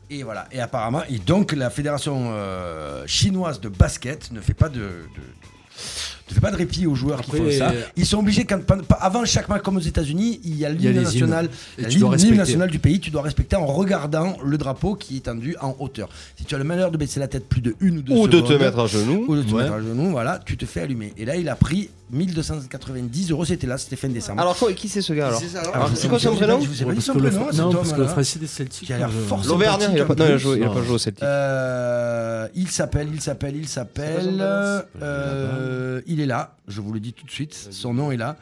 vous.
Et voilà. Et apparemment, et donc la fédération euh, chinoise de basket ne fait pas de. de- de- ne fait pas de répit aux joueurs qui
Après,
font ça.
euh,
Ils sont obligés, quand, pan- pa- avant chaque match, comme aux États-Unis, il y a
Il y a
l'hymne
les
national,
hymnes. Et
il y a
tu dois
l'hymne- l'hymne
respecter.
national du pays. Tu dois respecter en regardant le drapeau qui est tendu en hauteur. Si tu as le malheur de baisser la tête plus de une ou deux
Ou de te
secondes,
mettre à genoux.
ou de te
Ouais.
mettre à genoux, voilà, tu te fais allumer. Et là, il a pris 1290 euros, c'était là, c'était fin décembre.
Alors quoi, qui c'est ce gars alors
C'est ça, alors
Alors,
je
c'est
sais
quoi
pas,
son
je sais
prénom
pas, Je sais pas
Ouais,
dit
parce
son
que le
prénom,
Fra-
cet
Non, parce que le
homme-là.
français des Celtics.
hein.
euh,
Qui a l'air
je-
fort, c'est-
Lauvergne, il a pas, non, il a joué, il a pas
Non.
joué au Celtic.
Euh, il s'appelle, il s'appelle, il
C'est pas
s'appelle.
Jean Balance.
euh, il est là, je vous le dis tout de suite, son nom est là.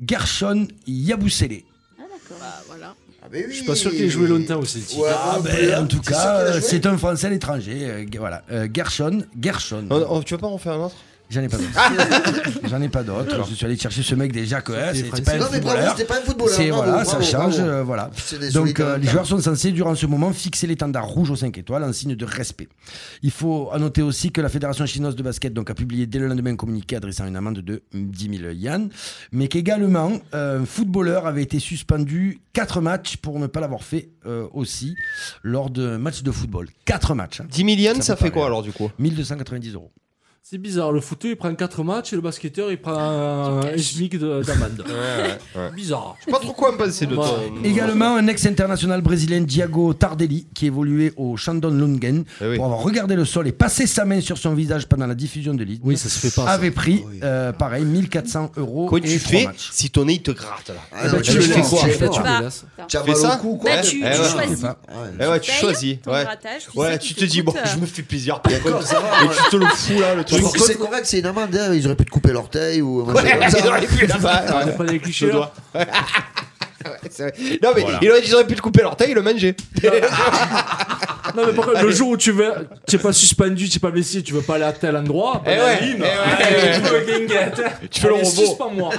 Gershon Yabusele.
Ah, d'accord.
Bah, voilà.
Ah, mais oui.
Je suis pas sûr qu'il ait joué longtemps au Celtic.
Ouais,
Ah,
un peu,
ben, en tout
c'est sûr qu'il a
cas,
joué.
c'est un Français à l'étranger. euh, voilà, Euh, Gershon, Gershon.
On- on- tu veux pas en faire un autre
J'en ai pas d'autres. J'en ai pas d'autres. Je suis allé chercher ce mec déjà que hein,
C'est
c'est c'est
Francis.
pas un
Non, mais bravo,
footballeur.
c'était pas un footballeur.
C'est
Bravo,
voilà, ça
bravo,
change.
bravo.
euh, voilà.
C'est des
Donc
solides
euh, les
mentales.
joueurs sont censés durant ce moment fixer l'étendard rouge aux 5 étoiles en signe de respect. Il faut noter aussi que la fédération chinoise de basket donc a publié dès le lendemain un communiqué adressant une amende de 10 000 yens, mais qu'également euh, un footballeur avait été suspendu 4 matchs pour ne pas l'avoir fait euh, aussi lors d'un match de football. 4 matchs. hein.
10 millions,
Ça
ça,
peut
fait quoi alors
paraître.
du coup
1290 euros.
C'est bizarre, le footeur il prend 4 matchs et le basketteur il prend un un SMIC de- d'amende.
Euh,
Bizarre.
Pas trop quoi me passer de
Ouais.
ton.
Également un ex-international brésilien Diago Tardelli qui évoluait au Shandon Lungen
Eh oui.
pour avoir regardé le sol et passé sa main sur son visage pendant la diffusion de l'île
Oui, ça se fait pas. ça.
avait pris euh, pareil 1400 euros
Quoi
et
tu
trois
fais
matchs.
si ton nez il te gratte là
Ah,
bah,
non,
tu
mais
le
c'est
fais
fort,
quoi
c'est fort.
Bah,
Tu as
fais
mal
ça
au cou, quoi.
bah, tu,
Eh
tu
ouais.
Je sais
choisis.
pas.
Ouais.
Eh ouais, tu
Tu
choisis.
hein, Ton
Ouais.
grattage, tu
Ouais,
sais
tu
qu'il
te dis, bon,
t'écoute,
je
euh,
me fais plaisir. puis
D'accord, ça va.
Et tu te le fous là, le
Je
truc.
trouve que c'est correct, c'est une amende. hein. Ils auraient pu te couper l'orteil ou un truc
Ouais,
comme
il
ça.
aurait pu là-bas.
On a
ouais.
pas les
Je
clichés. hein.
dois. Ouais, c'est vrai. Non, mais il aurait, ils auraient pu te couper l'orteil et le manger.
Non, mais par contre, le jour où tu vas, tu es pas suspendu, tu es pas blessé, tu veux pas aller à tel endroit.
Eh ouais, eh
Tu
ouais,
veux guinguette.
Tu fais le
Allez,
robot.
suspends-moi.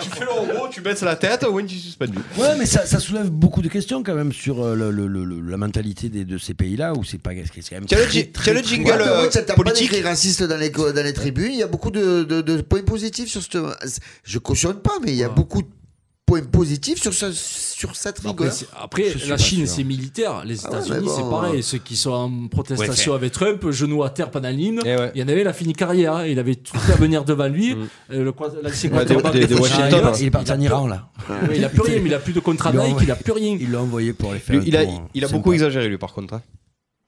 tu fais le robot, tu baisses la tête, Wayne, tu suspendu.
Ouais, mais ça, ça soulève beaucoup de questions quand même sur euh, le- le- le- le- la mentalité des- de ces pays-là où c'est pas c'est quand même
Tiens le,
très,
ji-
très,
tiens le
très-
jingle
Ouais, mais
euh,
ouais, ça t'a pas
politique.
d'écrit raciste dans les, co- dans les tribunes. Il y a beaucoup de, de- de points positifs sur cette. Je cautionne pas, mais il y a beaucoup de points positifs sur, ce- sur cette
Après,
rigueur.
c'est- après,
Je suis
la
pas
Chine,
sûr.
c'est militaire. Les
Ah ouais,
États-Unis,
mais bon,
c'est pareil. Ceux qui sont en protestation
Ouais,
avec Trump, genoux à terre, pendant l'hymne.
Eh ouais.
Il y en avait, il a fini carrière. hein. Il avait tout à venir devant lui.
Mm.
Euh, le crois- l'ancien
Ouais,
quarterback
des- des- des
French
Ah,
Washington,
il,
Lions,
hein.
est- il est parti en Iran là.
ouais, il a plus rien, mais il a plus de contrat
Il a
Nike, il a plus rien.
Il l'a envoyé pour les faire.
Lui, il a,
pour, euh,
il a
sympa.
beaucoup exagéré lui par contre. hein.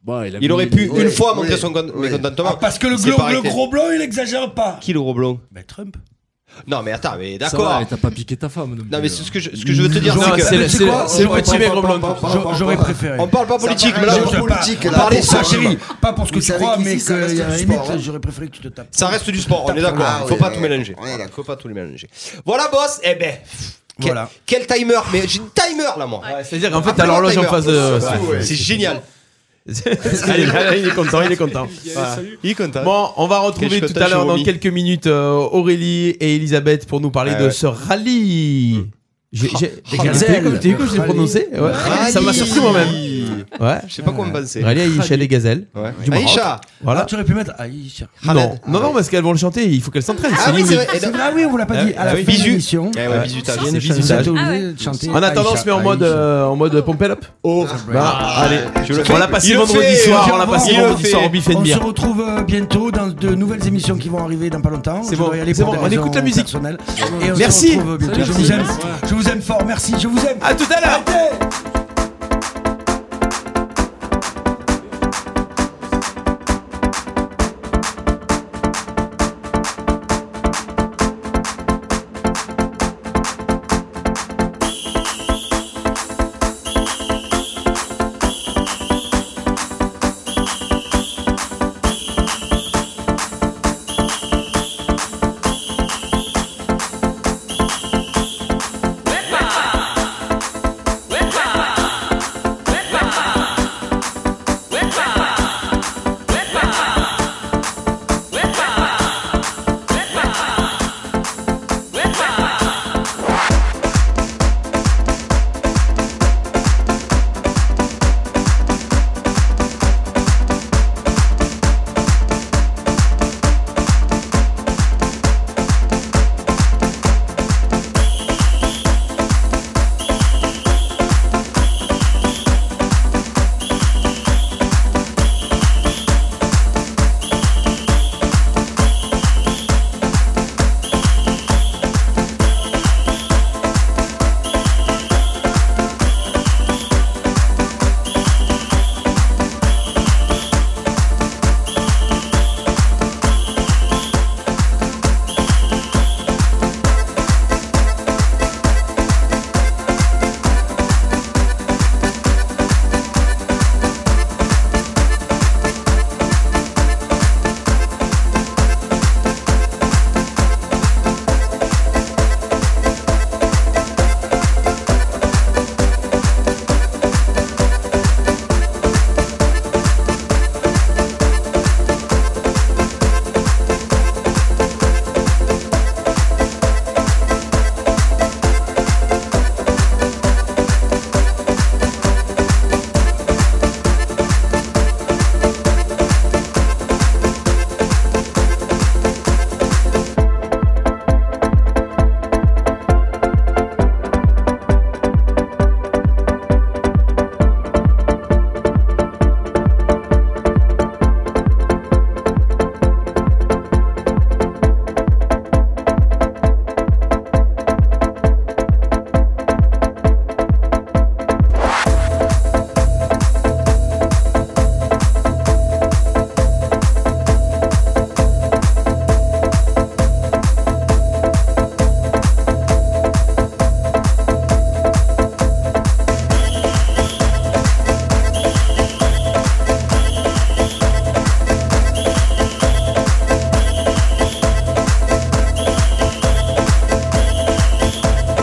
Bah, il a
Il
mis-
aurait pu
oui,
une fois
oui,
montrer son con-
oui.
mécontentement.
Ah, parce que le,
C'est
glo-
pas
le
arrêté.
gros blanc il exagère pas.
Qui le gros blanc
Bah Trump.
Non mais attends, mais
Ça va,
d'accord.
t'as pas piqué ta femme.
Non
euh,
mais c'est ce que je, ce que je veux te dire,
Non,
c'est que
c'est le-
Tu sais
c'est le-
quoi
c'est le
On
petit
parle
mec
pas-
au blanc. J'a- J'aurais préféré.
On parle pas politique, mais là
paraît
on
un
parle-
peu politique,
on
là.
parlait
Pour ça,
ça,
chérie.
chérie.
Pas pour ce que
Vous
tu
savez
crois,
qu'ici,
mais
ça
que
reste
à la
du
limite,
sport, hein.
j'aurais préféré que tu te tapes.
Ça reste du sport, on est
Ah,
d'accord. Faut
oui,
pas
oui,
tout
oui.
mélanger.
Ouais, d'accord.
Faut pas tout les mélanger. Voilà boss, eh ben. Quel,
Voilà.
quel timer Mais j'ai une timer là moi.
C'est-à-dire qu'en fait, t'as l'horloge en
Timer.
face de.
Ouais, C'est génial.
Allez, là, là, il est content, il est content. Voilà.
Il est content.
Bon, on va retrouver
Qu'est-ce que
tout
t'as,
à l'heure dans
Jérôme
quelques minutes euh, Aurélie et Elisabeth pour nous parler
Ah
de
ouais.
ce rallye. J'ai- j'ai-
Ah,
T'as vu comme- t'as vu comme je l'ai
Rallye.
prononcé Ouais.
Rallye.
Ça m'a surpris moi-même. Ouais.
Je sais pas quoi me penser.
Rallye Aïcha des Gazelles.
Ouais.
Du Maroc.
Aïcha.
Voilà.
Ah, tu aurais pu mettre. Ah, il- tiens.
Non, non, non, parce qu'elles vont le chanter, il faut qu'elles s'entraînent.
Ah
c'est
oui,
limite.
c'est vrai. Et
C'est
donc-
vrai, ah oui, on l'a pas
Ah,
dit. À la
oui.
fin de
Bisu.
l'émission,
Eh ouais,
Ouais.
bisutage.
vous
c'est
êtes
bisutage.
obligés de chanter
En attendant, on
Aïcha,
se met en mode,
Aïcha.
euh, en mode pump it up.
Ah, Oh.
Bah, allez,
Tu le
on l'a
fais
passé
Il le
vendredi
fait.
soir,
Il
on l'a
le
passé
fait.
vendredi soir au Biff and
On
Beer.
se retrouve euh, bientôt dans de nouvelles émissions qui vont arriver dans pas longtemps.
C'est
Je
bon,
dois y aller
c'est
pour
bon,
des
on écoute
raisons
la musique.
personnelles. Et on se
Merci.
retrouve bientôt. Je vous aime. Je vous aime fort. Merci. Je vous aime.
À tout à l'heure.
Wepa! Wepa!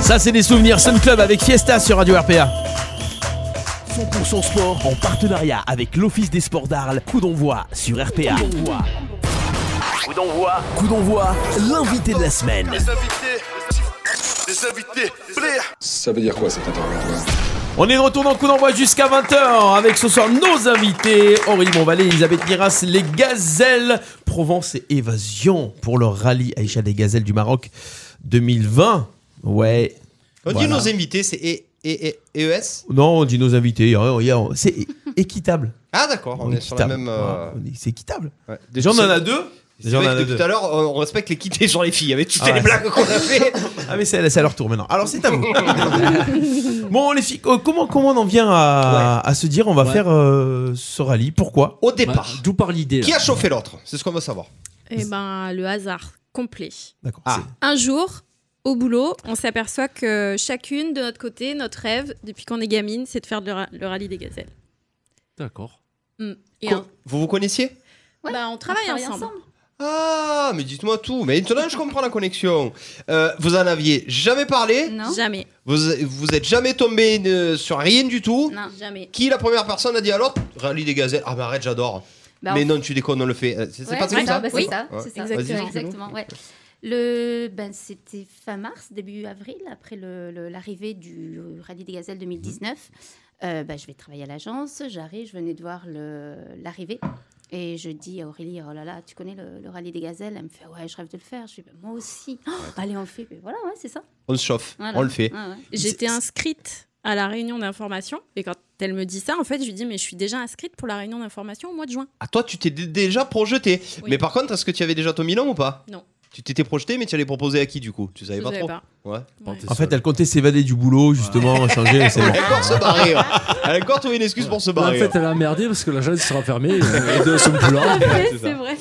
Ça, c'est des souvenirs. Sun Club avec Fiesta sur Radio RPA.
100% sport en partenariat avec l'Office des sports d'Arles. Coup d'envoi sur RPA.
Coup d'envoi.
Coup d'envoi, l'invité de la semaine.
invités. Les invités.
Ça veut dire quoi cet interrogatoire
On est de retour dans coup d'envoi jusqu'à 20h avec ce soir nos invités Aurélie Bonvalet, Elisabeth Miras, les Gazelles Provence et Évasion pour leur rallye Aïcha des Gazelles du Maroc 2020. Ouais.
On dit
Voilà.
nos invités, c'est E- E- E- EES
Non, on dit nos invités. hein, regarde, C'est é- équitable.
Ah d'accord, on est sur la
Équitable.
même... euh,
Ouais, on est- C'est équitable.
ouais.
Déjà, on en a deux.
C'est
Déjà, Ah. on
vrai
en
que
a
depuis
deux.
tout à l'heure, on on respecte l'équité genre les filles, avec toutes
Ah ouais.
les blagues qu'on a fait.
Ah, mais c'est c'est à leur tour maintenant. Alors, c'est à vous. bon, les filles, euh, comment, comment on en vient à, à se dire on va
Ouais.
faire euh, ce rallye Pourquoi
Au
Ouais,
départ,
Bah, D'où par l'idée. là.
Bah, qui a chauffé l'autre C'est ce qu'on veut savoir.
Eh ben, le hasard complet.
D'accord.
Ah.
c'est-
Un jour, au boulot, on s'aperçoit que chacune de notre côté, notre rêve, depuis qu'on est gamine, c'est de faire le, ra- le rallye des gazelles.
D'accord.
Mm. Et
Quoi
un-
Vous vous connaissiez
bah, on travaille, ensemble.
Ah, mais dites-moi tout. Mais maintenant, je comprends la connexion. Euh, vous en aviez jamais parlé
Non
Jamais.
Vous vous êtes jamais tombé euh, sur rien du tout
Non.
Jamais.
Qui la première personne a dit à l'autre Rallye des gazelles. Ah, mais arrête, j'adore.
Bah,
mais
en-
non, tu déconnes, on le fait. Euh, C'est c'est
Ouais,
pas
c'est
comme
ça,
ça
bah, c'est
Oui.
ça,
Ouais.
c'est ça.
Vas-y, explique-nous.
Exactement, ouais. Le, ben, c'était fin mars, début avril, après le- le- l'arrivée du Rallye des Gazelles 2019.
Mhm.
Euh, ben, je vais travailler à l'agence, j'arrive, je venais de voir le- l'arrivée. Et je dis à Aurélie, oh là là, tu connais le, le rallye des gazelles Elle me fait, ouais, je rêve de le faire. Je dis, Ben, moi aussi. Oh, allez, on le fait. Ben, voilà, ouais, c'est ça.
On se chauffe,
Voilà.
on le fait.
Ouais, ouais.
J'étais inscrite à la réunion d'information. Et quand elle me dit ça, en fait, je lui dis, mais je suis déjà inscrite pour la réunion d'information au mois de juin.
Ah, toi, tu t'es d- déjà projeté.
Oui.
Mais par contre, est-ce que tu avais déjà ton Milan ou pas
Non.
Tu t'étais projeté, mais tu allais proposer à qui du coup Tu savais
Je
pas
savais
trop.
pas.
Ouais.
Ouais.
En fait, elle comptait s'évader du boulot, justement, changer, c'est bon.
Elle a encore se barrer. ouais. Elle a encore trouvé une excuse pour se
Bah, en
barrer.
fait, elle a merdé parce que la jeune sera fermée. euh, Les deux sont plus là.
c'est ça.
C'est vrai.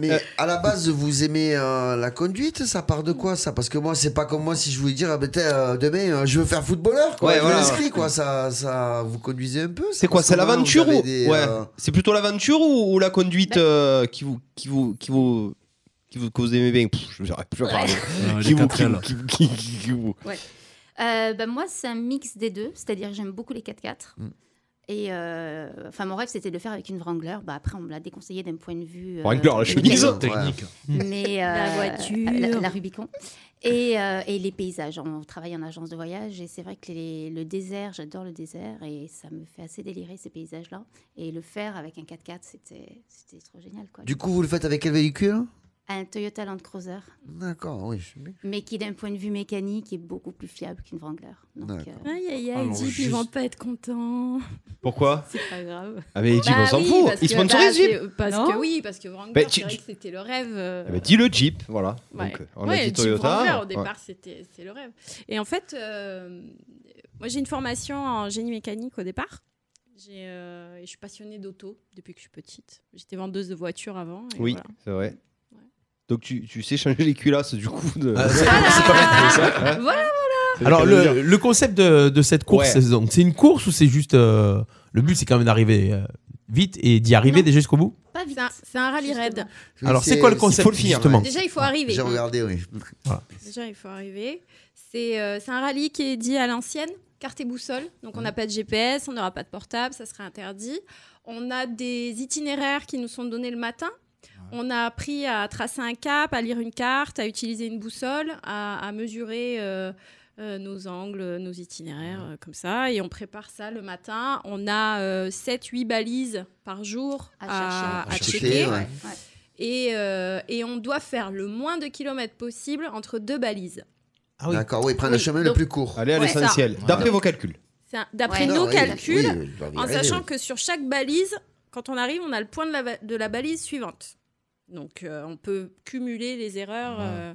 Mais à la base, vous aimez euh, la conduite Ça part de quoi ça Parce que moi, c'est pas comme moi si je voulais dire ah, ben, t'es, euh, demain, euh, je veux faire footballeur. Quoi.
Ouais,
je
voilà,
m'inscris, quoi. Ça, ça, vous conduisez un peu ça
C'est quoi
Parce
C'est
que moi,
l'aventure
vous avez
ou
des,
ouais.
euh,
C'est plutôt l'aventure ou, ou la
Bah.
conduite euh, qui vous qui vous qui vous qui vous que vous aimez bien Pff, Je j'arrive plus à parler.
Euh,
Qui
les
vous
quatre
qui vous
L.
qui vous- qui- qui- qui vous-
Euh, bah, moi, c'est un mix des deux, c'est-à-dire que j'aime beaucoup les 4x4.
Mm.
Et euh, enfin, mon rêve, c'était de le faire avec une Wrangler. Bah, après, on me l'a déconseillé d'un point de vue. euh,
Wrangler, la chemise.
mécanique,
Technique.
Mais,
La
euh,
voiture.
La, la Rubicon. Et, euh, et les paysages. On travaille en agence de voyage et c'est vrai que les- le désert, j'adore le désert et ça me fait assez délirer ces paysages-là. Et le faire avec un 4x4, c'était c'était trop génial. Quoi.
Du coup, vous le faites avec quel véhicule
Un Toyota Land Cruiser,
D'accord, oui. je suis-
mais qui d'un point de vue mécanique est beaucoup plus fiable qu'une Wrangler. Donc,
D'accord.
euh,
Aïe, aïe,
Ah,
aïe,
Alors,
Jeep,
juste-
ils vont pas être contents.
Pourquoi
C'est pas grave.
Ah mais Jeep,
Bah
on s'en
oui,
fout.
parce
Il
que-
sponsorise
bah,
Jeep.
c'est- Parce
Non
que oui, parce que Wrangler,
Bah, tu-
c'est vrai que c'était le rêve. euh,
Ah bah, dis le Jeep, voilà.
ouais.
Donc, euh, on
Ouais,
a dit
Jeep
Toyota.
Wrangler, au
Ouais.
départ, c'était c'était le rêve. Et en fait, euh, moi, j'ai une formation en génie mécanique au départ. J'ai, euh, et je suis passionnée d'auto depuis que je suis petite. J'étais vendeuse de voitures avant. et
Oui,
voilà.
c'est vrai.
Ouais.
Donc tu, tu sais changer les culasses du coup de.
Ah,
Voilà. Voilà.
Alors, le, le concept de, de cette course,
Ouais.
c'est donc, c'est une course ou c'est juste. euh, le but, c'est quand même d'arriver euh, vite et d'y arriver
Non.
déjà jusqu'au bout
pas
C'est
vite.
un, c'est un rallye
Justement.
raid.
Oui,
Alors, c'est quoi le concept,
faut finir,
justement
Déjà, il faut arriver.
J'ai regardé, oui.
Déjà, il faut arriver. C'est euh, c'est un rallye qui est dit à l'ancienne, carte et boussole. Donc, on n'a pas de GPS, on n'aura pas de portable, ça sera interdit. On a des itinéraires qui nous sont donnés le matin. On a appris à tracer un cap, à lire une carte, à utiliser une boussole, à, à mesurer euh, euh, nos angles, nos itinéraires, euh, comme ça. Et on prépare ça le matin. On a 7-8 balises par jour
À
à,
chercher.
à
À
checker.
checker, ouais.
euh, Ouais.
Et, euh, et on doit faire le moins de kilomètres possible entre deux balises.
Ah oui.
D'accord, oui, prendre le
Oui,
chemin le
donc-
plus court.
Allez à
Ouais,
l'essentiel. D'après vos calculs.
C'est un- D'après
Ouais.
nos
Non, oui,
calculs,
oui, oui, il doit y
en
arriver,
sachant
oui.
que sur chaque balise, quand on arrive, on a le point de la, va- de la balise suivante. Donc euh, on peut cumuler les erreurs. euh,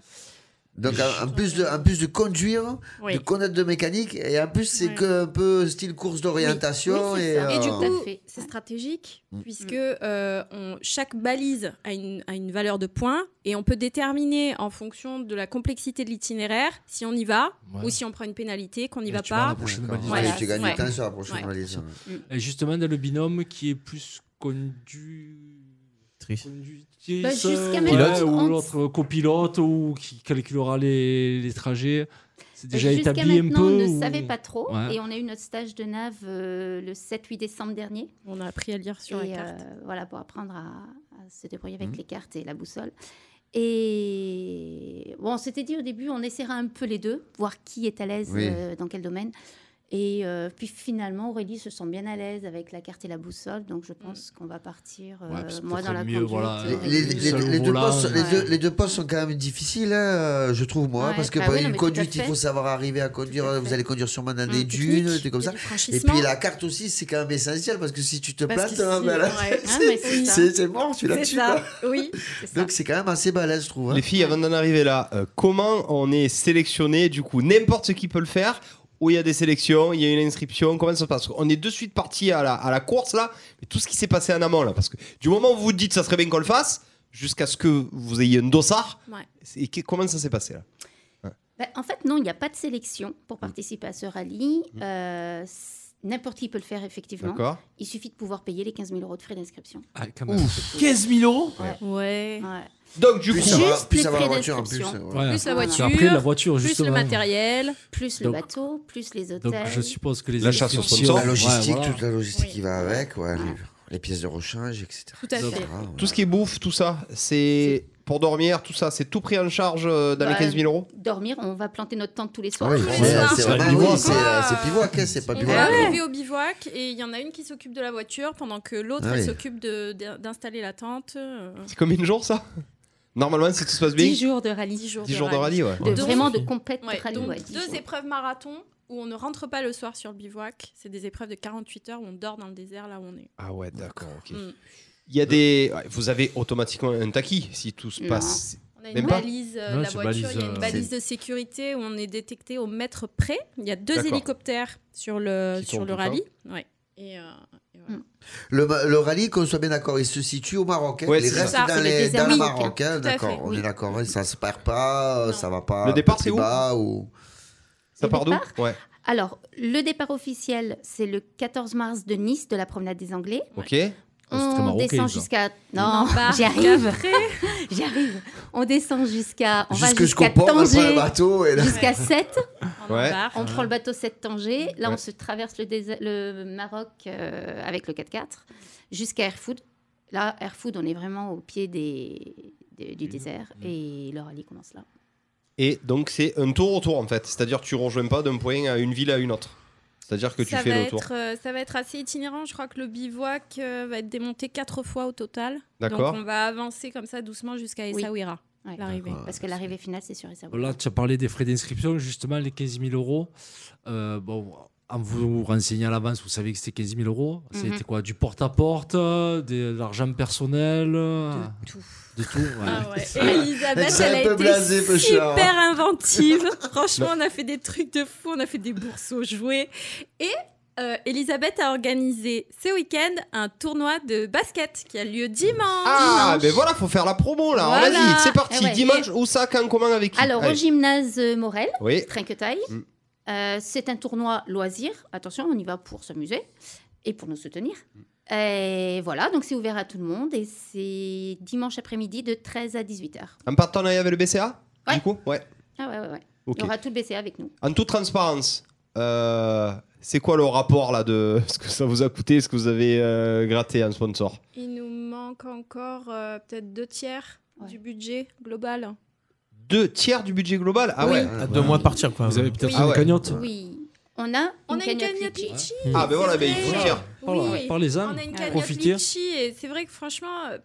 Donc, en en plus de, en plus de conduire,
oui.
de connaître de mécanique, et en plus, c'est
Ouais.
que un peu style course d'orientation.
Oui, oui,
et,
c'est ça.
Et du
euh,
Tout
coup,
à fait.
c'est
Ouais.
stratégique,
Mm.
puisque euh, on- chaque balise a une, a une valeur de points, et on peut déterminer en fonction de la complexité de l'itinéraire si on y va,
Ouais.
ou si on prend une pénalité, qu'on n'y va
tu vas
pas.
dans la prochaine
D'accord.
balise.
Allez,
Voilà,
tu gagnes
ouais.
du temps sur la prochaine
Ouais.
valise.
Et justement, dans le binôme qui est plus conduit.
conductrice
Qui
Bah,
est
jusqu'à
seul,
maintenant,
ouais,
on-
euh, ou l'autre copilote ou qui calculera les, les trajets. C'est déjà
Jusqu'à
établi un
maintenant,
peu.
on ne
ou-
savait pas trop.
Ouais.
Et on a eu notre stage de nav euh, le 7-8 décembre dernier.
On a appris à lire sur
et,
les cartes.
euh, voilà, pour apprendre à, à se débrouiller avec
Mhm.
les cartes et la boussole. Et bon, on s'était dit au début, on essaiera un peu les deux, voir qui est à l'aise
Oui.
euh, dans quel domaine. Et euh, puis finalement, Aurélie se sent bien à l'aise avec la carte et la boussole, donc je pense qu'on va partir, euh,
Ouais, puis c'est
moi, dans
peut-être
la
mieux,
conduite.
voilà,
euh,
Les, les-
Une
les-
seule
les deux
roulade.
postes, les,
Ouais.
deux, les deux postes sont quand même difficiles, hein, euh, je trouve, moi,
Ouais,
parce que
bah
pour
oui, non,
une
mais tout à
conduite, il
fait.
faut savoir arriver à conduire.
Tout à fait. Mmh,
Vous allez conduire sûrement dans des
technique,
dunes, des trucs comme
il y a
ça.
du
Et
franchissement.
puis la carte aussi, c'est quand même essentiel parce que si tu te
Parce
plantes,
qu'ici,
hein, bah là,
ouais.
Ah, mais c'est ça.
c'est c'est mort, tu l'as
C'est
dessus.
ça, oui.
c'est ça.
Donc c'est quand même assez balèze, je trouve. hein.
Les filles, avant d'en arriver là, euh, comment on est sélectionné Du coup, n'importe qui peut le faire Ou il y a des sélections, il y a une inscription Comment ça se passe On est de suite parti à la, à la course là, mais tout ce qui s'est passé en amont là, parce que du moment où vous vous dites ça serait bien qu'on le fasse, jusqu'à ce que vous ayez un dossard,
Ouais.
et que- comment ça s'est passé là
Ben, en fait, non, il n'y a pas de sélection pour participer à ce rallye. Euh, c- N'importe qui peut le faire, effectivement.
D'accord
Il suffit de pouvoir payer les 15 000 euros de frais d'inscription.
Ah, quand même.
15 000 euros
Ouais.
Ouais.
Donc du
Plus
coup,
ça va,
Juste
plus
les
ça va la
frais
voiture en plus.
d'inscription.
euh,
Voilà.
Plus la
Voilà.
voiture,
Après, la voiture,
plus
justement.
le matériel.
Plus le
Donc-
bateau, plus les hôtels.
Donc je suppose que les
La chasse aux
inscriptions-
sponsors.
La logistique,
Ouais, voilà.
toute la logistique
Oui.
qui va avec, ouais, les, les pièces de rechange, etc.
Tout à
etc.,
fait.
ah, ouais.
tout ce qui est bouffe, tout ça, c'est pour dormir, tout ça, c'est tout pris en charge euh, dans les
Bah,
15 000 euros
Dormir, on va planter notre tente tous les
Ah
soirs.
oui,
tous les
c'est-
soirs.
c'est
C'est
vraiment-
le bivouac.
oui, c'est euh, c'est bivouac, hein, c'est pas
On
On
bivouac.
va
Ouais.
arriver au bivouac et il y en a une qui s'occupe de la voiture pendant que l'autre
Ah
elle
oui.
s'occupe de- d'in- d'installer la tente. euh,
C'est combien de jours ça Normalement, si tout se passe bien,
10 jours de
dix
rallye.
jours
10 jours de rallye, ouais.
De
Donc-
vraiment de compète
Ouais,
de rallye.
donc
ouais, 10
deux
jours.
épreuves marathon où on ne rentre pas le soir sur le bivouac. C'est des épreuves de 48 heures où on dort dans le désert là où on est.
Ah ouais, d'accord, ok.
Mm.
Il y a des. ouais, Vous avez automatiquement un taquis si tout se
Non.
passe.
On a
Même
une
pas
balise euh,
Non,
de la
c'est
voiture, il y a
balise,
une
euh,
balise de sécurité où on est détecté au mètre près. Il y a deux
D'accord.
hélicoptères sur le,
Qui
sur
tournent
le
tout le
rallye. Ouais. Et, euh, et voilà.
Le, ma- le rallye, qu'on soit bien d'accord, il se situe au Maroc. hein.
Ouais,
il
c'est
reste
ça.
dans,
C'est le
les,
désert
dans le
marocain.
Maroc. hein,
Tout à
d'accord,
fait,
on
oui.
est d'accord. hein, ça se perd pas, euh,
Non.
ça va pas.
Le départ,
petit
c'est où
bas ou...
Ça
Le
part d'où
départ
Ouais.
Alors, le départ officiel, c'est le 14 mars de Nice, de la promenade des Anglais.
Ok.
Oh, c'est très
On
marocain,
descend
ça.
jusqu'à. Non,
Bah,
j'y arrive.
après,
J'y arrive. On descend jusqu'à. On
Jusque
va
jusqu'au
jusqu'à
port, on prend le
Tanger.
bateau. Et là...
Jusqu'à 7.
on
Ouais.
embarque.
On prend le bateau 7 Tanger. Là,
Ouais.
on se traverse le, dése- le Maroc euh, avec le 4x4 jusqu'à Erfoud. Là, Erfoud, on est vraiment au pied des, des- du désert. Et le rallye commence là.
Et donc, c'est un tour-retour en fait. C'est-à-dire, tu rejoins pas d'un point à une ville à une autre. C'est-à-dire que tu
ça
fais
va
le tour.
être, euh, ça va être assez itinérant. Je crois que le bivouac euh, va être démonté quatre fois au total.
D'accord.
Donc on va avancer comme ça doucement jusqu'à
Oui.
Essaouira,
Ouais.
l'arrivée.
Parce que l'arrivée finale, c'est sur Essaouira.
Là, tu as parlé des frais d'inscription, justement, les 15 000 euros. Euh, bon, en vous renseignant à l'avance, vous savez que c'était 15 000 euros.
Mhm.
C'était quoi Du porte-à-porte, euh, de l'argent personnel euh,
De tout.
De tout, ouais.
Ah ouais. Et Elisabeth,
C'est un
elle a
peu
été
blasé, peu hein. cher.
super inventive. Franchement, on a fait des trucs de fou. On a fait des bourses aux jouets. Et euh, Elisabeth a organisé ce week-end un tournoi de basket qui a lieu dimanche.
Ah, mais voilà, faut faire la promo là.
Voilà.
Vas-y, c'est parti.
Eh ouais.
Dimanche, où ça, quand, comment, avec qui
Alors, au
Allez.
gymnase euh, Morel,
Oui.
Trinquetaille,
Mm.
euh, c'est un tournoi loisir. Attention, on y va pour s'amuser et pour nous soutenir. Et voilà, donc c'est ouvert à tout le monde et c'est dimanche après-midi de 13 à 18h.
En partenariat avec le BCA
Ouais.
Du coup Ouais.
Ah ouais, ouais, ouais.
Ok.
Il y aura tout le BCA avec nous.
En toute transparence, euh, c'est quoi le rapport là de ce que ça vous a coûté, ce que vous avez euh, gratté en sponsor
Il nous manque encore euh, peut-être deux tiers
Ouais.
du budget global.
Deux tiers du budget global Ah ouais
À deux mois de partir, quoi.
Vous avez peut-être
Ah
une
ouais.
cagnotte
Oui, on a
On
une
a
cagnotte
une cagnotte
Litchi.
Litchi.
Ah, ben voilà,
C'est
ben, il faut
vrai.
le dire.
Oui.
Parlez-en.
On a une cagnotte
Profitez.
Litchi et c'est vrai que franchement, euh,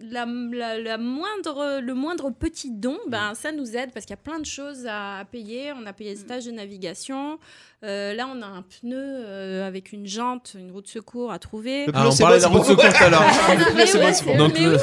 la, la- la moindre, le moindre petit don, ben, ça nous aide parce qu'il y a plein de choses à, à payer. On a payé
Mm.
le stage de navigation. Euh, là, on a un pneu euh, avec une jante, une roue de secours à trouver.
Le
Ah,
Ah,
bleu,
on
c'est
parlait
bon,
de la
c'est
route
bon.
secours tout à l'heure.
Mais ouais, mais
Donc, le-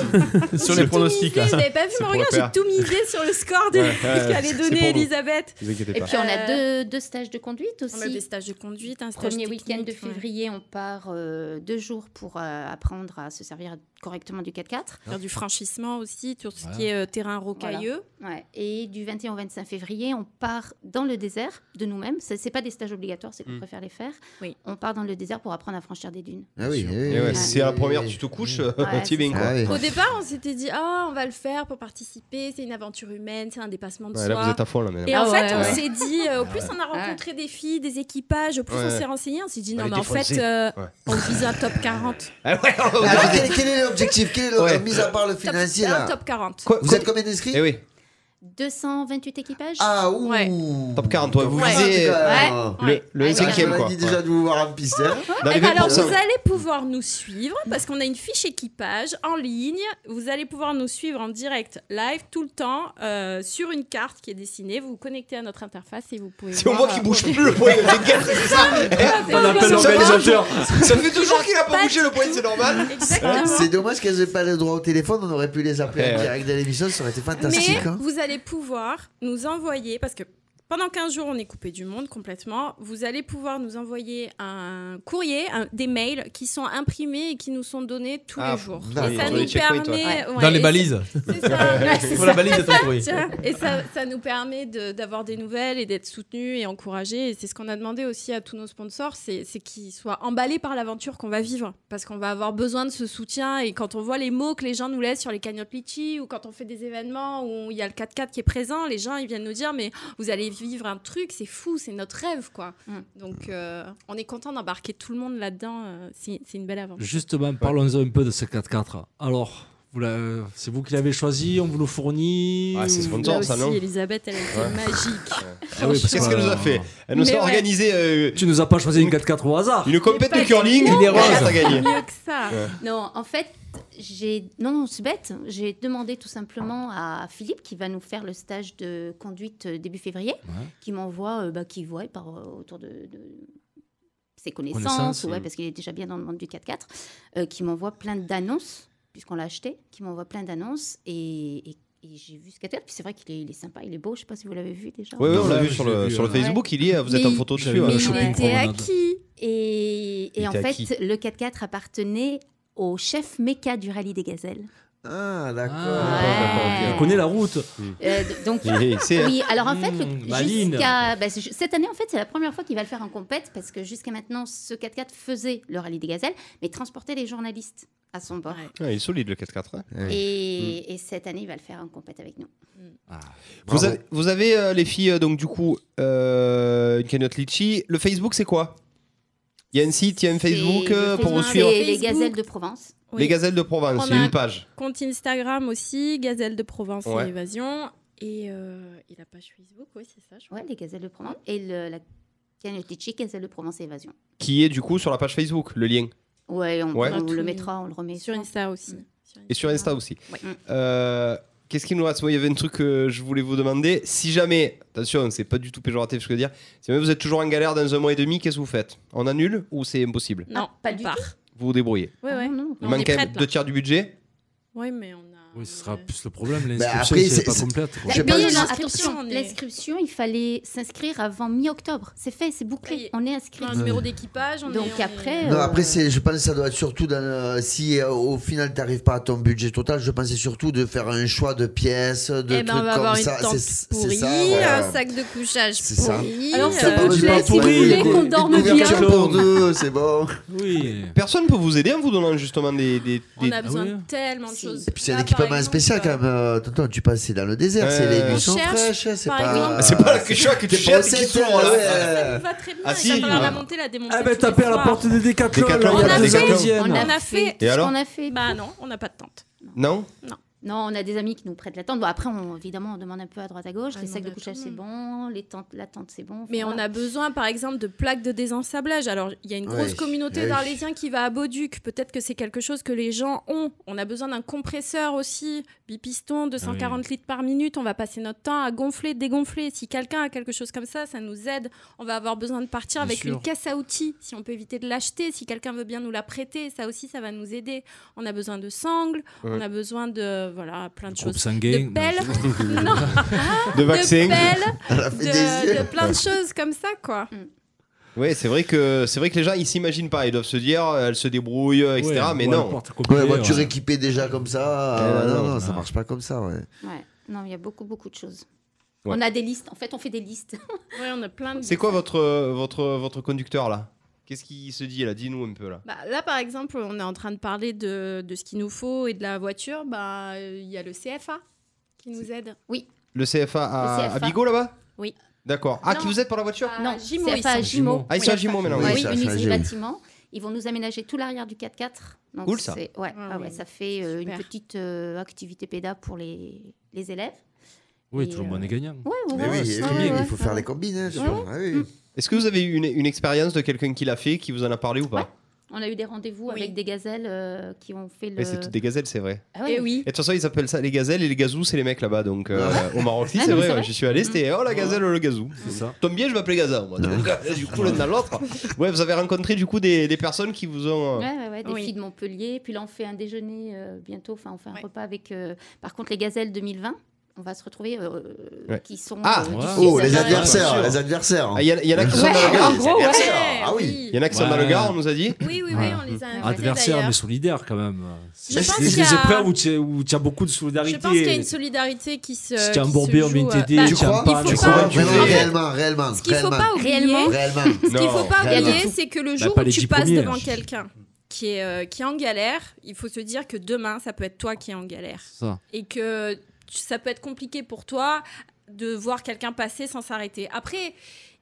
oui,
sur
j'ai
les
tout
pronostics,
misé,
là.
Vous n'avez pas vu
C'est
mon
pour le
regard,
père.
j'ai tout misé sur le score de-
Ouais, ouais,
qu'allait
c'est
donner
pour vous.
Elisabeth.
Vous inquiétez
Et
pas.
puis on a
Euh,
deux, deux stages de conduite
On a des
aussi.
stages de conduite, un stage
Premier week-end de
technique, ouais.
février, on part euh, deux jours pour euh, apprendre à se servir correctement du 4x4.
Faire du franchissement aussi, sur ce
Ouais.
qui est euh, terrain
Voilà.
rocailleux.
Ouais. Et du 21 au 25 février, on part dans le désert de nous-mêmes. Ce n'est pas des stages obligatoires, c'est qu'on
Mm.
préfère les faire.
Oui.
On part dans le désert pour apprendre à franchir des dunes.
Ah oui,
Et Eh ouais, si c'est la première, tu te couches, euh,
Ouais,
t'y es bien,
c'est
quoi.
Ah oui.
Au départ, on s'était dit, ah, on va le faire pour participer, c'est une aventure humaine, c'est un dépassement de
Ouais,
soi.
là, vous êtes à fond, là, maintenant.
Et
Ah
en
ouais,
fait, on
ouais.
s'est dit, euh, au plus on a rencontré des filles, des équipages, au plus
Ouais.
on s'est renseigné, on s'est dit,
Bah,
non,
les
mais en
défoncés.
fait, euh,
Ouais.
on vise un top 40.
Ah ouais, on-
Alors, quel, quel est l'objectif Quel est le-
Ouais.
mis à part le
Top,
financier
un
là
top 40.
Quoi-
Vous
quoi-
êtes combien d'inscrits
Eh oui,
228 équipages
Ah ouh
Ouais.
top 40, ouais, vous
Ouais.
visez euh,
Ah,
le- le
Ouais.
cinquième,
je
quoi.
m'avais dit déjà de vous voir en piste. hein.
Dans les
Eh ben alors, vous
20%.
allez pouvoir nous suivre parce qu'on a une fiche équipage en ligne. Vous allez pouvoir nous suivre en direct, live, tout le temps, euh, sur une carte qui est dessinée. Vous vous connectez à notre interface et vous pouvez. euh,
Si on voit qu'il
Ah.
bouge plus le poing, c'est quel- c'est ça
On appelle
l'organisateur. Ça fait toujours qu'il a pas
Pas
bougé
du
le poing, c'est normal.
Hein C'est
Exactement.
dommage qu'elles n'aient pas le droit au téléphone, on aurait pu les appeler
Ouais,
en
ouais.
direct de l'émission, ça aurait été fantastique.
Mais
hein.
vous allez pouvoir nous envoyer, parce que pendant 15 jours, on est coupé du monde complètement. Vous allez pouvoir nous envoyer un courrier, un- des mails qui sont imprimés et qui nous sont donnés tous
Ah,
les jours.
d'accord.
Et ça
Dans les
nous
checkpoints,
permet. ouais,
Dans les
et
balises.
c'est- c'est ça. Ouais, c'est
Pour la
ça.
balise de ton courrier.
Tiens, et ça, ça nous permet de- d'avoir des nouvelles et d'être soutenus et encouragés. Et c'est ce qu'on a demandé aussi à tous nos sponsors, c'est c'est qu'ils soient emballés par l'aventure qu'on va vivre. Parce qu'on va avoir besoin de ce soutien. Et quand on voit les mots que les gens nous laissent sur les cagnottes Litchi ou quand on fait des événements où il y a le 4x4 qui est présent, les gens ils viennent nous dire Mais vous allez vivre un truc, c'est fou, c'est notre rêve quoi.
Mm.
Donc euh, on est content d'embarquer tout le monde là-dedans. euh, c'est c'est une belle aventure.
Justement, parlons-en un peu de ce 4x4. Alors, vous l'avez- c'est vous qui l'avez choisi, on vous le fournit.
Ah, c'est
ou-
sponsor.
Là
ça, non
aussi, Elisabeth, elle a été
Ouais.
magique.
Ah oui, parce
Qu'est-ce
que-
qu'elle nous a fait Elle nous
Mais
a
ouais.
organisé euh,
Tu nous as pas choisi une 4x4 au hasard.
une compète de
pas-
curling.
Non,
et
mais
elle a gagné.
Mieux que ça.
Non, en fait, j'ai. Non, non, c'est bête. J'ai demandé tout simplement à Philippe, qui va nous faire le stage de conduite euh, début février, qui m'envoie, euh, bah, qui voit par, euh, autour de. de ses connaissances,
Connaissances,
ouais,
mm.
parce qu'il est déjà bien dans le monde du 4x4, euh, qui m'envoie plein d'annonces, puisqu'on l'a acheté, qui m'envoie plein d'annonces, et, et- et j'ai vu ce 4x4, puis c'est vrai qu'il est, il est sympa, il est beau, je sais pas si vous l'avez vu déjà.
Ouais, ouais, on l'a
Ouais,
vu
je
sur
l'ai
le,
vu,
sur le
ouais.
Facebook, il y a, vous êtes
Mais-
en photo dessus.
J'avais
ouais.
le
Il
shopping
était
promenade.
acquis.
Et, et
Il
en
était acquis.
fait, le 4x4 appartenait au chef méca du rallye des gazelles.
Ah,
Ah,
d'accord.
Ouais.
On connaît la route.
Euh, d- donc,
Et- et c'est-
Oui, alors en fait, le-
Mmh, maline.
jusqu'à bah, c'est ju- cette année, en fait, c'est la première fois qu'il va le faire en compète parce que jusqu'à maintenant, ce 4x4 faisait le rallye des gazelles, mais transportait les journalistes à son bord.
Ouais.
Ouais, il est solide le 4x4. hein.
Et, et cette année, il va le faire en compète avec nous.
Vous avez, vous avez, euh, les filles, euh, donc du coup, euh, une cagnotte Litchi. Le Facebook, c'est quoi Il y a un site, il y a un Facebook
C'est-
euh,
le
pour vous
Facebook,
suivre.
c'est les
Facebook.
gazelles de Provence.
Oui.
Les Gazelles de Provence,
On
il y a
a-
une page.
Compte Instagram aussi, Gazelle de Provence
Ouais.
et Évasion. Et, euh, et la page Facebook, oui, c'est ça, je crois.
Ouais, les gazelles de Provence. Et le, la cagnotte Litchi, gazelles de Provence et évasion.
Qui est du coup sur la page Facebook, le lien.
Ouais, on,
Ouais.
on
On a tout
le
mis.
mettra, on le remet Mmh.
Et sur Insta aussi.
Et sur Insta aussi.
Ouais.
Euh, Qu'est-ce qu'il nous reste Moi, il y avait un truc que je voulais vous demander. Si jamais, attention, c'est pas du tout péjoratif ce que je veux dire. Si jamais vous êtes toujours en galère dans un mois et demi, qu'est-ce que vous faites On annule ou c'est impossible
Non,
Ah, pas
on
du
part.
Vous vous débrouillez.
Ouais,
Ah
ouais. Mmh.
non, non.
Il
on
manque
est
quand même
prête, là.
deux tiers du budget.
Oui, mais on a.
Oui, ce sera plus le problème.
après,
L'inscription,
c'est-
c'est pas
c'est-
complète. quoi.
Je
Mais
pense-
non,
L'inscription,
attention,
on est-
L'inscription, il fallait s'inscrire avant mi-octobre. C'est fait, c'est
Ça y
bouclé.
est.
On est
On
inscrit.
a un numéro d'équipage. on
Donc
est- Eh on est-
après,
Non,
Euh,
après, c'est, je pense que ça doit être surtout dans, le- si euh, au final t'arrives pas à ton budget total, je pensais surtout de faire un choix de pièces, de
Eh
trucs
ben, on va
comme
avoir une
ça.
tente
c'est,
pourrie,
c'est hein, ça, voilà.
un sac de couchage
C'est ça.
pourri.
Alors,
Ça
ça
euh,
peut
bouge
être
là,
pas
si
pourri,
vous voulez
une
qu'on
couver-
dorme
une
bien.
couverture pour deux, c'est bon.
Oui.
Personne peut vous aider en vous donnant justement des. des-
on
des-
a besoin de
oui.
tellement de
Si.
choses.
Et puis c'est un
Là, par
équipement
exemple,
spécial quand même. euh, Tonton, tu passes c'est dans le désert,
Ouais.
c'est les
On
nuits sont
cherche,
fraîches, Ah, c'est
par
pas.
exemple.
C'est pas la cuchotte que t'es
Je
pas
sais,
qui s'ouvre, là.
ouais,
Ça
euh,
nous va très bien.
Ah,
il
si.
va falloir
Ah.
la monter, la démonter.
Ah ben,
tous les
tapez à la
soirs.
porte des Décathlon.
Décathlon,
il y a
on
deux
a fait.
Parisiennes.
On
On
a
a
fait.
fait.
Et alors
on a fait.
Bah non, on n'a pas de tente.
Non
Non, on a des amis qui nous prêtent la tente. Bon, après, on, évidemment, on demande un peu à droite à gauche.
Ah,
les
non,
sacs de
mais
couchage,
attends.
c'est bon. Les tentes, la tente, c'est bon.
Mais on a besoin, par exemple, de plaques de désensablage. Alors, il y a une grosse
Ouais,
communauté
ouais.
d'Arlésiens qui va à Bauduc. Peut-être que c'est quelque chose que les gens ont. On a besoin d'un compresseur aussi, bipiston,
Ah
240 litres par minute. On va passer notre temps à gonfler, dégonfler. Si quelqu'un a quelque chose comme ça, ça nous aide. On va avoir besoin de partir
Bien
avec
sûr.
une caisse à outils. Si on peut éviter de l'acheter, si quelqu'un veut bien nous la prêter, ça aussi, ça va nous aider. On a besoin de sangles.
Ouais.
On a besoin de voilà plein de
Groupe
choses.
sanguin.
De pelles. non,
De
de
vaccin
pelles
Elle a fait des
de,
yeux.
de plein de choses comme ça, quoi.
Mm.
Oui, c'est vrai que c'est vrai que les gens ils s'imaginent pas, ils doivent se dire euh, elle se débrouille, euh, etc. mais non.
Ouais, la voiture équipée déjà comme ça,
Eh,
euh,
non,
non,
non,
non, ça marche pas comme ça. Ouais.
Ouais. Non, il y a beaucoup, beaucoup de choses.
Ouais.
On a des listes. En fait, on fait des listes.
Oui, on a plein de.
C'est quoi votre euh, votre votre conducteur là Qu'est-ce qu'il se dit là Dis-nous un peu là.
Bah, là, par exemple, on est en train de parler de, de ce qu'il nous faut et de la voiture. Bah, euh, il y a le CFA qui nous aide.
Le CFA à,
Le CFA.
à Bigot là-bas
Oui.
D'accord. Ah,
Non.
qui vous êtes pour la voiture
Ah,
non,
Gimo,
c'est
ils
pas
sont-
Gimo.
Ah, ils sont à Gimo maintenant.
Oui,
Oui,
ça,
une
ça,
usine
j'ai vu.
bâtiment. Ils vont nous aménager tout l'arrière du 4x4. Donc,
Cool, ça.
c'est- Ouais,
Ah
ah ouais,
oui.
ça fait euh, une
Super.
petite euh, activité PEDA pour les, les élèves.
Oui,
Et,
tout le monde
euh,
est gagnant.
Ouais,
Mais
ouais, ouais,
oui,
ouais,
oui,
ouais,
il faut
ouais,
faire
ouais.
les combines. hein, c'est
Ouais.
sûr. Ah oui.
Mm.
Est-ce que vous avez eu une, une expérience de quelqu'un qui l'a fait, qui vous en a parlé ou pas
Ouais. On a eu des rendez-vous
Oui.
avec des gazelles euh, qui ont fait le.
Mais Eh, C'est toutes des gazelles, c'est vrai.
Ah
Et
ouais.
Eh oui.
Et de toute façon, ils appellent ça les gazelles et les gazous, c'est les mecs là-bas. Donc euh, au Maroc, si,
Ah,
c'est
non,
vrai,
c'est
ouais,
vrai.
j'y suis allé, c'était
Ah.
oh la gazelle le gazou.
C'est ça.
Tombe bien, je m'appelais Gaza, moi. Donc, euh, du coup, l'un dans l'autre. Ouais, vous avez rencontré du coup des, des personnes qui vous ont. euh,
Ouais, ouais, ouais, des
Oui.
filles de Montpellier. Puis là, on fait un déjeuner euh, bientôt. Enfin, on fait un
Ouais.
repas avec. euh, par contre, les gazelles 2020, on va se retrouver euh,
Ouais.
qui sont.
Ah,
euh, du
voilà.
Fiesole.
Oh, les
Ouais.
adversaires,
sûr.
les adversaires.
Ah, il y, en a- il y en a qui sont dans le
en
Gard.
gros, ouais.
Ah oui.
Il y en a qui sont dans le
Ouais.
Gard, on nous a dit.
Eh Oui, oui, oui, on les a invités.
Adversaire,
d'ailleurs.
mais solidaire quand même. C'est
pense
des,
qu'il y a-
des épreuves où tu où tu as beaucoup de
Je
solidarité.
pense qu'il y a une solidarité qui se.
Si t'es un
qui se
Bourbais, on
joue,
vient
euh,
t'aider,
bah,
Tu
tiens
crois
pas,
Tu
il faut
crois
pas.
tu
Vraiment,
en fait,
Réellement, réellement.
Ce qu'il faut pas oublier,
Réellement.
Réellement.
ce qu'il faut
Non,
pas
réellement.
oublier, c'est que le
Bah,
jour
pas
où
les
tu
dix
passes
premiers.
devant quelqu'un qui est euh, qui est en galère, il faut se dire que demain, ça peut être toi qui es en galère.
Ça.
et que tu- ça peut être compliqué pour toi de voir quelqu'un passer sans s'arrêter. Après,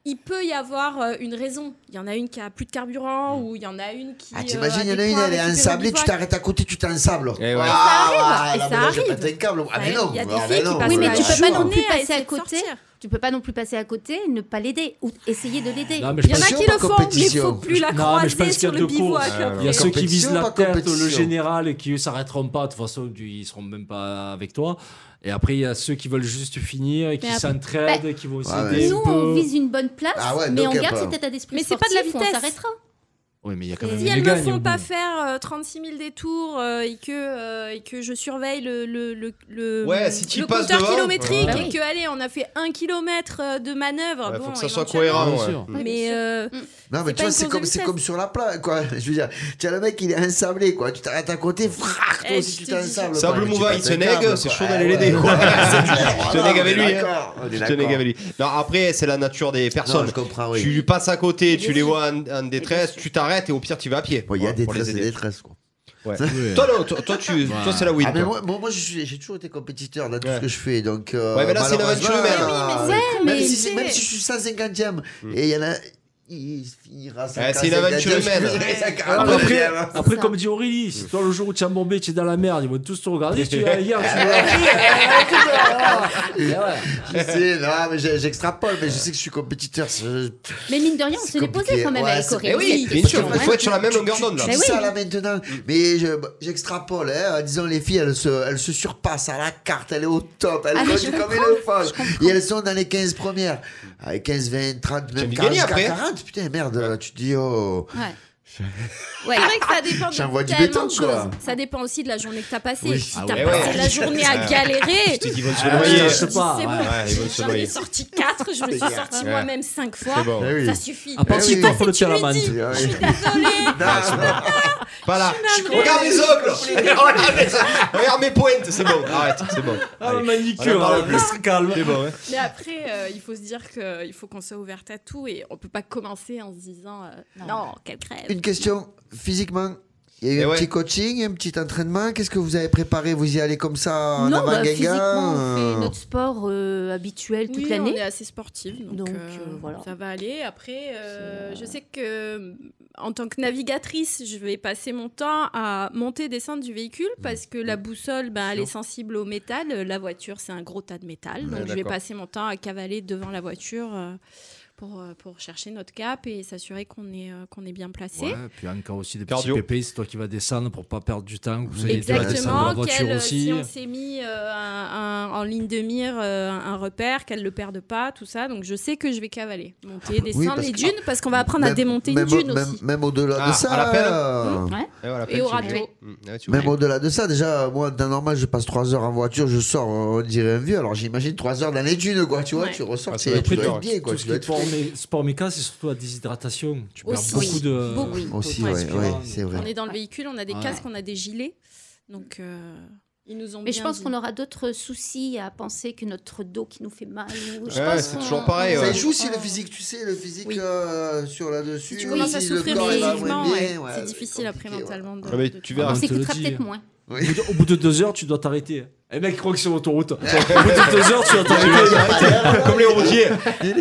il peut y avoir euh, une raison. Il y en a une qui a plus de carburant
Mm.
ou il y en a une qui.
Ah,
euh, a
t'imagines, il y en a
des
une,
points
elle est
récupérés
ensablée,
du
tu
poids.
t'arrêtes à côté, tu t'ensables.
Eh ouais.
Ah,
Ah,
et
la
ça
meuf, elle
arrive.
pète un câble. Ah, mais
Ouais,
non.
Il y a des
ah, mais
filles
non.
qui
Ah,
passent
Oui, mais
la
tu peux
journée
pas non plus
à
passer
essayer
à
de
côté.
sortir.
Tu peux pas non plus passer à côté, ne pas l'aider ou essayer de l'aider.
Non, mais je
Il y en a
Compétition,
qui
pas
le font, mais il
compétition.
faut plus
Non,
la
mais je pense
croiser
qu'il y a
sur le
deux cours.
bivouac.
Ouais,
après.
Il y a ceux qui visent
Compétition,
la
pas
tête,
compétition.
le général, et qui eux s'arrêteront pas. De toute façon, du- ils seront même pas avec toi. Et après, il y a ceux qui veulent juste finir, et qui
Mais après-
s'entraident,
bah,
et qui vont
Ah, ouais.
s'aider.
Nous,
un
on
peu.
vise une bonne place,
Ah ouais,
mais
donc
on
y a
garde
pas-
cet état d'esprit.
Mais c'est pas de la
sportif,
vitesse.
On s'arrêtera.
Oui, mais il y a quand
Et
même
Si
des
elles me
gagnes,
font
au
pas
bout.
faire euh, 36 000 détours euh, et, que, euh, et que je surveille le, le, le, le,
Ouais, si t'y
le
passes
compteur
devant,
kilométrique
ouais.
et que, allez, on a fait un kilomètre euh, de manœuvre.
Ouais,
bon,
faut que ça soit
éventuellement,
cohérent.
Bien
ouais.
sûr.
Ouais, bien
Mais
sûr.
euh,
Non,
C'est
mais tu vois,
pas une
c'est
cause
comme,
de
c'est
vitesse.
comme sur la plage, quoi. Je veux dire, tu as le mec, il est ensablé, quoi. Tu t'arrêtes à côté, frac, toi
Eh,
aussi,
je
tu
te dis-
t'ensables.
Sable
quoi. Tu
mouvant,
pètes
il se
un
nègue,
câble,
c'est
quoi.
chaud d'aller
Ah,
l'aider,
ouais,
quoi.
ouais, c'est clair.
Je te
Voilà,
nègue avec
on
lui,
est
hein.
d'accord, on est
Je te
d'accord.
nègue avec lui. Non, après, c'est la nature des
Non,
personnes.
je comprends, ah
Tu lui
oui.
passes à côté,
Et
tu
bien
les
sûr.
vois en, en détresse,
sûr.
tu t'arrêtes et au pire, tu vas à pied.
Bon, il y a
Voilà, pour les
détresse et
aider.
détresse, quoi.
Ouais.
Toi, non, toi, toi, tu, toi, c'est la win.
Ah, mais
toi.
moi, moi, moi, je suis- j'ai toujours été compétiteur dans tout
Ouais.
ce que je fais, donc. euh,
Ouais, mais là, c'est une
malheureusement,
aventure humaine.
euh,
Mais oui, mais
Même
c'est-
si c'est- même si je suis 150ème, et il y en a. Il finira
Eh, c'est une
150e,
aventure
je
humaine.
finirai 50e.
Après, après
ça.
comme dit Aurélie, si toi le jour où tu es embombé, tu es dans la merde, ils vont tous te regarder. Si tu es hier, tu es
Je sais, non, mais j'ai- j'extrapole, mais je sais que je suis compétiteur. je-
Mais mine de rien, on
C'est
se l'est
compliqué.
posé quand même
Ouais,
avec
c'est-
Corinne.
Eh oui,
C'est-
bien sûr,
c'est
il faut
vrai.
être sur la Ah, même longueur d'onde là. Mm.
Tu
Mais
dis
oui.
ça là maintenant, mais je- j'extrapole. Hein, disons, les filles, elles se, elles se surpassent à la carte, elles sont au top, elles
Ah, mais
cognent
je
comme
comprends,
une folle.
je
Et
comprends.
elles sont dans les 15 premières. Ah, les 15, 20, 30, même
envie de
40,
gagner après. hein.
40. Putain, merde, tu te dis, oh.
Ouais.
C'est vrai que ça dépend de
J'envoie du
tellement
béton,
de
quoi.
choses. Ça dépend aussi de la journée que t'as passée.
Oui.
Si
Ah
t'as
ouais,
passé
ouais.
la journée à galérer,
Je te dis, ils vont se
Ah,
noyer.
je
je
sais
dis,
pas,
c'est
ouais,
bon,
ouais, ils vont se
j'en ai
noyer.
sorti 4, je me suis sorti
Ouais.
moi-même 5
C'est
fois.
bon.
Ah oui.
Ça suffit.
À part
Eh
si
oui.
t'en fais le
Tu lui
télamante.
dis,
Ah oui.
je suis désolée.
Voilà.
navrée.
Regarde mes ongles. Regarde mes ongles. Regarde mes pointes. C'est bon. Arrête. C'est bon.
Ah, le
Allez.
manicure,
On en parle
hein,
plus.
reste calme.
C'est bon. ouais.
Mais après, euh, il faut se dire qu'il faut qu'on soit ouverte à tout et on peut pas commencer en se disant euh, non. quelle crève.
Une question, physiquement, il y a eu
Eh
un
ouais.
petit coaching, un petit entraînement. Qu'est-ce que vous avez préparé Vous y allez comme ça en
Non, bah,
avant-guingamp
physiquement, on
euh,
fait notre sport euh, habituel toute
Oui, on
l'année.
est assez sportive, donc,
Donc,
euh,
euh, voilà.
ça va aller. Après, euh, je sais que en tant que navigatrice, je vais passer mon temps à monter, descendre du véhicule parce que la boussole, ben, elle est sensible au métal. Euh, La voiture, c'est un gros tas de métal,
Ouais,
donc je vais
d'accord.
passer mon temps à cavaler devant la voiture. euh, pour, euh, pour chercher notre cap et s'assurer qu'on est, euh, qu'on est bien placé.
Ouais, puis encore aussi des
Cardio.
petits pépés, c'est toi qui vas descendre pour pas perdre du temps. Vous allez devoir descendre la
Exactement,
voiture
qu'elle, euh,
aussi.
si on s'est mis euh, un- un- en ligne de mire euh, un repère, qu'elle le perde pas, tout ça. Donc je sais que je vais cavaler, monter, descendre
parce
les
que-
dunes, parce qu'on va apprendre à
même-
démonter
même-
une dune
même-
aussi.
Même au-delà
Ah,
de ça.
à la pelle. hein.
euh,
Ouais.
Et voilà,
Et au
tu le
râteau.
joues. Mm, ouais, tu le
Même
joues.
au-delà de ça, déjà, euh, moi, en temps normal, je passe 3 heures en voiture, je sors, euh, on dirait un vieux. Alors j'imagine 3 heures dans les dunes, quoi, tu vois,
Ouais.
tu ressors,
Ah, ça
tu
doit
tu
être
dois
dur.
être bien, quoi,
Tout
tu
ce qui
dois
est
être
porno,
frais,
mais sport méca, c'est surtout la déshydratation. Tu perds
Aussi,
beaucoup
oui.
de.
Beaucoup. Oui,
Aussi,
beaucoup.
ouais, ouais, c'est
On
vrai.
est dans le véhicule, on a des
Ouais.
casques, on a des gilets. Donc, euh, ils nous ont
Mais je
bien
pense
dit.
qu'on aura d'autres soucis à penser que notre dos qui nous fait mal. ou- je
Ouais,
pense
c'est
qu'on-
toujours pareil,
on-
ouais.
Ça joue si le physique, tu sais, le physique euh, sur là-dessus.
Si tu commences à
si le
souffrir
corps est pas
physiquement,
bien,
ouais,
ouais,
c'est difficile après
compliqué,
mentalement. de-
Ah, mais
de-
tu
On
verras.
te le
s'écoutera
dit,
peut-être
hein.
moins.
ouais.
Au
Oui.
bout, de, au bout de deux heures, tu dois t'arrêter. Les mecs, ils croient que c'est l'autoroute. au bout de deux heures, tu dois t'arrêter.
Comme les routiers.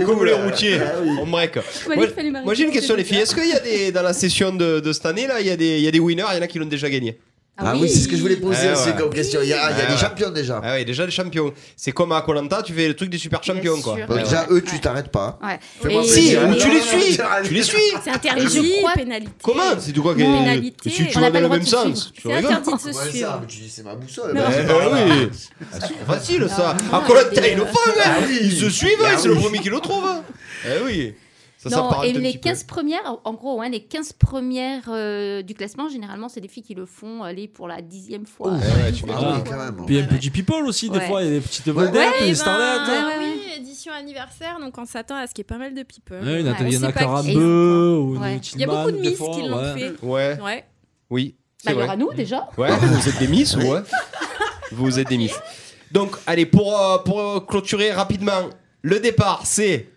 Comme les routiers. En break.
Fallait-
Moi,
fallait m'arrêter
moi, j'ai une
parce que
question, les
j'ai
filles.
peur.
Est-ce qu'il y a des, dans la session de, de cette année, là, il y, a des- il y a des winners, il y en a qui l'ont déjà gagné
Ah oui, c'est ce que je voulais poser
Ouais,
aussi
Eh ouais.
comme question. Il y a, il y a
Ouais,
des
ouais.
champions déjà.
Ah ouais, déjà les champions. C'est comme à Colanta, tu fais le truc des super champions,
Bien
quoi.
sûr.
Donc
Ouais,
Bah, déjà,
ouais.
eux, tu t'arrêtes pas.
Ouais.
Fais-moi
Et-
Si,
plaisir.
ou tu les
Non, non,
suis
non, non,
Tu les suis
C'est interdit,
Je crois-
pénalité.
Comment C'est du quoi
Pénalité.
que Si tu
On
vas
n'a
dans
pas
le
le
même
droit de se
sens, tu
C'est
rigoles
interdit de se
Ouais, ça,
suivre.
mais tu dis, c'est ma boussole.
Eh
bah, c'est
ben
pas grave.
oui Ah, C'est trop facile ça À
non,
Colanta,
c'est-
ils le font, hein.
Ah oui.
Ils se suivent,
Ah
hein, c'est le
oui.
premier qui le trouve hein. Eh oui Ça
non,
s'apparente
et
un
les
petit peu.
15 premières, en- en gros, hein, les 15 premières euh, du classement, généralement, c'est des filles qui le font aller pour la dixième fois.
Eh ouais, tu
Ah
m'étonnes.
oui, quand même.
Puis il y a petit people aussi, des
Ouais.
fois. Il y a des petites
Ouais.
vedettes,
Eh
des hein.
ben,
starlettes.
ouais, ouais.
Oui, édition anniversaire, donc on s'attend à ce qu'il y ait pas mal de people.
Ouais, il y en a-
Ouais,
il y en
on
a
sait pas qui-
42 Euh, ou
Ouais.
une
Il y a beaucoup de
Ultiman, des
Miss
fois,
qui l'ont
ouais.
fait.
Ouais,
Ouais.
oui.
Bah,
C'est
alors
vrai.
à nous déjà.
Ouais, vous hein. êtes des miss ou ouais Vous êtes des miss. Donc, allez, pour, euh, pour euh, clôturer rapidement, le départ, c'est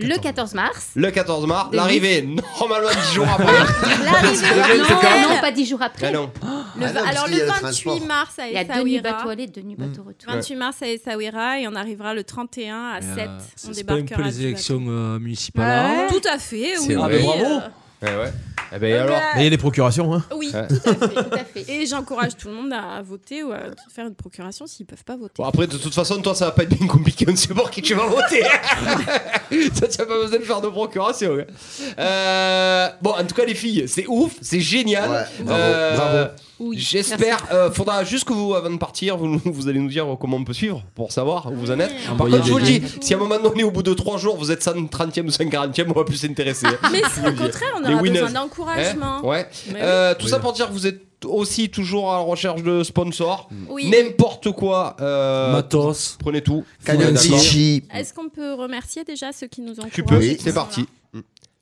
Le 14 mars.
le 14 mars.
Des
L'arrivée, normalement, 10 jours après.
L'arrivée.
Noël.
Non, non, pas 10 jours
Ah
après.
non.
Le
Ah non,
va-
parce
alors
qu'il y
le
a le
28
transport.
mars à
Il y a deux nuits
Essaouira.
bateau aller, deux nuits
Hmm.
bateau retour.
28 mars à Essaouira et on arrivera le 31 à
Mais,
7.
euh,
on
C'est pas un
débarquera.
peu
du
les
bateau.
élections euh, municipales. là
Tout à fait, oui.
C'est vrai.
oui,
Ah, bah, bravo.
euh,
Eh ouais. Eh ben, et alors
Mais il y a les procurations, hein.
Oui,
Ouais.
tout à fait.
Tout à fait.
Et j'encourage tout le monde à voter ou à faire une procuration s'ils peuvent pas voter.
Bon, après, de toute façon, toi, ça va pas être bien compliqué, on sait pour qui tu vas voter. ça, tu as pas besoin de faire de procuration. ouais. Euh, bon, en tout cas, les filles, c'est ouf, c'est génial. Euh,
Ouais, bravo, bravo.
Oui,
J'espère. euh, faudra juste que vous, avant de partir, vous, nous- vous allez nous dire comment on peut suivre pour savoir où vous en êtes. Par
Ah,
Envoyez
contre, je vous le
des
dis,
liens.
si à un moment donné, au bout de 3 jours, vous êtes 130e ou 140e, on va plus s'intéresser.
Mais c'est au contraire, on
Les
aura
winners.
besoin d'encouragement.
Hein ouais.
Mais
Euh, tout
Oui.
ça pour dire que vous êtes aussi toujours à la recherche de sponsors.
oui.
N'importe quoi. euh,
Matos.
prenez tout.
Canyon
Ouais, d'accord.
Tichy.
Est-ce qu'on peut remercier déjà ceux qui nous ont
Tu peux,
Oui.
c'est parti.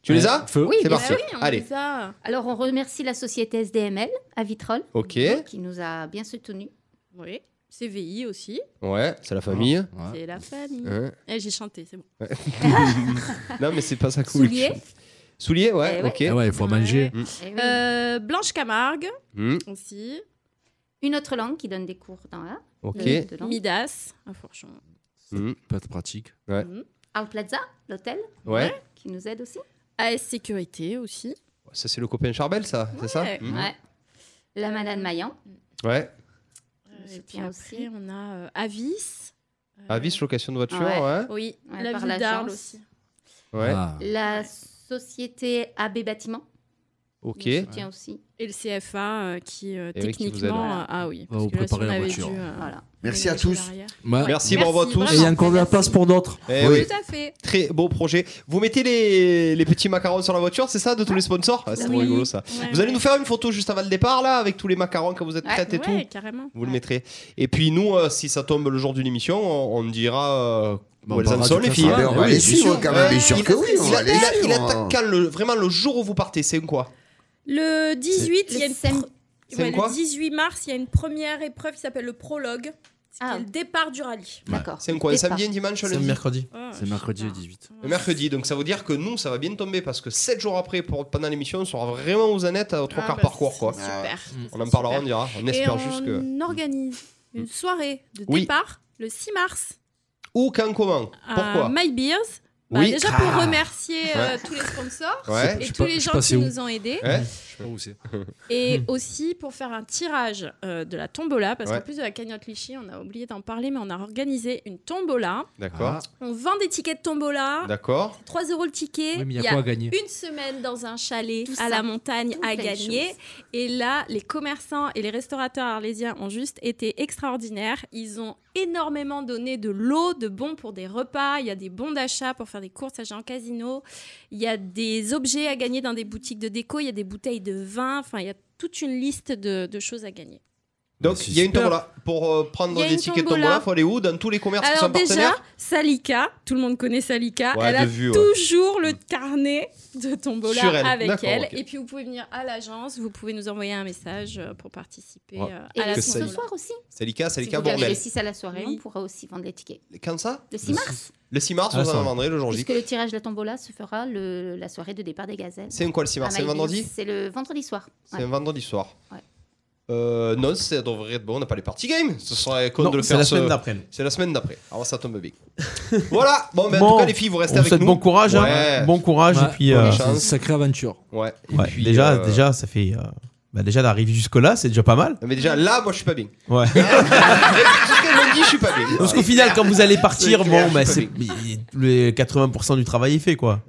Tu les as
Feu.
Oui,
C'est
bien
parti.
sûr.
oui, on
Allez.
les a.
Alors, on remercie la société SDML à Vitrolles,
Ok.
qui nous a bien soutenus.
Oui. CVI aussi,
Ouais, c'est la famille.
Ouais.
c'est la famille.
Hein.
Eh, J'ai chanté, c'est bon.
non, mais c'est pas ça cool.
Soulier.
Soulier, ouais,
Eh ouais.
ok.
Ah ouais, il faut
Ouais.
manger.
Eh oui.
Euh, Blanche Camargue
Hmm,
aussi,
Une autre langue qui donne des cours dans la.
ok.
de- de langue.
Midas, ah, à Fourchon.
Hmm,
Peut être pratique.
Al Plaza, l'hôtel,
Ouais.
qui nous aide aussi.
AS Sécurité aussi.
Ça, c'est le copain Charbel, ça C'est ça
Ouais.
Hmm.
Ouais. La Madame Maillan.
Ouais.
Euh,
Je
Et puis
tiens
après,
aussi.
on a euh, Avis. Euh,
Ah, Avis, location de voiture,
Ouais.
ouais.
Oui,
Ouais,
la
par
ville
la
d'Arles
chance.
aussi.
Ouais,
Ah.
La société AB Bâtiment.
ok.
nous soutient aussi.
Et le CFA euh, qui, euh,
Et Eh oui, qui vous
techniquement,
aide.
euh, ah oui,
Va vous
parce que là, si
préparer
on
la
avait
voiture.
dû, euh,
Voilà.
Merci à
déménager
tous.
derrière.
Ouais.
Merci,
Merci,
bravo à tous.
Et il y a encore de la place pour d'autres.
Eh oui.
Tout à fait.
Très beau projet. Vous mettez les, les petits macarons sur la voiture, c'est ça, de tous les sponsors Ah, C'est trop
Oui.
rigolo ça.
Ouais,
Vous allez
ouais.
nous faire une photo juste avant le départ, là, avec tous les macarons quand vous êtes
Ouais.
prêtes et tout.
Ouais, carrément.
Vous le mettrez. Et puis nous, euh, si ça tombe le jour d'une émission, on, on dira euh,
Bah,
où
on
elles en
parlera
sont,
du
les filles.
classement.
hein.
Mais on va
oui,
les
bien
suivre
sûr.
quand même. Bien sûr
Il-
que oui, on
il,
va les
attaque- il
suivre.
attaque
hein.
quand le, vraiment le jour où vous partez, c'est quoi
Le 18, il y a
Le
une
sem-
pro-
C'est
ouais,
une quoi
le 18 mars, il y a une première épreuve qui s'appelle le prologue. C'est
Ah.
le départ du rallye.
D'accord.
C'est quoi Un
Départ.
samedi, un dimanche, un
C'est
lundi
mercredi.
Ah,
C'est
je
mercredi
sais
le
pas.
18.
Le mercredi, donc ça veut dire que nous, ça va bien tomber parce que 7 jours après, pour, pendant l'émission, on sera vraiment aux annettes aux trois
Ah,
quarts
bah,
parcours.
c'est
Quoi.
Super.
Mm.
On en parlera, on dira. On
Et
espère
on
juste que.
organise une soirée de
Oui.
départ le 6 mars
Où, quand, comment
à
Pourquoi
My Beers. Ah, Bah,
Oui.
Déjà pour remercier euh, tous les sponsors
Ouais.
et
Ah. Je sais
tous
pas-
les
je sais
gens
pas
qui
c'est où.
nous ont aidés.
Ouais.
Je sais pas où c'est.
Et aussi pour faire un tirage euh, de la tombola, parce
Ouais.
qu'en plus de la cagnotte Lichy, on a oublié d'en parler, mais on a organisé une tombola.
D'accord, Ah.
On vend des tickets de tombola,
d'accord.
3 euros le ticket.
Oui, mais il
Il
y a quoi à gagner
une semaine dans un chalet
Tout
à
ça.
la montagne
Tout
à
plein de
gagner.
choses.
Et là, les commerçants et les restaurateurs arlésiens ont juste été extraordinaires. Ils ont énormément donné de l'eau, de bons pour des repas. Il y a des bons d'achat pour faire des courses à Jean Casino. Il y a des objets à gagner dans des boutiques de déco. Il y a des bouteilles de vin. Enfin, il y a toute une liste de, de choses à gagner.
Bah,
Donc, il y a une tombola. Pour euh, prendre
Il y a
des
une
tickets de
tombola.
tombola, faut aller où Dans tous les commerces qui
Alors
sont
déjà,
partenaires
Salika, tout le monde connaît Salika,
Ouais,
elle a
de vue, ouais.
toujours le carnet de
Sur
Tombola
elle,
avec
d'accord,
elle.
ok.
Et puis vous pouvez venir à l'agence, vous pouvez nous envoyer un message euh, pour participer
Ouais.
euh,
Et
à la
ça
le-
y
ce
est.
Tombola.
soir aussi.
Salika,
Si
Salika
vous venez le
Bordel.
6 à la soirée,
Oui.
on pourra aussi vendre les tickets.
Quand ça
Le 6 mars,
Le 6 mars,
Ah,
vous
ça.
en vendrez le jour J.
puisque le tirage de la tombola se fera le- la soirée de départ des gazelles.
C'est un quoi le 6
À
mars C'est le
Mailleville.
vendredi
C'est bah, le vendredi soir.
C'est
Ouais.
un vendredi soir.
Ouais.
Euh, non, ça devrait être bon. On n'a pas les party games. Ce serait con
Non,
de le
c'est
faire.
la
ce-
semaine d'après.
C'est la semaine d'après. Alors ça tombe bien. voilà. Bon, mais en
Bon,
tout cas, les filles, vous restez
On
avec
vous souhaite
nous.
bon courage, hein.
Ouais.
bon courage
Ouais,
et puis
ouais,
euh,
bonne
c'est une
chance.
sacrée aventure.
Ouais. Et
ouais,
puis,
déjà,
euh,
déjà, ça fait euh, bah déjà d'arriver jusque là, c'est déjà pas mal.
Mais déjà là, moi, je suis pas bien.
Ouais.
Tout ce qu'elle me dit, je suis pas bien.
Parce qu'au final, quand vous allez partir,
C'est Ah, clair,
bon, bah,
je
c'est
suis
les 80% du travail est fait, quoi.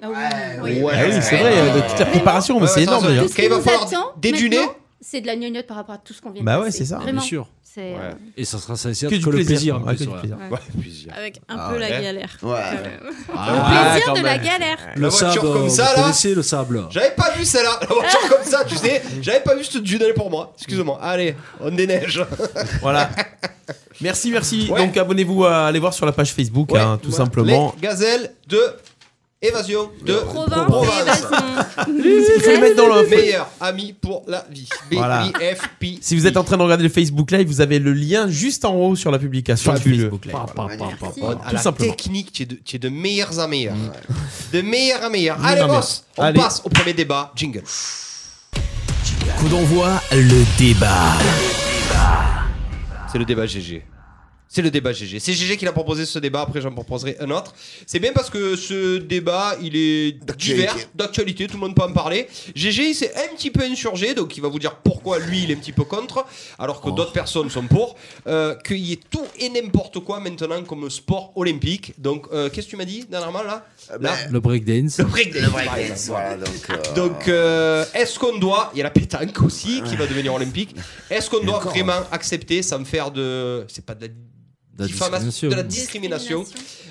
Ah oui, oui, oui.
Ouais.
Ah oui, c'est vrai, de toute la préparation, mais
Ouais, attends,
c'est énorme
attends,
déjà.
Tout ce
Quand
qui
il va
nous
falloir
attend
déjeuner-
maintenant, C'est de la gnognotte par rapport à tout ce qu'on vient de
Bah ouais,
passer.
c'est ça.
Vraiment.
Bien sûr.
C'est euh,
Ouais.
Et ça sera censé être
Que
que,
du
le plaisir.
plaisir.
en
ouais,
plus,
que du
ouais.
plaisir.
Ouais, plaisir.
Avec un
Ah
peu la
ouais.
galère.
Ouais.
quand même.
Ah,
Plaisir
quand
de la
même.
galère.
La
Le
voiture
sable,
comme
euh,
vous
ça, là.
connaissez le sable.
J'avais pas vu celle-là, la voiture comme ça, tu sais. J'avais pas vu cette dune, elle est pour moi. Excuse-moi. Allez, on déneige.
Voilà. Merci, merci.
Ouais.
Donc abonnez-vous à aller voir sur la page Facebook,
Ouais,
hein, tout
voilà.
simplement.
Les gazelles de évasion de
Provence,
Provence.
et Bason.
Il faut les mettre dans le.
Meilleur ami pour la vie.
Voilà.
BIFP.
Si vous êtes en train de regarder le Facebook Live, vous avez le lien juste en haut sur la publication.
Sur
du-
Facebook
Pa, pa, pa, pa,
Merci.
pa.
On- à la
simplement. Mm.
technique, tu es, de, tu es de meilleurs à meilleurs. De meilleurs à meilleurs.
Meilleur
Allez,
à
boss, on
meilleur. Allez.
passe au premier débat. Jingle.
Coup d'envoi, le débat.
C'est le débat GG. C'est le débat GG. C'est GG qui l'a proposé ce débat, après j'en proposerai un autre. C'est bien parce que ce débat, il est
D'actualité.
divers, d'actualité, tout le monde peut en parler. GG, il s'est un petit peu insurgé, donc il va vous dire pourquoi lui, il est un petit peu contre, alors que d'autres personnes sont pour. Euh, Qu'il y ait tout et n'importe quoi maintenant comme sport olympique. Donc, euh, qu'est-ce que tu m'as dit dernièrement là Là
Le breakdance.
Euh, ben, Le breakdance.
Le
par exemple.
breakdance, voilà, donc. euh,
Donc, euh, est-ce qu'on doit, il y a la pétanque aussi qui va devenir olympique, est-ce qu'on doit vraiment accepter sans faire de. C'est pas de la,
La
diffama-
discrimination.
de la discrimination,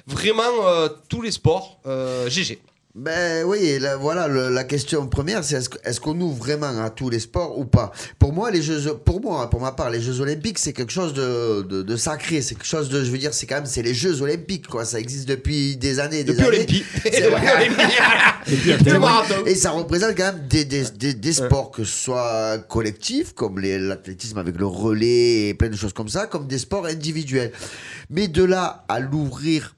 Vraiment euh, tous les sports, euh, GG.
Ben oui, et là, voilà, le- la question première, c'est est-ce que- est-ce qu'on ouvre vraiment à tous les sports ou pas Pour moi, les Jeux, pour moi, pour ma part, les Jeux Olympiques, c'est quelque chose de, de, de sacré, c'est quelque chose de, je veux dire, c'est quand même, c'est les Jeux Olympiques, quoi. Ça existe depuis des années, et des
Depuis
années.
Olympie.
C'est vrai.
Depuis Olympie. Le marathon.
Et ça représente quand même des, des, des, des sports, que ce soit collectifs, comme les- l'athlétisme avec le relais et plein de choses comme ça, comme des sports individuels. Mais de là à l'ouvrir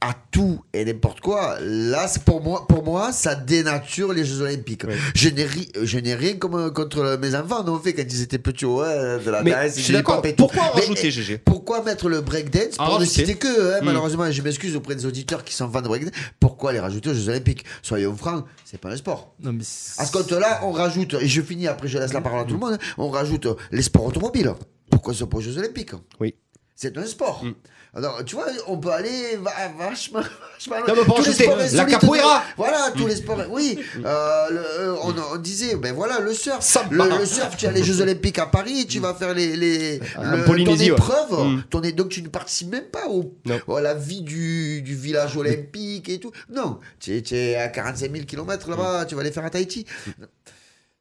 à tout et n'importe quoi, là, c'est pour moi, pour moi, ça dénature les Jeux Olympiques. Je n'ai ri- je n'ai rien comme, contre le- mes enfants, on fait quand ils étaient petits, ouais, de la
Mais
danse,
je suis
du
d'accord.
hip-hop et tout.
Pourquoi en
Mais-
rajouter GG
pourquoi mettre le breakdance
Ah,
pour ne
rajouter.
citer que hein,
Mm.
Malheureusement, je m'excuse auprès des auditeurs qui sont fans de breakdance. Pourquoi les rajouter aux Jeux Olympiques Soyons francs, c'est pas un sport.
Non, mais
À ce compte-là, on rajoute, et je finis après, je laisse la parole à tout le monde, on rajoute euh, les sports automobiles. Pourquoi ce pour les Jeux Olympiques
Oui.
C'est un sport.
Mm.
Alors, tu vois, on peut aller va- vachement. vachement loin.
Non, mais pour
Tous les
rajouter
sports
la
insolites,
capoeira. Mm.
tous- Voilà, tous les sports. Oui, euh, le- euh, on, on disait, ben voilà, le surf.
Samba.
Le, le surf, tu as les Jeux Olympiques à Paris, tu vas faire les. les
En
le-
Ah, Polynésie,
ton
ouais.
épreuve,
Mm.
ton é- donc tu ne participes même pas au,
Non.
à la vie du, du village olympique et tout. Non, tu es, tu es à 45 000 km là-bas,
Mm.
tu vas les faire à Tahiti.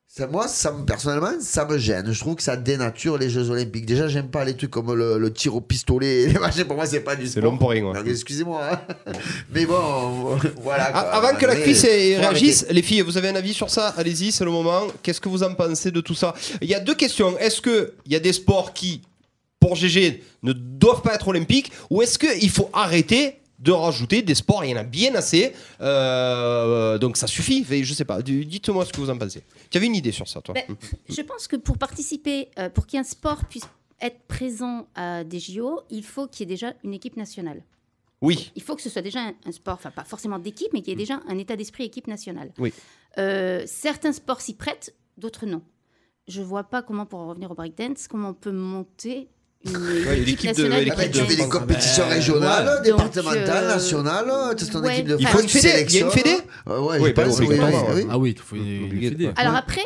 Ça, moi, ça, me- personnellement, ça me gêne. Je trouve que ça dénature les Jeux Olympiques. Déjà, j'aime pas les trucs comme le, le tir au pistolet. et les machins. pour moi, c'est pas du
C'est
sport.
l'homme pour rien. ouais.
Donc, excusez-moi. hein. Mais bon, voilà. quoi.
Ah, Avant que la
Mais-
crise eh,
Bah, faut arrêter.
réagisse, les filles, vous avez un avis sur ça Allez-y, c'est le moment. Qu'est-ce que vous en pensez de tout ça Il y a deux questions. Est-ce que il y a des sports qui, pour GG, ne doivent pas être olympiques Ou est-ce qu'il faut arrêter de rajouter des sports Il y en a bien assez. Euh, donc ça suffit. Fait, Je sais pas. D- Dites-moi ce que vous en pensez. Tu avais une idée sur ça, toi
Ben, Je pense que pour participer, euh, pour qu'un sport puisse être présent à des JO, il faut qu'il y ait déjà une équipe nationale.
Oui.
Il faut que ce soit déjà un, un sport, enfin pas forcément d'équipe, mais qu'il y ait déjà un état d'esprit équipe nationale.
Oui.
Euh, certains sports s'y prêtent, d'autres non. Je vois pas comment, pour en revenir au breakdance, comment on peut monter une,
l'équipe
équipe
de-
nationale.
Ah ben,
l'équipe
tu
de
fais des
France.
compétitions
euh,
régionales,
ouais.
départementales,
Donc, euh,
nationales. Tu as ton
ouais.
équipe de
Il
France.
faut
une
tu
fédé, il y a une
sélectionnes.
fédé
Euh, ouais,
Oui,
je
bah,
pense, oui,
obligatoirement,
oui,
ouais.
oui.
Ah oui, il faut une
Obligé de-
fédé.
Alors après,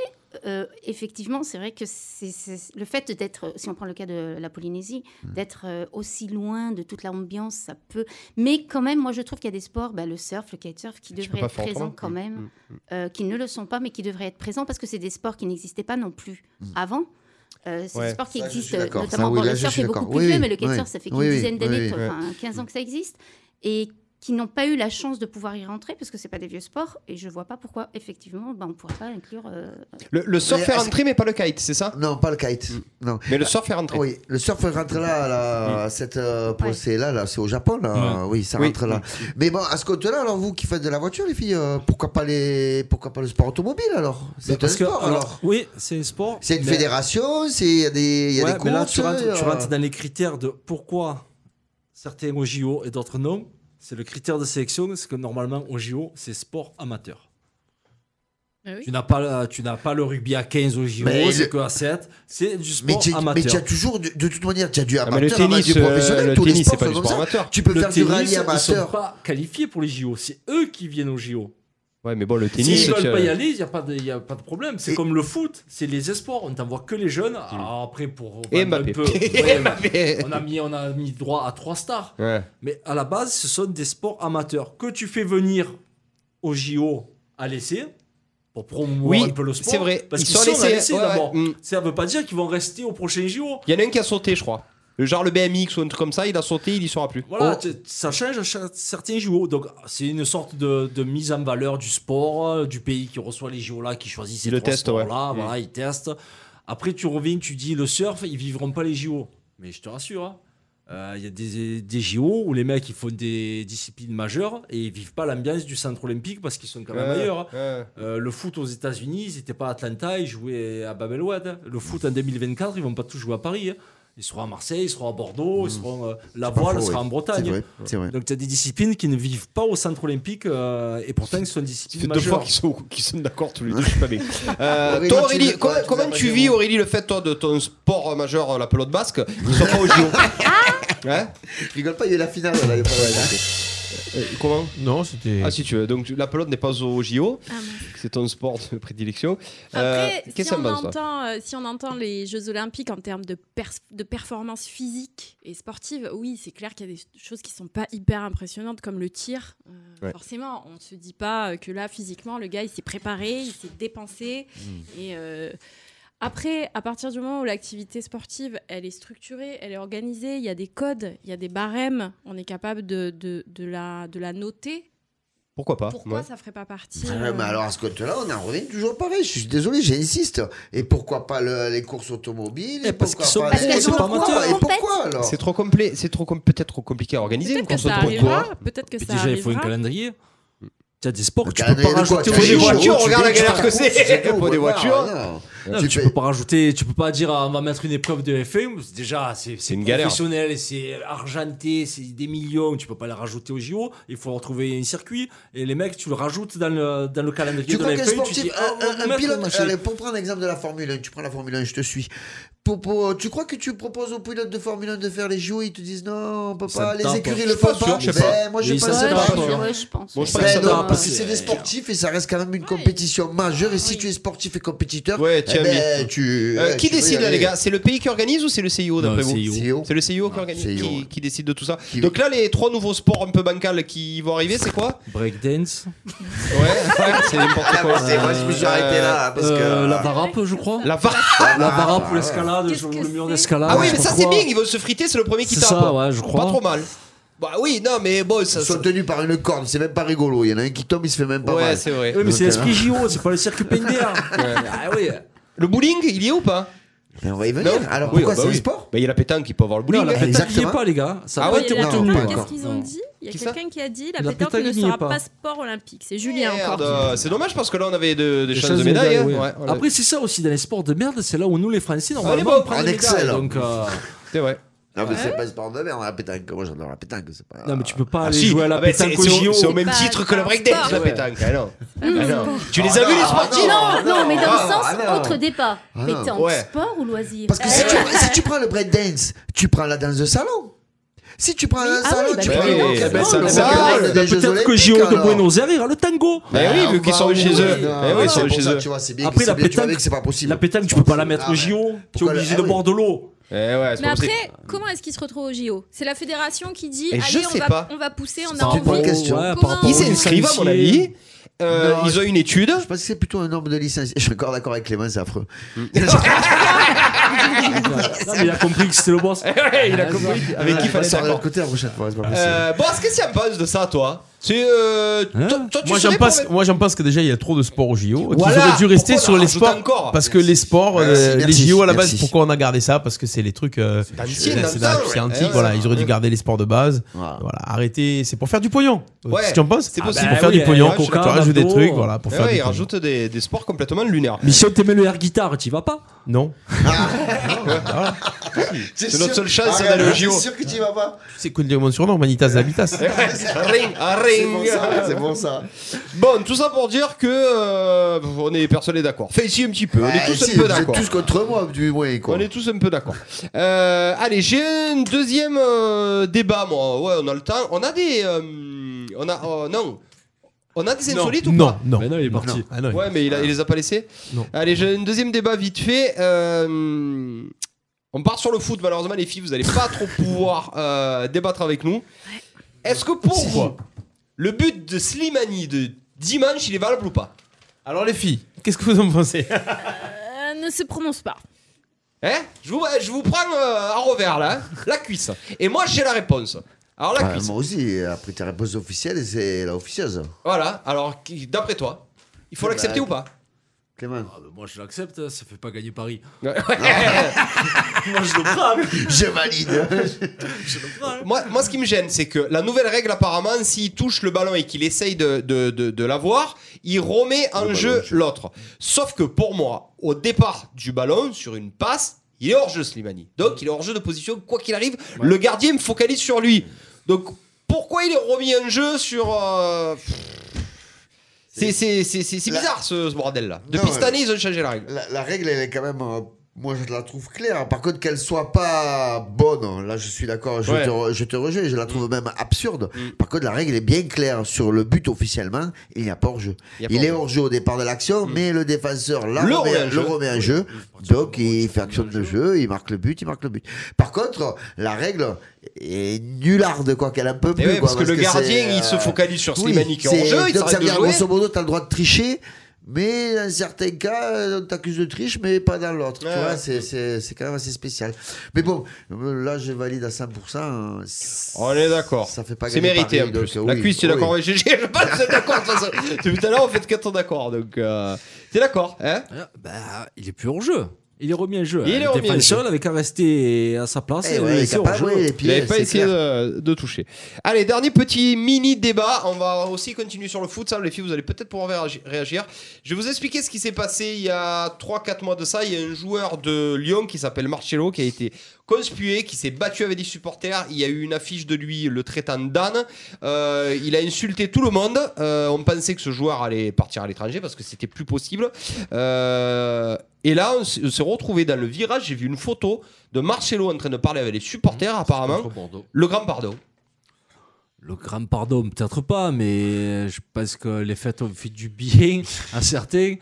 euh, effectivement, c'est vrai que c'est- c'est- le fait d'être, si on prend le cas de la Polynésie, d'être euh, aussi loin de toute l'ambiance, ça peut. Mais quand même, moi, je trouve qu'il y a des sports, bah, le surf, le kitesurf, qui
peux
devraient
pas
être
faire
présents
autrement.
quand
Mm,
même, euh, qui ne le sont pas, mais qui devraient être présents parce que c'est des sports qui n'existaient pas non plus avant. Euh, c'est
Ouais.
un sport qui
Ça, je
existe
suis
euh,
d'accord.
notamment
Ça, oui,
bon,
là,
le
je
surf
suis
est beaucoup
d'accord.
plus
Oui,
vieux,
oui,
mais le
oui,
kitesurf, ça fait qu'une
oui, oui,
dizaine d'années,
oui, oui.
enfin 15 ans que ça existe, et qui n'ont pas eu la chance de pouvoir y rentrer parce que c'est pas des vieux sports, et je vois pas pourquoi effectivement ben, on pourrait pas inclure. euh,
Le, le surf
Mais
fait
est-ce-
rentrer, mais pas le kite, c'est ça Ah.
Non, pas le kite.
Mm.
Non.
Mais le surf fait rentrer.
Oui, le surf rentre là, là cette euh,
Ouais.
c'est là, là, c'est au Japon, là. Oui, ça
Oui.
rentre là. Mais bon, à ce compte-là, alors vous qui faites de la voiture, les filles, euh, pourquoi pas les, pourquoi pas le sport automobile alors C'est un
Bah, Parce que-
sport alors.
Oui, c'est un sport.
C'est une
mais-
fédération, c'est il y a des, il y a
Ouais,
des
mais là,
courses.
tu rentres, tu
euh,
rentres dans les critères de pourquoi certains au JO et d'autres non. C'est le critère de sélection, c'est que normalement au JO, c'est sport amateur.
Ah oui.
Tu n'as pas, euh, tu n'as pas le rugby à 15 au JO,
Mais
c'est
le-
que à 7. C'est du sport
Mais tu mais tu as
amateur.
toujours, de, de toute manière, tu as du
Ah, mais le
amateur,
tennis,
du professionnel,
euh, le
tous les
tennis,
sports
c'est pas
sont
du
comme
sport
ça.
amateur.
Tu peux
Le
faire du
tennis,
rallye
ils sont
amateur.
pas qualifiés pour les JO. C'est eux qui viennent aux JO.
Ouais, mais bon, le tennis.
S'ils ne
tu as-
veulent pas y aller, il n'y a, pas de- y a pas de problème. C'est
Et-
comme le foot, c'est les espoirs. On t'envoie que les jeunes. Alors après, pour.
Mm. Et
vendre un
Mbappé.
peu-
Et
Ouais,
Mbappé.
On a, mis, on a mis droit à trois stars.
Ouais.
Mais à la base, ce sont des sports amateurs que tu fais venir au JO à l'essai pour promouvoir
Oui,
un peu le sport.
c'est vrai.
Parce
Ils
qu'ils
sont
sont,
à
à
l'essai,
l'essai
ouais,
d'abord.
ouais. Mm.
Ça ne veut pas dire qu'ils vont rester au prochain JO.
Il y en a un qui a sauté, je crois. Le genre le BMX ou un truc comme ça, il a sauté, il y sera plus.
Voilà,
Oh.
tu- ça change à chaque- certains JO. Donc, c'est une sorte de, de mise en valeur du sport, euh, du pays qui reçoit les JO là, qui choisit ces
Ils le
trois
testent, ouais.
sports-là,
Mm.
Voilà, ils testent. Après, tu reviens, tu dis le surf, ils vivront pas les JO. Mais je te rassure, hein, euh, il y a des, des JO où les mecs ils font des disciplines majeures et ils vivent pas l'ambiance du centre olympique parce qu'ils sont quand même
Ouais,
ailleurs. hein.
ouais.
Euh, le foot aux États-Unis, ils n'étaient pas à Atlanta, ils jouaient à Babelwad. hein. Le foot en 2024, ils vont pas tous jouer à Paris. hein. Ils seront à Marseille, ils seront à Bordeaux, ils seront euh, la
Mmh. pas
voile
faux,
sera
oui.
en
C'est
Bretagne.
vrai, c'est vrai.
Donc tu as des disciplines qui ne vivent pas au centre olympique euh, et pourtant ils sont des
Ça fait
disciplines
deux fois
majeures.
qu'ils sont, qu'ils sont d'accord tous les deux, je suis pas bien. Euh,
Aurélie,
toi,
tu
Aurélie,
le-
comment,
ouais, tu
comment
l'as
tu
pas
vis,
dit,
Aurélie, le hein. fait toi, de ton sport majeur, euh, la pelote basque, ils sont pas au JO Hein
Je rigole pas, il y a eu la finale là. il y a pas- ouais, là.
Euh, Comment
Non, c'était.
Ah, si tu veux. Donc, tu- la pelote n'est pas au JO,
Ah, mince.
c'est ton sport de prédilection. Euh,
Après,
Qu'est-ce que
si,
ça
on
me passe, toi
entend, euh, si on entend les Jeux Olympiques en termes de, pers- de performance physique et sportive, oui, c'est clair qu'il y a des choses qui sont pas hyper impressionnantes, comme le tir. Euh,
Ouais.
Forcément, on ne se dit pas euh, que là, physiquement, le gars, il s'est préparé, il s'est dépensé.
Hmm.
Et euh, après, à partir du moment où l'activité sportive, elle est structurée, elle est organisée, il y a des codes, il y a des barèmes, on est capable de, de, de la, de la noter.
Pourquoi pas
Pourquoi
Ah, ouais.
ça ferait pas partie
Ah Ouais,
euh,
mais alors à ce côté-là, on en revient toujours pareil. Je suis désolé, j'insiste. Et pourquoi pas le- les courses automobiles
Et parce
pourquoi
qu'ils sont
pas-
pros,
Et
c'est pas
pourquoi-
amateur.
Et pourquoi alors
C'est trop complet, c'est trop com- peut-être trop compliqué à organiser.
Peut-être
une
que
course de
ça
poids.
arrivera. Peut-être que
Mais
ça
déjà il
arrivera.
faut un calendrier. Tu as des sports
Le
que tu peux pas
calendrier de quoi
rajouter
Tu
aux
fais
des
JO.
voitures,
tu
regarde
fais
la
des
galère
courses,
que c'est
c'est tout,
pour des
voilà,
voitures.
voilà.
Non,
Tu
tu
fais-
peux pas rajouter, tu peux pas dire ah, on va mettre une épreuve de F1. Déjà, c'est c'est
une galère.
professionnel, c'est argenté, c'est des millions. Tu peux pas les rajouter au JO. Il faut retrouver un circuit. Et les mecs, tu le rajoutes dans le, dans le calendrier
Tu
de
crois
la
qu'un
F1. Tu
sportif,
dis, ah, on
un-
va
un, un
mettre
pilote,
machin.
allez, pour prendre l'exemple de la Formule 1, tu prends la Formule 1, je te suis. Pour- pour- tu crois que tu proposes aux pilotes de Formule 1 de faire les JO, ils te disent non, on peut
Ça
pas,
me
les
tente,
écuries
je
le
suis pas
font
sûr,
pas.
je sais
Ben,
pas.
moi je
Oui,
pense
ça,
que
c'est
non.
pas
ouais,
sûr.
je- ouais, je pense.
Bon, je pense
ouais.
que ça
Ben non,
doit-
parce que c'est
c'est-
des sportifs et ça reste quand même une compétition majeure. Et si tu es sportif et compétiteur,
Ouais,
eh
tiens,
ben,
mais-
tu.
Euh,
eh,
qui
tu peux y
décide là,
aller.
les gars C'est le pays qui organise ou c'est le CIO d'après
Non,
vous
CIO.
CEO.
C'est le CIO qui
Ah,
organise,
CIO,
qui,
ouais.
qui décide de tout ça.
Qui-
Donc là, les trois nouveaux sports un peu bancals qui vont arriver, c'est quoi
Breakdance,
Ouais, ouais, c'est n'importe
Ah,
quoi.
bah, c'est- moi, je me suis arrêté là, là, parce que.
euh, la
Ah,
barappe, je crois.
La var-
La
ah,
barappe ou
ouais.
l'escalade,
Qu'est-ce
sur
que
le mur
c'est
d'escalade.
Ah oui,
je
mais ça
crois.
c'est bien, ils vont se friter, c'est le premier qui
C'est
tape.
ça, ouais, je crois.
Pas trop mal. Bah oui, non, mais bon, ça.
Ils sont tenus par une corde, c'est même pas rigolo. Il y en a un qui tombe, il se fait même pas
Ouais,
mal. Euh,
c'est vrai.
Oui, mais c'est
Ok.
l'esprit JO, c'est pas le circuit PNDA. Ah oui.
Le bowling, il y est ou pas
Mais on va y venir.
Non.
Alors
Oui,
pourquoi
bah
c'est
oui.
un sport
Bah, il y a la pétanque qui peut avoir le bowling.
Non, la
hein.
pétanque n'y est
Exactement.
pas, les gars. Ça
Ah
a
ouais,
pas
Il
été
y a la
non,
retenu.
pétanque,
pas
Qu'est-ce
encore.
qu'ils ont dit Il y a
Qui ça
quelqu'un qui a dit la,
La
pétanque,
pétanque
ne
n'y est
sera
pas.
pas. sport olympique. C'est Julien
Merde,
encore.
euh, C'est dommage parce que là, on avait de- des
Des
chances de
chances
médaille. hein.
oui.
Ouais, on a-
Après, c'est ça aussi, dans les sports de merde, c'est là où nous, les Français,
Allez,
normalement,
bon,
on prend
on
des médailles.
excelle.
Donc, euh,
c'est vrai.
Non, mais c'est pas un sport de merde, la pétanque. Moi j'adore la pétanque. c'est Pas...
non, mais tu peux pas
Ah,
aller
si.
jouer à la
Ah, ben, c'est-
pétanque au
c'est
JO.
C'est au même
Bah,
titre que la
c'est un
breakdance, la
sport.
pétanque. Ah non. Ah non. Tu les as vus, les sportifs
Non, non, mais dans
Ah,
le sens
ah, non.
autre débat.
Ah,
mais
non.
t'es en
Ouais.
sport ou loisir
Parce que si tu, si tu prends le breakdance, tu prends la danse de salon. Si tu prends la
ah
danse salon,
oui, bah
tu
oui,
prends
oui,
le-
oui,
le-
eh ben, ça-
le-
ça-
le-
ouais,
le-
Bah,
des Jeux
Peut-être que
Olympiques,
JO de
alors.
Buenos Aires ira hein, le tango.
Mais oui,
Ah,
vu qu'ils
bah
sont
oui,
chez eux.
oui, non,
Eh oui, ils
c'est
sont
pour
chez
ça,
eux.
Tu vois, c'est bien
Après,
que c'est
la
bien, tu vois bien
pétanque-
que c'est pas possible.
La pétanque, tu peux pas la mettre
Ah,
au
ouais.
JO. Tu es
Pourquoi
obligé
la-
de
ah,
boire de l'eau.
Eh ouais, c'est
Mais
pas possible.
après, comment est-ce qu'ils se retrouvent au JO C'est la fédération qui dit
Et je
allez,
sais
on va,
pas.
on va pousser, on
C'est
a
une bonne
envie.
question.
Ah, Ouais,
Comment
par rapport
Ils
aux
s'inscrivent, à mon
licenciés.
avis. Euh,
Non,
Ils ont une étude. Hmm.
Je pense que c'est plutôt un nombre de licenciés. Je suis encore d'accord avec Clément, c'est affreux.
Non, mais il a compris que c'était le boss.
il a compris avec qui il fallait
sortir
s'accorder.
de côté la prochaine fois, c'est pas possible.
Euh, bon, qu'est-ce que ça me passe de ça, toi C'est. Euh,
Hein
toi, toi, tu
Moi
serais
j'en pense,
pour mettre-
moi j'en pense que déjà il y a trop de sports au JO. Qu'ils
Voilà,
auraient dû rester
pourquoi
sur
on en
les
rajoute
sports
encore
parce que les sports, euh,
Merci,
les
merci,
JO à la base,
merci.
pourquoi on a gardé ça Parce que c'est les trucs, euh,
C'est ancien,
c'est
dans
c'est
le temps,
c'est
hein, ouais. Eh,
antique.
Ouais,
voilà,
ouais.
ils auraient dû garder les sports de base.
Voilà.
Voilà, arrêtez, c'est pour faire du pognon.
Ouais.
Si tu en penses,
C'est
Ah
possible.
pour
Ah
faire
oui,
du pognon.
il y a
Tu
Coca,
rajoutes des
Lando.
trucs, voilà, pour
Eh
faire
ouais,
du
il
pognon.
rajoute des, des sports complètement lunaires.
Michel, t'aimais le air guitare, t'y vas pas
Non.
Ah. C'est notre seule chance
Arrête,
d'aller au
je suis
JO.
Ah, sûr que tu y vas pas.
C'est cool de mon surnom, Manitas Habitas.
Ring, ah,
C'est
ring.
bon ça, c'est bon ça.
Bon, tout ça pour dire que euh, on est personne n'est d'accord. Fait ici un petit peu, on est
Ah,
tous
si,
un peu
vous êtes
d'accord.
tous contre moi, du moins quoi.
On est tous un peu d'accord. Euh, allez, j'ai un deuxième euh, débat, moi. Ouais, on a le temps. On a des, euh, on a, oh, non, on a des insolites ou
Non,
pas
non.
Mais non, il est parti.
Ah non, il-
Ouais, mais il, a- il les a pas laissés.
Non.
Allez, j'ai un deuxième débat vite fait. Euh, on part sur le foot, malheureusement, les filles, vous allez pas trop pouvoir euh, débattre avec nous. Est-ce que pour vous, le but de Slimani de dimanche, il est valable ou pas
Alors les filles, qu'est-ce que vous en pensez
Ah
Euh, ne se prononce pas.
Hein je, vous, je vous prends euh, à revers là, hein. la cuisse. Et moi j'ai la réponse. Alors la
Ah,
cuisse.
moi aussi, après ta réponse officielle, et c'est la officieuse.
Voilà, alors qui- d'après toi, il faut
Bah,
l'accepter ou pas
Clément.
moi je l'accepte, hein, ça fait pas gagner Paris.
Je valide.
moi, moi ce qui me gêne c'est que la nouvelle règle apparemment, s'il touche le ballon et qu'il essaye de, de, de, de l'avoir, il remet en jeu l'autre. Sauf que pour moi, au départ du ballon, sur une passe, il est hors jeu Slimani. Donc il est hors jeu de position, quoi qu'il arrive, le gardien me focalise sur lui. Donc pourquoi il est remis en jeu sur... euh, C'est c'est- c'est- c'est- c'est
La-
bizarre ce, ce bordel-là. Depuis
Non,
cette
ouais.
année, ils ont changé la règle.
La, la règle, elle est quand même. euh, moi, je la trouve claire. Par contre, qu'elle soit pas bonne, hein, là, je suis d'accord. Je,
Ouais. Mm.
te re- je te rejoins. Je la trouve même absurde. Par contre, la règle est bien claire. Sur le but officiellement, il n'y a pas hors-jeu.
Il y a pas
Il est
hors-jeu.
hors-jeu au départ de l'action, mais le défenseur la
Le
remet,
remet en
le
jeu.
remet en jeu. Donc, il fait action de jeu, il marque le but, il marque le but. Par contre, la règle est nullarde, quoi, qu'elle en peut
Et
plus.
Eh ouais,
quoi,
parce que le gardien,
c'est,
il se
euh,
focalise sur
oui,
Slimani qui est
c'est-
hors jeu, il
donc, ça
s'arrête
veut
de
dire,
jouer.
grosso modo, t'as le droit de tricher, mais dans certains cas, euh, on t'accuse de triche, mais pas dans l'autre.
Ouais,
Tu vois,
ouais.
c'est- c'est c'est quand même assez spécial. Mais bon, euh, là, je valide à 100%. euh, c'est-
On est d'accord.
Ça fait pas
C'est
gagner
mérité
Paris,
en plus.
donc, euh,
la
oui,
cuisse, tu es
oui.
d'accord avec GG Je pense que c'est d'accord. ça, ça. Depuis tout à l'heure, on fait 4 ans d'accord. Donc, euh, t'es d'accord hein
Ah, Bah, il est plus hors jeu. Il est remis en jeu. hein.
Il est remis en
seul
jeu.
avec à rester à sa place.
Eh
et
ouais, il est
c'est hors
capable,
jeu.
oui, et
Il
puis,
n'avait
euh,
pas
c'est
essayé
clair.
de, de toucher. Allez, dernier petit mini débat. On va aussi continuer sur le foot. Ça, les filles, vous allez peut-être pouvoir réagi- réagir. Je vais vous expliquer ce qui s'est passé il y a 3-4 mois de ça. Il y a un joueur de Lyon qui s'appelle Marcello qui a été conspué, qui s'est battu avec des supporters. Il y a eu une affiche de lui le traitant d'âne. Euh, il a insulté tout le monde. Euh, on pensait que ce joueur allait partir à l'étranger parce que c'était plus possible. Euh, et là, on s- on s'est retrouvé dans le virage. J'ai vu une photo de Marcelo en train de parler avec les supporters, apparemment.
Contre Bordeaux.
Le grand pardon.
Le grand pardon, peut-être pas, mais je pense que les fêtes ont fait du bien à certains.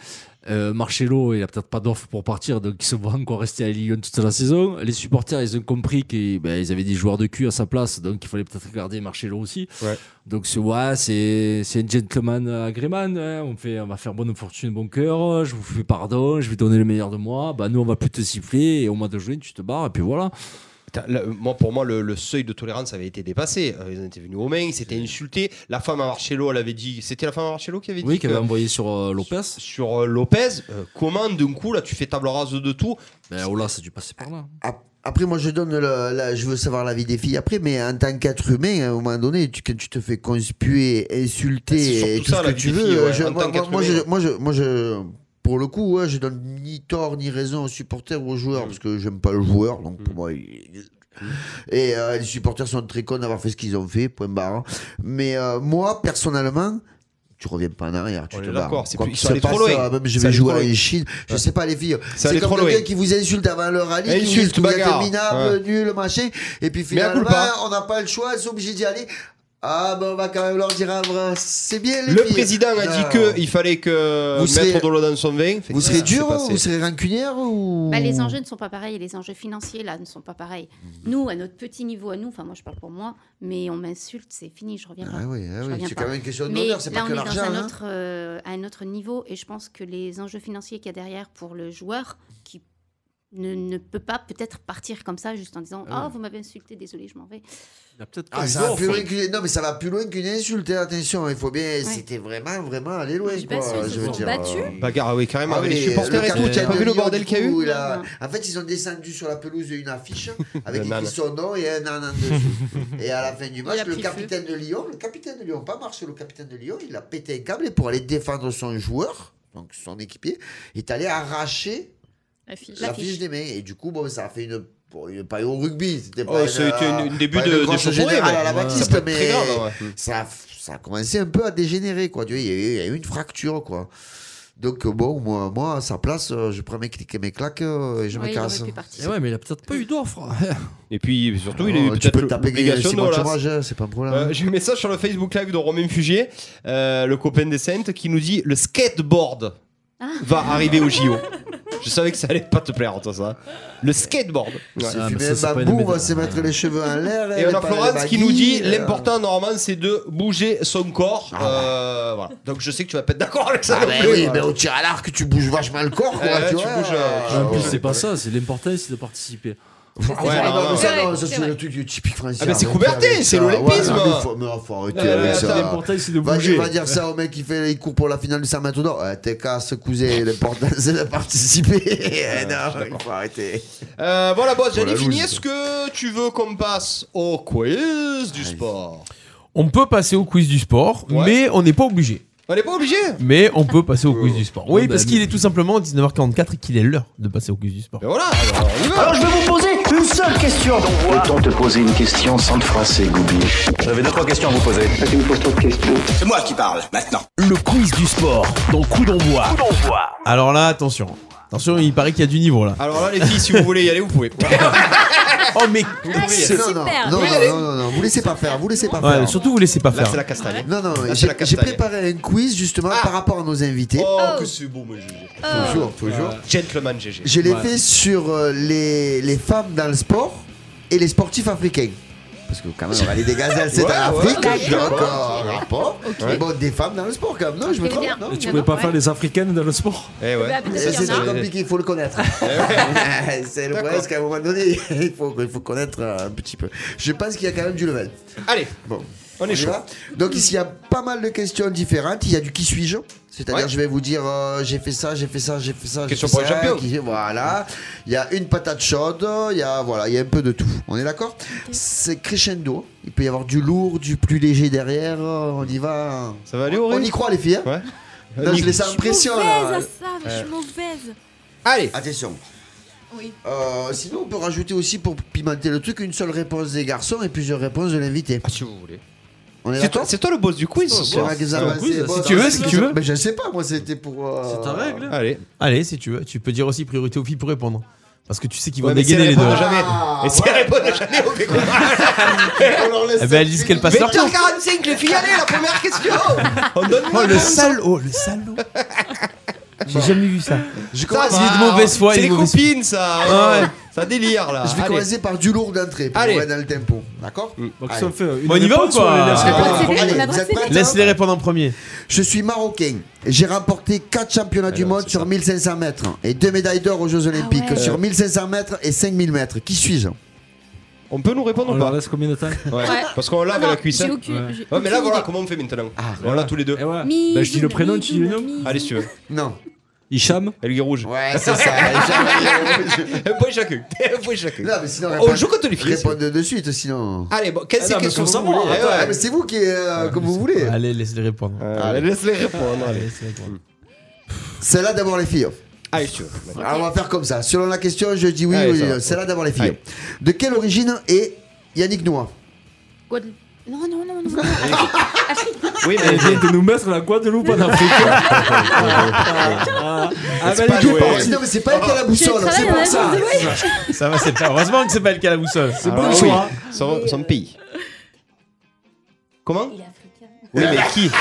Euh, Marcelo, il a peut-être pas d'offre pour partir, donc ils se voient encore rester à Lyon toute la saison. Les supporters, ils ont compris qu'ils ben, ils avaient des joueurs de cul à sa place, donc il fallait peut-être garder Marcelo aussi.
Ouais.
Donc c'est ouais, c'est c'est un gentleman agrément. hein. On fait, on va faire bonne fortune, bon cœur. Je vous fais pardon, je vais donner le meilleur de moi. Bah nous, on va plus te siffler et au mois de juin, tu te barres et puis voilà.
Putain, là, euh, moi, pour moi, le, le seuil de tolérance avait été dépassé. Euh, Ils étaient venus aux mains, ils s'étaient insultés. La femme à Marcello, elle avait dit. C'était la femme à Marcello qui avait dit.
Oui, qui avait
que-
envoyé sur euh, Lopez.
Sur euh, Lopez, euh, comment d'un coup, là, tu fais table rase de tout
Ben, oh là, ça a dû passer par là.
Ap- Après, moi, je donne le- la- je veux savoir l'avis des filles après, mais en tant qu'être humain, à un moment donné, tu, quand tu te fais conspuer,
Bah, C'est surtout
insulter, et tout
ça,
ce que
l'avis
tu
des
veux,
filles, ouais,
je-
en
moi,
tant
moi-
qu'être
moi,
humain.
je, moi, je, moi, je- pour le coup, ouais, je donne ni tort ni raison aux supporters ou aux joueurs, parce que j'aime pas le joueur, donc pour moi, il- et euh, les supporters sont très cons d'avoir fait ce qu'ils ont fait, point barre. hein. Mais euh, moi, personnellement, tu reviens pas en arrière, tu
On
te
est
barres.
d'accord, c'est
Quoi
plus-
qu'il
ça
se
allait trop
passe,
loin.
euh, Même je
Ça
vais
allait
jouer
trop
à
loin.
la Chine, je sais pas les filles.
Ça allait
C'est comme
trop loin.
quelqu'un qui vous insulte avant le rallye, qui vous
Insulte,
dit que vous
bagarre.
êtes minable,
Ouais.
nul, machin. Et puis
Mais à
finalement,
culpa.
on n'a pas le choix, ils sont obligés d'y aller. Ah ben on va quand même leur dire ah, ben, c'est bien les
Le
filles.
président a dit
Non.
que il fallait que
Vous
mettre
serez-
de l'eau dans son vin. Ah, Fait
vous
que
serez
ça s'est
dur, hein,
passé.
vous serez rancunière ou
Bah, les enjeux ne sont pas pareils, et les enjeux financiers là ne sont pas pareils.
Mmh.
Nous, à notre petit niveau, à nous, enfin moi je parle pour moi, mais on m'insulte, c'est fini, je reviens pas.
Ah oui, ah
Je
oui,
reviens
c'est
pas.
quand même une question
Mais
d'honneur, c'est
là,
pas
on
que
est dans
l'argent.
un
hein.
autre, euh, à un autre niveau, et je pense que les enjeux financiers qu'il y a derrière pour le joueur, qui ne, ne peut pas peut-être partir comme ça juste en disant Ah, vous m'avez insulté, désolé, je m'en vais.
Il a peut-être
Ah, ça va plus loin qu'une- Non, mais ça va plus loin qu'une insulte, hein, attention. Il faut bien. C'était vraiment, vraiment aller loin,
Je suis
quoi.
pas sûre, ils se
veux
sont
dire.
battus.
euh,
Bagarre, ah oui, carrément.
Ah
avec
oui,
les supporters
le
et tout.
carton qui a
T'as pas vu le
deux
bordel
millions,
qu'il y a
du coup,
eu
il En fait, ils ont descendu sur la pelouse une affiche avec
Banane.
écrit son nom et un an en dessous. et à la fin du match,
a
le
pris feu.
capitaine de Lyon, le capitaine de Lyon, pas Marche, le capitaine de Lyon, il a pété un câble et pour aller défendre son joueur, donc son équipier, est allé arracher
La fiche.
l'affiche des mains. Et du coup, bon, ça a fait une. Bon, une paille au rugby, c'était
Oh,
pas
ça a été
euh,
une- une début
pas
de- de
grosse
chauffourée,
générale
ouais.
à la
Ouais.
Baptiste,
Ça peut être
mais
très grave, ouais.
ça, a- ça a commencé un peu à dégénérer, quoi. Tu vois, il y a eu- il y a eu une fracture, quoi. Donc euh, bon, moi, moi à sa place, euh, je prends mes clics et mes claques euh, et je
Ouais,
me
il
casse.
aurait pu partir.
Eh ouais, mais il a peut-être pas eu d'offre.
Et puis surtout, il a eu
Alors, Oh, tu
peut-être
peux taper
l'obligation
si
de
mois de
Nolas.
chômage, hein, c'est pas un problème.
Euh, J'ai eu un message sur le Facebook Live de Romain Fugier, euh, le copain des Saintes, qui nous dit le skateboard va arriver au JO. Je savais que ça allait pas te plaire, toi, ça. Le skateboard. Ouais.
c'est
Ah, mais
fumer
ça, c'est
un
pas une
bambou, on
médaille.
va se mettre les cheveux en l'air.
Et
les
on a
pa- les
Florence qui nous dit
baguilles, euh.
l'important, normalement, c'est de bouger son corps. Euh, voilà. Donc je sais que tu vas pas être d'accord avec ça.
Ah
non
ben
plus.
oui, mais au tir à l'arc, tu bouges vachement le corps, quoi.
Eh,
tu,
tu
vois,
bouges, euh, tu
euh,
Ah, En plus,
ouais.
c'est pas ça, c'est l'important, c'est de participer.
Ah
Ouais,
ouais,
non,
non, mais ça,
non,
non,
c'est
ça, c'est
vrai.
le truc du typique français.
Ah, mais c'est
Arrêtez
Coubertin,
avec
c'est
ça. Ouais,
l'olympisme.
non, mais faut- mais faut arrêter
Ouais,
avec
ouais,
ça.
L'important, c'est de
Va,
bouger.
va dire ça au mec qui fait les cours pour la finale du 100 mètres d'or. Euh, T'es qu'à se couser, l'important c'est de participer.
Ah,
Eh non, il faut arrêter.
Euh, voilà, boss,
Voilà,
j'allais finir.
loose.
Est-ce que tu veux qu'on passe au quiz du sport
On peut passer au quiz du sport,
Ouais.
mais on n'est pas obligé.
On n'est pas obligé
Mais on peut passer au quiz du sport. Oui,
Ouais,
parce
bah,
qu'il est tout simplement 19h44 et qu'il est l'heure de passer au quiz du sport.
Ben voilà, alors on y va.
Alors je vais vous poser une seule question.
Autant te poser une question sans te froisser, Goubi.
J'avais deux, trois questions à vous poser.
Tu me poses trop de questions.
C'est moi qui parle, maintenant.
Le quiz du sport dans Coup d'envoi.
Alors là, attention. Attention, il paraît qu'il y a du niveau là.
Alors là, les filles, si vous voulez y aller, vous pouvez.
Ah,
Oh mais
Allez,
Non, non,
super.
non,
Oui,
non,
allez.
non, non, non, vous laissez pas faire, vous laissez pas
ouais,
faire.
surtout vous laissez pas
Là,
faire.
c'est la castagne.
Non, non,
Là, c'est
j'ai
Ah, la
j'ai
castagne.
préparé un quiz justement par rapport à nos invités.
Oh,
Oh.
que c'est beau, mon GG.
Toujours, toujours.
Gentleman GG.
Je l'ai fait sur euh, les, les femmes dans le sport et les sportifs africains. Parce que quand même, Rallye des Gazelles, c'est
Ouais,
en
ouais,
Afrique,
ouais,
donc
d'accord.
euh, un rapport. Mais bon, des femmes dans le sport quand même, non Je me
C'est
trompe,
bien.
non
Et tu pouvais pas faire les africaines dans le sport
Eh ouais.
Bah,
Ça,
peut-être
c'est
qu'il y en
très
a.
compliqué, il faut le connaître.
Eh
c'est le problème, c'est qu'à un moment donné, il faut, il faut connaître euh, un petit peu. Je pense qu'il y a quand même du level.
Allez,
Bon,
on est
y
chaud.
va Donc ici, il y a pas mal de questions différentes. Il y a du qui suis-je c'est-à-dire,
Ouais.
je vais vous dire, euh, j'ai fait ça, j'ai fait ça, j'ai fait ça. j'ai
Question
fait
pour
ça,
le champion.
qui- voilà. Il y a une patate chaude, il y a, voilà, il y a un peu de tout. On est d'accord C'est crescendo. Il peut y avoir du lourd, du plus léger derrière. euh, On y va.
Ça va aller,
On y
Aurélie
croit, les filles. hein
Ouais.
Non, je les
Je
sens
suis
pression,
mauvaise
là.
à ça, mais je suis mauvaise.
Allez,
Attention.
Oui.
Euh, sinon, on peut rajouter aussi pour pimenter le truc une seule réponse des garçons et plusieurs réponses de l'invité.
Ah, si vous voulez.
On est
C'est toi,
d'accord
c'est toi le boss du quiz ce
C'est
soir.
vrai que ça va,
quiz,
c'est-
si
bon,
tu
non,
veux,
c'est
si
que
tu
ça-
veux.
Mais je sais pas, moi c'était pour. euh,
C'est ta règle
Allez,
Allez, si tu veux, tu peux dire aussi priorité aux filles pour répondre. Parce que tu sais qu'ils vont
Ouais, mais si
dégainer
elle
les deux.
répond
là.
jamais.
Ah,
Et si
ouais.
elle répond jamais, on fait quoi
On leur laisse
Eh ben, elles disent qu'elles passent leur temps.
20h45, les filles, allez, la première question On donne
Oh
une
le
réponse.
salaud, le salaud. J'ai jamais vu ça.
Je
Ça,
commence-
c'est de mauvaise foi,
C'est
il est
les
de mauvaise foi.
copines, ça
Ah ouais.
Ça délire, là
Je vais
Allez.
commencer par du lourd d'entrée pour
Allez.
être dans le tempo. D'accord
Donc
Allez.
ça fait une
On y va
réponse
ou quoi
on les laisse
Ah,
répondre
ouais.
premier
Allez.
vous
la
êtes
brasserie,
prêts
Laisse-les répondre en premier.
Je suis marocain. J'ai remporté 4 championnats du
Alors,
monde
c'est
sur
ça.
1500 mètres et 2 médailles d'or aux Jeux Olympiques
ouais.
sur 1500 mètres et 5000 mètres. Qui suis-je
On peut nous répondre
On
Oh,
ou
leur
pas
laisse combien de temps
Ouais. Parce qu'on l'a avec la cuisse.
J'ai aucune.
Ouais.
j'ai
Ouais, mais là,
aucune
voilà,
idée.
comment on fait maintenant
Ah,
On l'a tous les deux.
Eh ouais.
Mizouna,
Bah, je dis le prénom, tu dis le
mizouna,
nom.
mizouna.
Allez, si tu veux.
Non.
Hicham
Elle est rouge.
Ouais, c'est ça.
Un point chacun. Un point chacun.
non, mais sinon,
On joue contre les filles.
Répondez de suite, sinon.
Allez, bon, quelle
Ah
Eh non, mais
question
faut
ça
savoir,
Attends, ah, mais c'est vous qui, euh, comme vous voulez.
Allez, laisse-les répondre.
Allez, laisse-les répondre. Allez,
Laisse-les répondre.
Celle-là d'abord les filles.
allez, si tu veux.
Alors, on va faire comme ça. Selon la question, je dis oui
Allez,
ou
ça va.
non. Celle-là d'abord les filles.
Allez.
De quelle origine est Yannick Noah
Guadeloupe. Non, non, non, non. Afrique. Afrique.
Oui, mais
Elle vient de nous mettre la Guadeloupe en Afrique. Ah, ah,
C'est pas Oh.
ben, elle est
joué.
partie.
Non, mais c'est pas elle qui a la boussole,
travaille
c'est
dans la
pour ça.
boussole,
Ça va, c'est pas. Heureusement que c'est pas le cas la boussole. Ah
C'est bon choix. Ah Son, son pays. Comment
Il
Oui,
est africain.
mais qui Ah,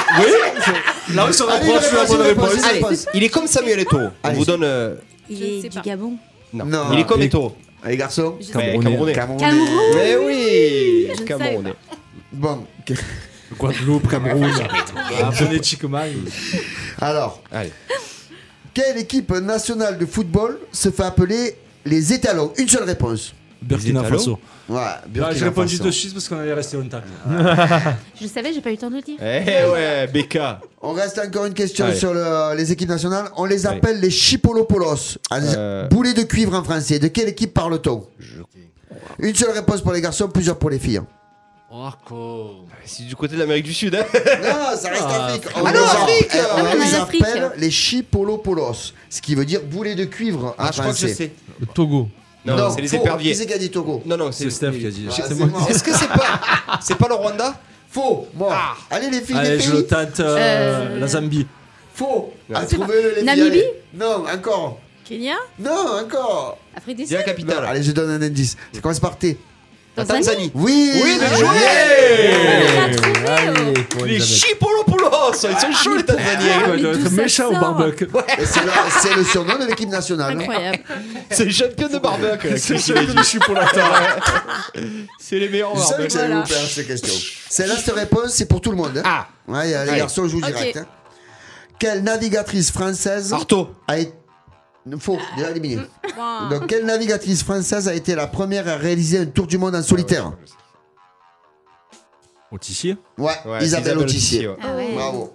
Là, on se
Allez,
rapproche de la
réponse,
bonne
réponse,
réponse.
Allez,
réponse.
il est comme Samuel Eto'o. On
Allez.
vous donne. euh,
Il
Je ne sais
est du
pas.
Gabon.
Non.
Non.
Il est comme Eto'o.
Allez, garçons.
Je
Ouais,
Camerounais.
Camerounais.
Cameroun.
Mais oui
Je ne
Camerounais.
Bon.
Guadeloupe, Cameroun. Ah, venez, Chicomai.
Alors,
Allez.
quelle équipe nationale de football se fait appeler Les étalons, une seule réponse.
Burkina
étalons
Faso.
Voilà,
Bah,
Ah,
Burkina
J'ai répondu
Faso.
de suite parce qu'on allait rester longtemps.
Bah,
Je savais, j'ai pas eu le temps de le dire.
Eh ouais, BK.
On reste encore une question
Allez.
sur le- les équipes nationales. On les appelle les Chipolopolos. En-
Euh.
Boulets de cuivre en français. De quelle équipe parle-t-on Une seule réponse pour les garçons, plusieurs pour les filles. hein.
C'est du côté de l'Amérique du Sud, hein.
Non, ça reste Afrique. On
Ah
les
non,
a-
Afrique
eh,
Ah, mais
On les
en Afrique.
appelle les Chipolopolos, ce qui veut dire boulet de cuivre en
Ah, je crois que je
français.
sais.
Le Togo.
Non,
Non,
c'est les
faux.
éperviers.
Qui c'est qui a dit Togo
Non, non, c'est.
C'est Steph qui a dit.
Ah,
J'ai-
c'est mort.
Est-ce que c'est pas. Ah. C'est pas le Rwanda
Faux. Bon. Allez les filles,
Allez,
les
je
pays.
tente euh,
Euh,
la Zambie.
Faux. Ah,
C'est pas-
trouvez-le, les filles,
Namibie
allez. Non, encore.
Kenya
Non, encore.
Afrique du
Dis la
Sud.
Non,
capitale.
allez, je donne un indice. Ça commence par T.
La
Tanzanie.
Tanzanie.
Oui.
Oui, bien joué
l'a trouvé,
Allez, pour
Les
Elisabeth.
Chipolopoulos Ils sont chauds, les Tanzaniens
Ouais,
mais
il doit
d'où
être
ça
méchant au
sort
barbecue.
Et C'est le, c'est le surnom de l'équipe nationale. hein.
Incroyable.
C'est les champions de barbecue. là, Chris, il a dit. C'est les meilleurs
Je savais
barbecue.
que ça allait
Voilà.
vous plaire, ces questions. Celle-là, cette réponse, c'est pour tout le monde. Ah Ouais, il y a les
Allez.
garçons, je vous
Ok.
direct. hein. Quelle navigatrice française
Arto.
a été. Faux, déjà éliminé.
Wow.
Donc, quelle navigatrice française a été la première à réaliser un tour du monde en solitaire
Autissier.
Ouais, Isabelle Autissier.
ouais.
Ah ouais.
Bravo.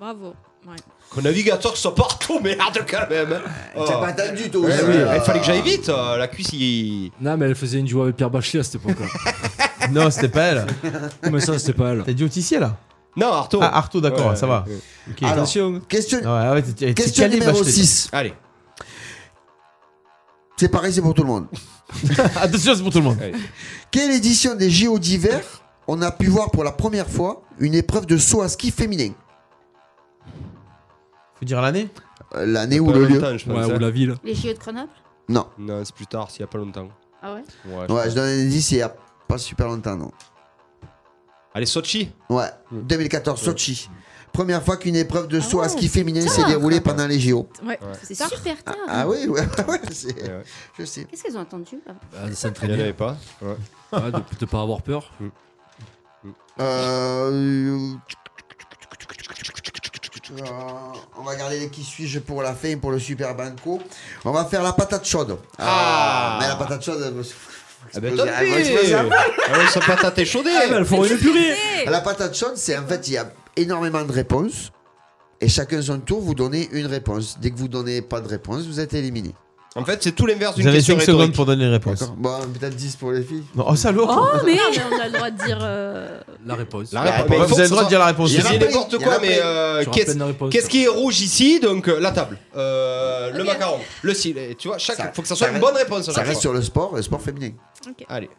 Bravo. Ouais.
Qu'on navigateur soit partout, merde quand même. Oh.
T'as pas attendu, toi
Eh
aussi.
oui,
euh,
Il fallait que j'aille vite. euh, La cuisse, il.
Non, mais elle faisait une duo avec Pierre Bachelet à cette époque-là.
Non, c'était pas elle.
mais ça, c'était pas elle.
T'as dit Autissier là
Non, Arto.
Ah, Arto, d'accord,
Ouais,
ça va.
ouais.
Ok.
Alors,
Attention.
question,
Ouais, ouais, t'es- t'es
question
calé,
numéro
Bachelet.
6.
Allez.
C'est pareil, c'est pour tout le monde.
Attention, c'est pour tout le monde.
Quelle édition des JO d'hiver on a pu voir pour la première fois une épreuve de saut à ski féminin
Faut dire l'année
Euh, L'année ou le
Pas
lieu
longtemps, je pense,
Ouais,
hein.
ou la ville.
Les JO de Grenoble
Non.
Non, c'est plus tard, s'il y a pas longtemps.
Ah ouais
Ouais.
Ouais, je donne un indice, il y a pas super longtemps, non.
Allez, Sochi.
Ouais, 2014, Sochi. Première fois qu'une épreuve de saut à
ouais,
ski féminin
ça.
s'est déroulée pendant les JO.
Ouais.
C'est
Tard.
super tard.
Ah oui, ouais, ouais, c'est-
Ouais, ouais.
je sais.
Qu'est-ce qu'elles ont entendu
Ah, de
Il n'y en
s'entraîner.
avait pas. Ouais.
Ah, de, de pas avoir peur.
Euh, euh, on va garder les qui suis-je pour la fin, pour le super banco. On va faire la patate chaude.
Ah.
Mais la patate chaude, elle va se-
Ah ben tant
exploser- elle va
pis Ah
exploser.
Elles sont patates
Ah,
échaudées
Elles font une purée.
La patate chaude, c'est en fait, il y a énormément de réponses. Et chacun son tour, vous donnez une réponse. Dès que vous donnez pas de réponse, vous êtes éliminé.
En fait, c'est tout l'inverse
Vous
d'une
avez
question
5 secondes
rhétorique.
pour donner les réponses.
D'accord Bon, peut-être 10 pour les filles.
Non, oh, salaud
Oh, mais non, mais on a le droit de dire. euh,
La réponse.
La réponse.
La réponse.
Ah, mais Bah,
Ouais,
faut
Bah, Vous avez
que
le droit
ça
de dire la réponse.
Je
Il y en a
dis
aussi.
plein,
n'importe
il y en a
quoi, mais
plein.
euh,
Tu
qu'est-ce
rappelles la réponse.
qu'est-ce qui est rouge ici Donc euh, la table, euh, le
Ok.
macaron, le cil. Et Tu vois, chaque
Ça-
faut que ça soit
ça
une
reste-
bonne réponse. à
Ça
chaque
reste
fois.
sur le sport, le sport féminin.
Allez,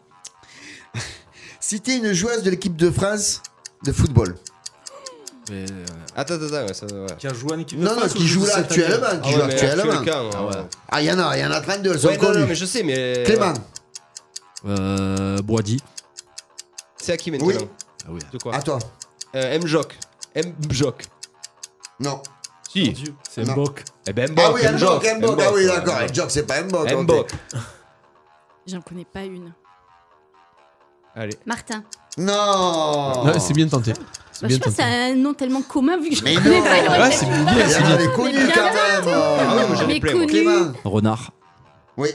Citez une joueuse de l'équipe de France de football.
Mais, euh,
attends, attends, attends, ouais, ça, ouais.
Qui a joué en équipe de
Non, non,
France
qui
ou
joue là
cette année
actuellement.
Ah
Qui
ouais,
joue
mais
actuellement. hein.
actuel camp, ah ouais.
Ah, il y en a, il y en a 32, elles sont
Ouais, non, non, mais
connues.
je sais, mais
Clément,
Euh, Boadi.
c'est à qui maintenant
Oui.
Ah oui.
De quoi
à toi.
euh, M Jock, M Jock.
Non.
Si.
C'est
Non.
un boc.
Eh ben M
Ah oui,
M
Mbok,
Jock,
Mbok. Ah oui, d'accord. Mbok, c'est pas Mbok.
M
ok.
J'en connais pas une.
Allez,
Martin.
Non.
Ah Ouais, C'est bien tenté.
Bah, je
bien
sais pas,
tenté.
c'est un nom tellement commun vu que je
Mais
connais
non.
pas. il aurait
Ouais,
peut-être
c'est
une
bien,
base.
Il y en a des
Mais
connus
bien
quand même.
Ah ouais, moi, j'en ai
euh.
Mais
plein, moi.
connu.
Clément.
Renard.
Oui,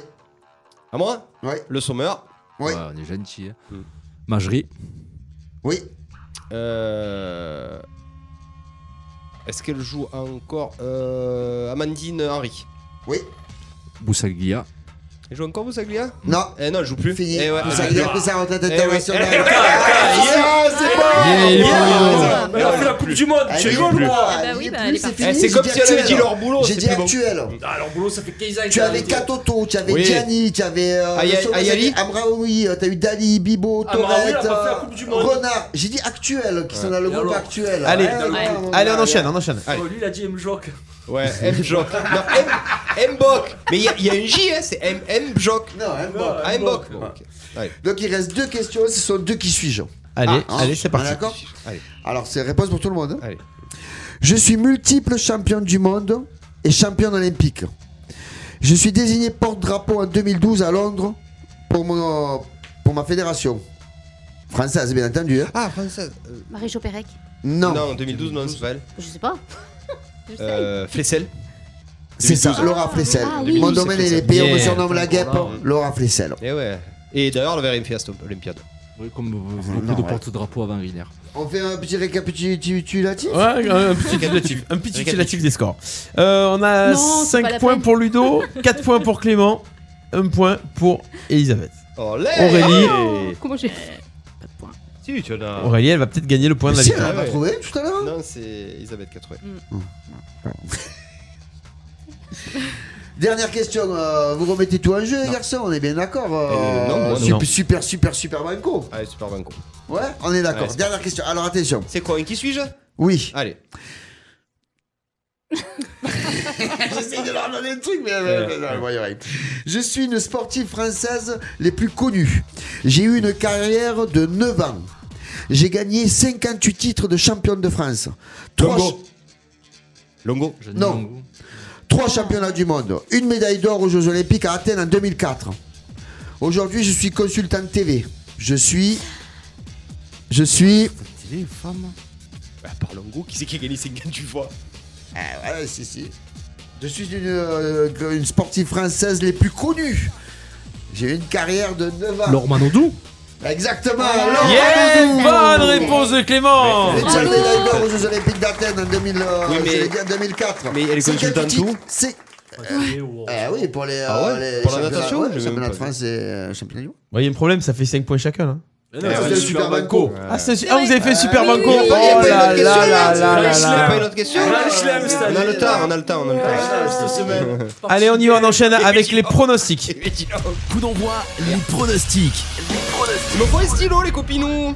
à moi
oui,
Le Sommer,
oui,
Ouais, on est gentil. Hein.
Mm.
Magerie.
oui.
Euh... Est-ce qu'elle joue encore euh... Amandine Henry
Oui.
Boussaglia.
Elle joue encore vous Saglia
Non.
Eh non, elle joue plus.
Fini.
Eh ouais,
Ça,
elle
il
joue
a pris
plus.
sa retraite
Eh ouais. Ah,
internationale. Ah,
Yeah, c'est
Yeah,
bon
yeah.
Elle a fait la Coupe du Monde
Elle est plus. Ah,
bah
Elle
oui,
est
bah,
plus,
elle est
c'est
partie.
fini,
Eh, C'est
j'ai
comme
dit
si elle avait dit
actuel.
leur boulot.
J'ai
c'est
dit
plus bon.
actuel.
Ah, leur boulot, ça fait 15 ans.
Tu avais Katoto, tu avais
Oui.
Gianni, tu avais euh,
Aya-
le Sauvage,
Ayali. Ah, bah
Amraoui, euh, t'as eu Dali, Bibo,
Amraoui, elle a
Torette,
pas fait la Coupe du Monde.
Renard. J'ai dit actuel, qui sont dans le
Et
groupe
alors
actuel.
Allez,
Ouais, ouais, ouais,
allez, on
ouais.
enchaîne, on enchaîne.
Oh,
lui, il a dit M-Jock.
Ouais, M-Jock. Non, M- M-Bock. Mais il y a- il y, a une J, hein, c'est M- M-Jock.
Non, hein, bon.
Ah, M-Bock. Bon, ok.
Donc il reste deux questions, ce sont deux qui suis-je.
Allez,
Ah,
allez, c'est
on est
parti.
D'accord
Allez.
Alors c'est réponse pour tout le monde. hein.
Allez.
Je suis multiple champion du monde et champion olympique. Je suis désigné porte-drapeau en 2012 à Londres pour, mon, pour ma fédération. Française, bien entendu. hein.
Ah, française. euh,
Marie-Jo Pérec.
non,
Non.
en 2012, non, c'est pas elle.
Je sais pas. Je sais.
Euh, Flessel.
C'est ça,
2012.
Laura Flessel.
Ah oui.
Mon domaine est l'épée, on me
Yeah.
surnomme la guêpe. Laura Flessel.
Et Eh ouais. Et d'ailleurs, elle avait rien fait à cette Olympiade.
Oui, comme euh, beaucoup
Non,
de
ouais.
porte-drapeaux avant Riner.
On fait un petit récapitulatif
Ouais, un petit titulatif, un petit titulatif des scores. Euh, on a
Non, c'est pas
5
la
points
peine.
pour Ludo, 4 points pour Clément, 1 point pour Elisabeth.
Oh,
Aurélie.
Comment j'ai
Si, tu en as.
Aurélie, elle va peut-être gagner le point de la
Si,
victoire.
elle a
Ah
pas
ouais.
trouvé tout à l'heure
Non, c'est Elisabeth qui a trouvé.
Dernière question, euh, vous remettez tout en jeu, les garçons, on est bien d'accord euh,
Euh, non, moi, non.
super, super, super, super banco.
Allez, super banco.
Ouais, on est d'accord.
Ouais, c'est
Dernière question, alors attention.
C'est quoi, qui suis-je
Oui.
Allez.
J'essaie Ah, de leur donner le truc, mais. mais- mais- non, voyons, ouais. Je suis une sportive française les plus connues. J'ai eu une carrière de 9 ans. J'ai gagné 58 titres de championne de France. 3,
Longo. Longo.
Je dis
Non.
Longo.
championnats du monde. Une médaille d'or aux Jeux Olympiques à Athènes en 2004. Aujourd'hui, je suis consultante TV. Je suis. Je suis.
Télé, femme.
Bah, par Longo, qui c'est qui a gagné 58 fois
Ah ouais, si, si. Je suis une, euh, une sportive française les plus connues. J'ai eu une carrière de 9 ans.
Laure Manodou
Exactement, Laure
Yeah,
Manodou.
bonne réponse de Clément.
Les Charles médailles d'or aux Jeux Olympiques d'Athènes en 2000, euh,
Oui, mais-
je l'ai dit en 2004.
mais elle est
C'est
consultante
quel titre
où
C'est.
Ou-
Eh oui, pour les,
Ah ouais,
euh, les
pour la
championnats-
natation,
ouais,
j'ai même
championnats de
pas vu.
France et euh, championnats du monde.
Vous voyez un problème, ça fait 5 points chacun. hein.
Eh
Ça,
ouais,
c'est le
super
Super Banco.
Ah, c'est- ah, vous avez fait Super
oui,
Banco.
oui, oui, il y a
Oh
pas une
là
autre question,
là là
là,
là là
Il y
là.
a pas une autre question On a le temps, on a le temps, on a le temps.
Allez, on y va, on enchaîne avec les pronostics.
Coup d'envoi, les pronostics.
Il me faut les stylos, les copinous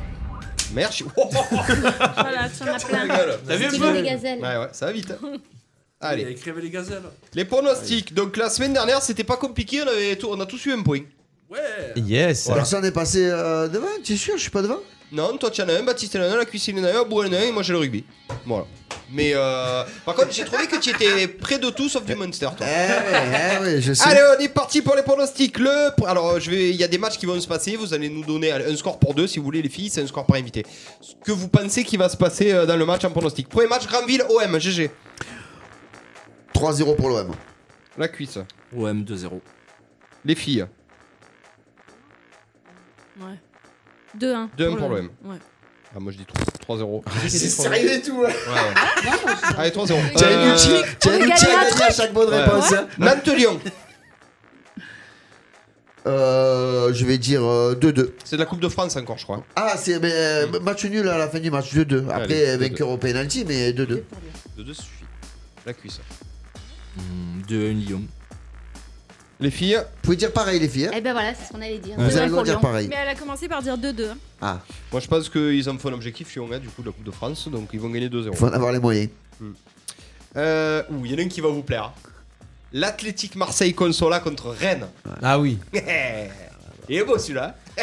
Merde, je suis. Oh, oh, oh.
Voilà, tu en as plein.
T'as
Euh,
vu un
Stylo
peu
des gazelles.
Bah,
Ouais, ouais, ça va vite. hein. Allez.
écrivait les gazelles.
Les pronostics. Donc la semaine dernière, c'était pas compliqué, on, avait tout- on a tous eu un point.
Yes.
Personne n'est passé euh, devant, tu es sûr, je suis pas devant
Non, toi tu en as un, Baptiste en a un, la cuisine en a un, Bourg en a un, et moi j'ai le rugby. Voilà. Mais euh, par contre, j'ai trouvé que tu étais près de tout sauf du Monster, toi.
Eh oui, eh oui, je sais.
Allez, on est parti pour les pronostics. Le pr- alors, je vais, il y a des matchs qui vont se passer. Vous allez nous donner allez, un score pour deux, si vous voulez, les filles. C'est un score par invité. Ce que vous pensez qui va se passer euh, dans le match en pronostic. Premier match, Granville, OM, GG.
3-0 pour l'OM.
La cuisse.
OM 2-0.
Les filles.
2-1.
2-1 pour l'OM.
Ouais.
Ah, moi je dis 3-0.
C'est sérieux et tout. hein.
Ouais, ouais. Allez, 3-0.
T'avais
Euh,
du chic, t'avais
on
du
gagne
chic
un
à gagner à chaque bonne
Ouais.
réponse. hein.
Nantes-Lyon.
Euh, je vais dire euh, 2-2.
C'est de la Coupe de France encore, je crois.
Ah, c'est mais, euh, match nul à la fin du match, 2-2. Après,
Mm. Allez,
vainqueur au penalty, mais 2-2.
2-2 suffit. La cuisse.
Hmm, 2-1 Lyon.
Les filles.
Vous pouvez dire pareil, les filles. hein
Eh ben voilà, c'est ce qu'on allait dire.
Vous
Ouais,
allez
pour
le dire
Lyon.
pareil.
Mais elle a commencé par dire 2-2. hein.
Ah,
Moi je pense qu'ils en font un objectif, Lyon, hein, du coup, de la Coupe de France. Donc ils vont gagner 2-0.
il faut en avoir les moyens.
Euh, ouh, il y en a un qui va vous plaire. L'Athletic Marseille Consola contre Rennes.
Ah oui.
Il est beau celui-là. hein.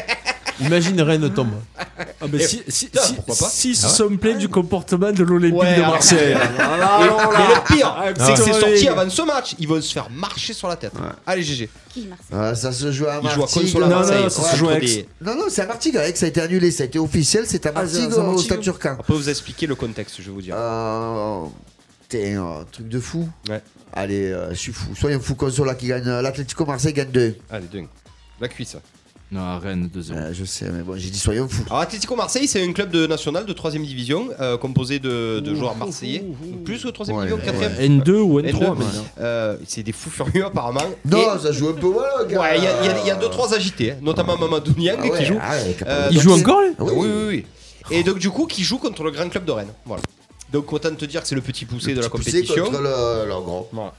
Imagine Rennes tombe. Ah
Ah, mais si, si,
putain,
si,
pourquoi pas
si se sont plaints du comportement de l'Olympique
Ouais,
de
ouais.
Marseille. Ah, là,
et,
alors là.
et le pire,
Ah,
c'est que
putain,
c'est
les
sorti
gars.
avant ce match. Ils vont se faire marcher sur la tête. Allez, GG.
Qui, Marseille
Ah, ça se joue à
Ils jouent à
Martigues.
Consola
non,
Marseille.
non, ça se joue à
contre
Aix.
des-
Non, non, c'est à Martigues, avec ça a été annulé, ça a été officiel, c'est à
Ah, c'est à-
Martigues
c'est à
au
Martigues.
Stade Turquin.
On peut vous expliquer le contexte, je vais vous dire.
Euh, T'es un truc de fou.
Ouais.
Allez, euh, je suis fou. Soyons fous, Consola qui gagne. euh, L'Atlético Marseille gagne 2.
Allez, dingue. La cuisse.
Non, Rennes 2-0.
Euh, je sais, mais bon, j'ai dit soyons fous.
Alors, Atlético Marseille, c'est un club de national de 3ème division euh, composé de, de joueurs marseillais. Plus que 3ème
Ouais,
division,
ouais.
4ème.
N2 ou N3
N2,
maintenant.
Euh, c'est des fous furieux apparemment.
Non,
Et-
ça joue un peu voilà, gars.
Ouais, il y a- il y a- il y a 2-3 agités, hein, notamment Mamadou Niang
Ah ouais,
qui joue.
ah ouais, capable.
Euh,
Il
donc
joue
c'est-
encore, lui
Ah oui, oui, oui, oui. Et donc, du coup, qui joue contre le grand club de Rennes. Voilà. Donc, autant te dire que c'est le petit poussé de la
Petit poussé
compétition.
contre le, le grand.
Voilà.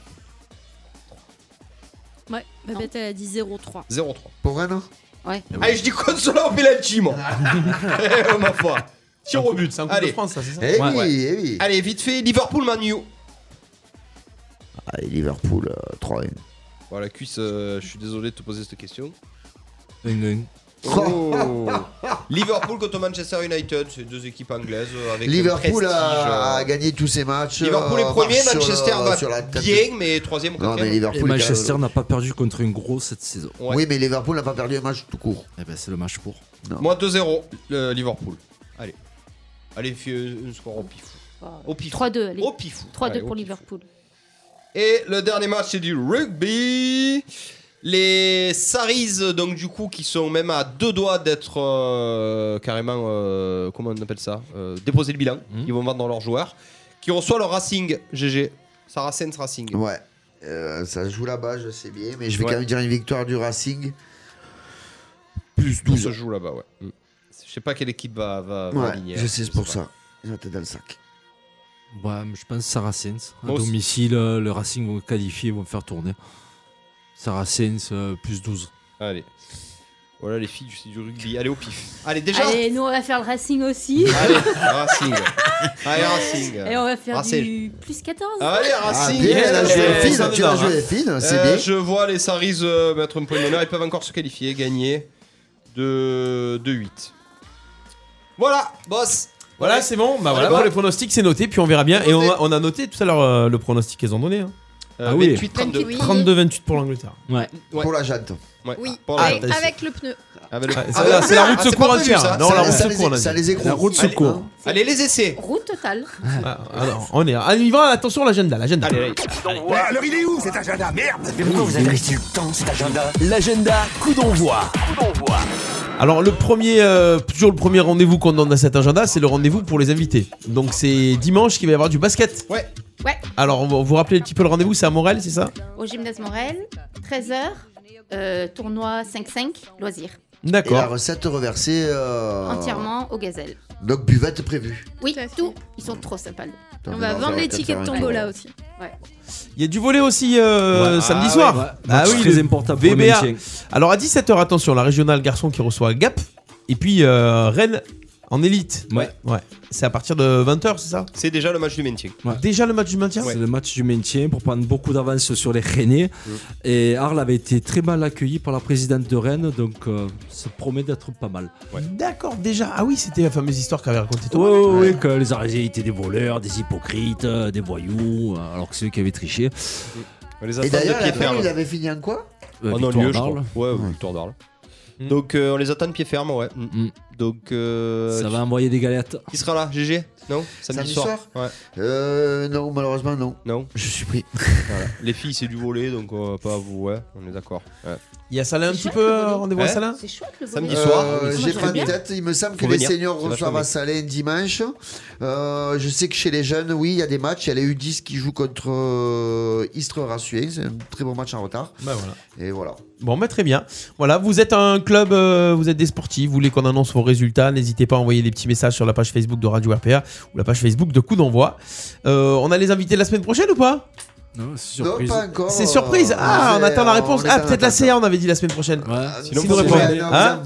Ouais, Babette, elle a dit 0-3.
0-3.
Pour Rennes
Ouais.
Allez, je dis Consola au penalty, moi. Eh, ma foi. Tir au but.
C'est un Ah. coup de
Allez.
France, ça, c'est ça
Eh oui,
Ouais.
eh oui.
Allez, vite fait, Liverpool, Manu.
Allez, Liverpool, euh, 3-1.
Voilà, cuisse, euh, je suis désolé de te poser cette question.
1-1.
Oh. Liverpool contre Manchester United, c'est deux équipes anglaises euh, avec
Liverpool
un prestige,
a, a
euh.
gagné tous ses matchs.
Liverpool est
euh,
premier,
marche sur
Manchester
le-
va
sur la tête.
bien, mais troisième ou
Non, mais
quatrième.
Et
Liverpool.
Manchester n'a pas perdu contre une grosse cette saison.
Ouais.
Oui, mais Liverpool n'a pas perdu un match tout court.
Eh ben, c'est le match pour.
Moi 2-0, le Liverpool. Allez. Allez, fais un score au pif. Au pif.
3-2, allez.
Au pif.
3-2
Allez, au
pour
pif.
Liverpool.
Et le dernier match, c'est du rugby. Les Saris, donc du coup, qui sont même à deux doigts d'être euh, carrément, euh, comment on appelle ça Euh, Déposer le bilan.
Mhm.
Ils vont vendre dans leurs joueurs. Qui reçoit le Racing, GG. Saracens Racing.
Ouais. Euh, ça se joue là-bas, je sais bien, mais je vais
Ouais.
quand même dire une victoire du Racing. Plus
Tout se
12.
joue là-bas, ouais. Mm. Je sais pas quelle équipe va, va, va
Ouais,
aligner. hein.
je sais, c'est pour
pas.
ça. J'ai tête dans le sac.
Ouais, mais je pense Saracens. À
Moi aussi.
domicile, euh, le Racing vont qualifier, vont faire tourner. Saracens, euh, plus 12.
Allez. Voilà les filles, c'est du rugby. Allez au pif. Allez, déjà
Allez, nous, on va faire le Racing aussi.
Allez, Racing. Allez, Racing.
Et on va faire
Racing.
du plus 14.
Allez,
Ah,
Racing.
bien, elle a joué
Eh,
les fines,
ça
tu as
démarre.
joué les fines, c'est
Euh,
bien.
Je vois les Saris euh, mettre un point d'honneur. Ils peuvent encore se qualifier, gagner de, de 8. Voilà, boss.
Voilà, c'est bon. Bah
Allez,
voilà, pour
bah.
les pronostics, c'est noté. Puis on verra bien.
C'est
Et on a,
noté.
on a noté tout à l'heure euh, le pronostic qu'elles ont donné. hein.
Euh,
Ah oui.
28, 32.
28.
32-28 pour l'Angleterre.
Ouais.
Pour la Jante.
Ouais.
Oui,
Bon,
Ah,
là,
avec, avec le pneu.
avec le-
Ah,
Ah,
ça, là,
bah,
c'est la route
ah,
de secours
pas prévu,
entière.
ça.
Non,
Ça-
ça,
la route
ça
secours, on a
les,
dit.
ça les écroule.
La route
Allez,
secours.
Allez, les essais.
Route totale.
Ah, ah, non, on est là. Allez, on y va. Attention, l'agenda. L'agenda.
Allez, allez.
alors il est où cet agenda Merde
L'agenda coup d'envoi.
Alors le premier, euh, toujours le premier rendez-vous qu'on donne à cet agenda, c'est le rendez-vous pour les invités. Donc c'est dimanche qu'il va y avoir du basket.
Ouais.
Ouais.
Alors on va- vous rappelez un petit peu le rendez-vous, c'est à Morel, c'est ça
Au gymnase Morel, 13h, euh, tournoi 5-5, loisirs.
Ah, Et la
D'accord.
recette reversée. euh,
Entièrement aux gazelles.
Donc buvette prévue.
Oui,
Tout à fait.
tout. Ils sont trop sympas. nous.
Putain,
On
mais
va
non,
vendre
ça
les
va
tickets de
être un-
tombola aussi.
Il y a du volet aussi euh,
Ouais.
samedi
Ah
soir.
Ouais,
Ah
match
oui,
très
le
important pour le
VBA.
maintien.
Alors à 17h, attention, la régionale garçon qui reçoit Gap et puis euh, Rennes en élite.
Ouais.
Ouais. C'est à partir de 20h, c'est ça
C'est déjà le match du maintien.
Ouais.
Déjà le match du maintien
C'est le match du maintien pour prendre beaucoup d'avance sur les Rennais. Et Arles avait été très mal accueilli par la présidente de Rennes, donc euh, ça promet d'être pas mal.
D'accord, déjà. Ah oui, c'était la fameuse histoire qu'avait racontée
Oui,
Thomas.
que les Arlésiens étaient des voleurs, des hypocrites, euh, des voyous, euh, alors que ceux qui avaient triché.
On les
Et
attend
d'ailleurs,
de
à la
pied
fin,
ferme.
il avait fini en quoi
euh,
En
victoire
non-lieu, Oh je
d'Arles.
crois. Ouais, victoire d'Arles.
Mm.
Donc, euh, on les attend de pied ferme, ouais. Mm.
Mm.
Donc, euh,
Ça va envoyer des galettes.
qui sera là GG Non
Samedi
Ouais,
Euh. Non, malheureusement, non.
non.
Je suis pris.
Voilà. Les filles, c'est du volet, donc on va pas vous. Ouais, on est d'accord.
Euh,
Ouais.
Il y a Salin un
C'est
petit
chouette,
peu,
le volet.
euh, rendez-vous à
Hein
Salin
C'est chouette le
Samedi
volet.
soir.
Euh,
oui,
ça
J'ai
serait
pas en
bien.
tête. Il me semble
Faut
que les
venir,
seniors
c'est
reçoivent
vachement
à Salé dimanche. Euh, je sais que chez les jeunes, oui, il y a des matchs. Il y a les U10 qui jouent contre euh, Istres Rassué. C'est un très bon match en retard.
Bah voilà.
Et voilà.
Bon, bah, très bien. Voilà, vous êtes un club, euh, vous êtes des sportifs, vous voulez qu'on annonce vos résultats, n'hésitez pas à envoyer des petits messages sur la page Facebook de Radio RPA ou la page Facebook de Coup d'envoi. Euh, on a les invités la semaine prochaine ou pas
Non,
Non,
surprise.
pas encore.
C'est surprise. Ah,
Euh,
on attend la réponse.
on est
Ah,
en
peut-être la
attente.
CA, on avait dit la semaine prochaine.
Ouais.
Sinon,
Si
vous
vous
répondez.
emballez-
Hein
vous emballez
Aïe,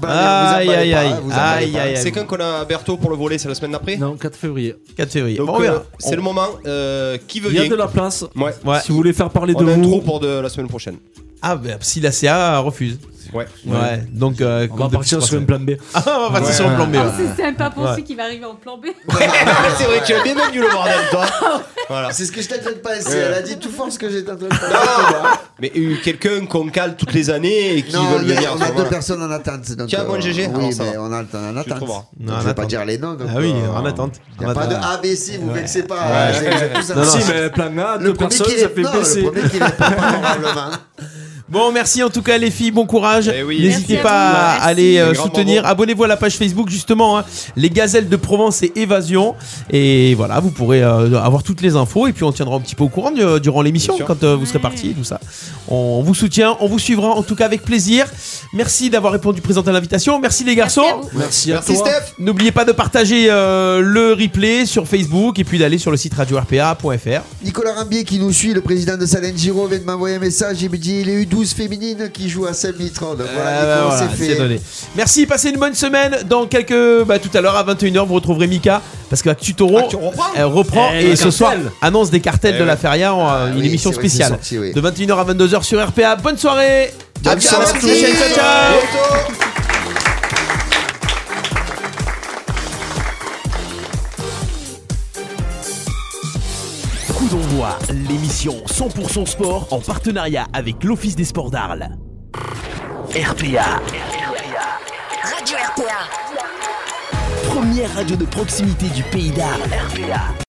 pas,
aïe, aïe.
vous emballez pas.
Aïe, aïe,
C'est
aïe.
quand qu'on a Berthaud pour le volet C'est la semaine d'après
Non, 4 février.
4 février.
Donc,
Bon, on verra.
euh, c'est le moment. euh, qui veut
Il y a
bien
de la place.
Ouais.
Ouais.
Si vous voulez faire parler
On
de
a un
vous,
trou pour de la semaine prochaine.
Ah, bah, si la CA refuse.
Ouais.
Ouais. Donc, euh,
on
comme
va
depuis
partir
trois
sur
semaines.
un plan B.
Ah, on va partir sur le plan B. ouais.
Oh, c'est sympa pour
Ouais.
celui qui va arriver en plan B.
c'est vrai, tu as bien venu le bordel, toi. Voilà.
C'est ce que je t'ai pas penser. Elle a dit tout fort ce que j'étais en train de penser.
Mais euh, quelqu'un qu'on cale toutes les années et qui
Non,
veut
il y a-
venir.
on a deux
voilà.
personnes en attente. Donc,
euh,
Tiens, moi, GG.
Oui,
Alors, ça
mais
va.
on attend en
Tu le
attente.
trouveras.
Non, en
Je vais pas
attente.
dire les noms. donc,
Ah oui,
euh,
en attente.
Il
En
n'y a pas de
attente.
ABC, vous vexez pas. c'est- vous êtes tous
Non, non,
en-
si,
mais plan A,
Le premier qui
ça
est-
fait
non, le
baisser.
premier qui répond probablement.
Bon, merci en tout cas les filles, bon courage.
Eh oui.
N'hésitez
Merci à
pas à,
vous. Merci.
aller euh,
Un grand
soutenir.
bravo.
Abonnez-vous à la page Facebook justement, hein, les gazelles de Provence et Évasion. Et voilà, vous pourrez euh, avoir toutes les infos et puis on tiendra un petit peu au courant du- durant l'émission
Bien sûr.
quand euh, vous serez parti et tout ça. On vous soutient, on vous suivra en tout cas avec plaisir. Merci d'avoir répondu présent à l'invitation. Merci les garçons.
à vous.
Merci à
Merci,
toi.
Steph.
N'oubliez pas de partager euh, le replay sur Facebook et puis d'aller sur le site radio-rpa.fr.
Nicolas Rambier qui nous suit, le président de Salène Giro, vient de m'envoyer un message. Il me dit il y a eu 12 féminines qui jouent à Saint-Mitron. Donc voilà,
Euh, bah,
Nico,
voilà,
c'est
c'est
fait.
donné. Merci, passez une bonne semaine. Dans quelques. Bah, tout à l'heure, à 21h, vous retrouverez Mika. Parce que Actu Tauron,
Ah,
Actu reprend.
elle reprend.
Eh,
et
les
ce
cartels.
soir, annonce des cartels
Eh
de la
ouais.
Feria en euh, une
Ah oui,
émission
c'est vrai que c'est
spéciale.
sorti, oui.
De 21h à 22h sur RPA. Bonne soirée.
Bonne
À bientôt, à la
soirée.
prochaine. Ciao, ciao.
Bientôt.
Coup d'envoi, l'émission 100% sport en partenariat avec l'Office des sports d'Arles. RPA.
Radio RPA.
Première radio de proximité du pays d'Arles. RPA.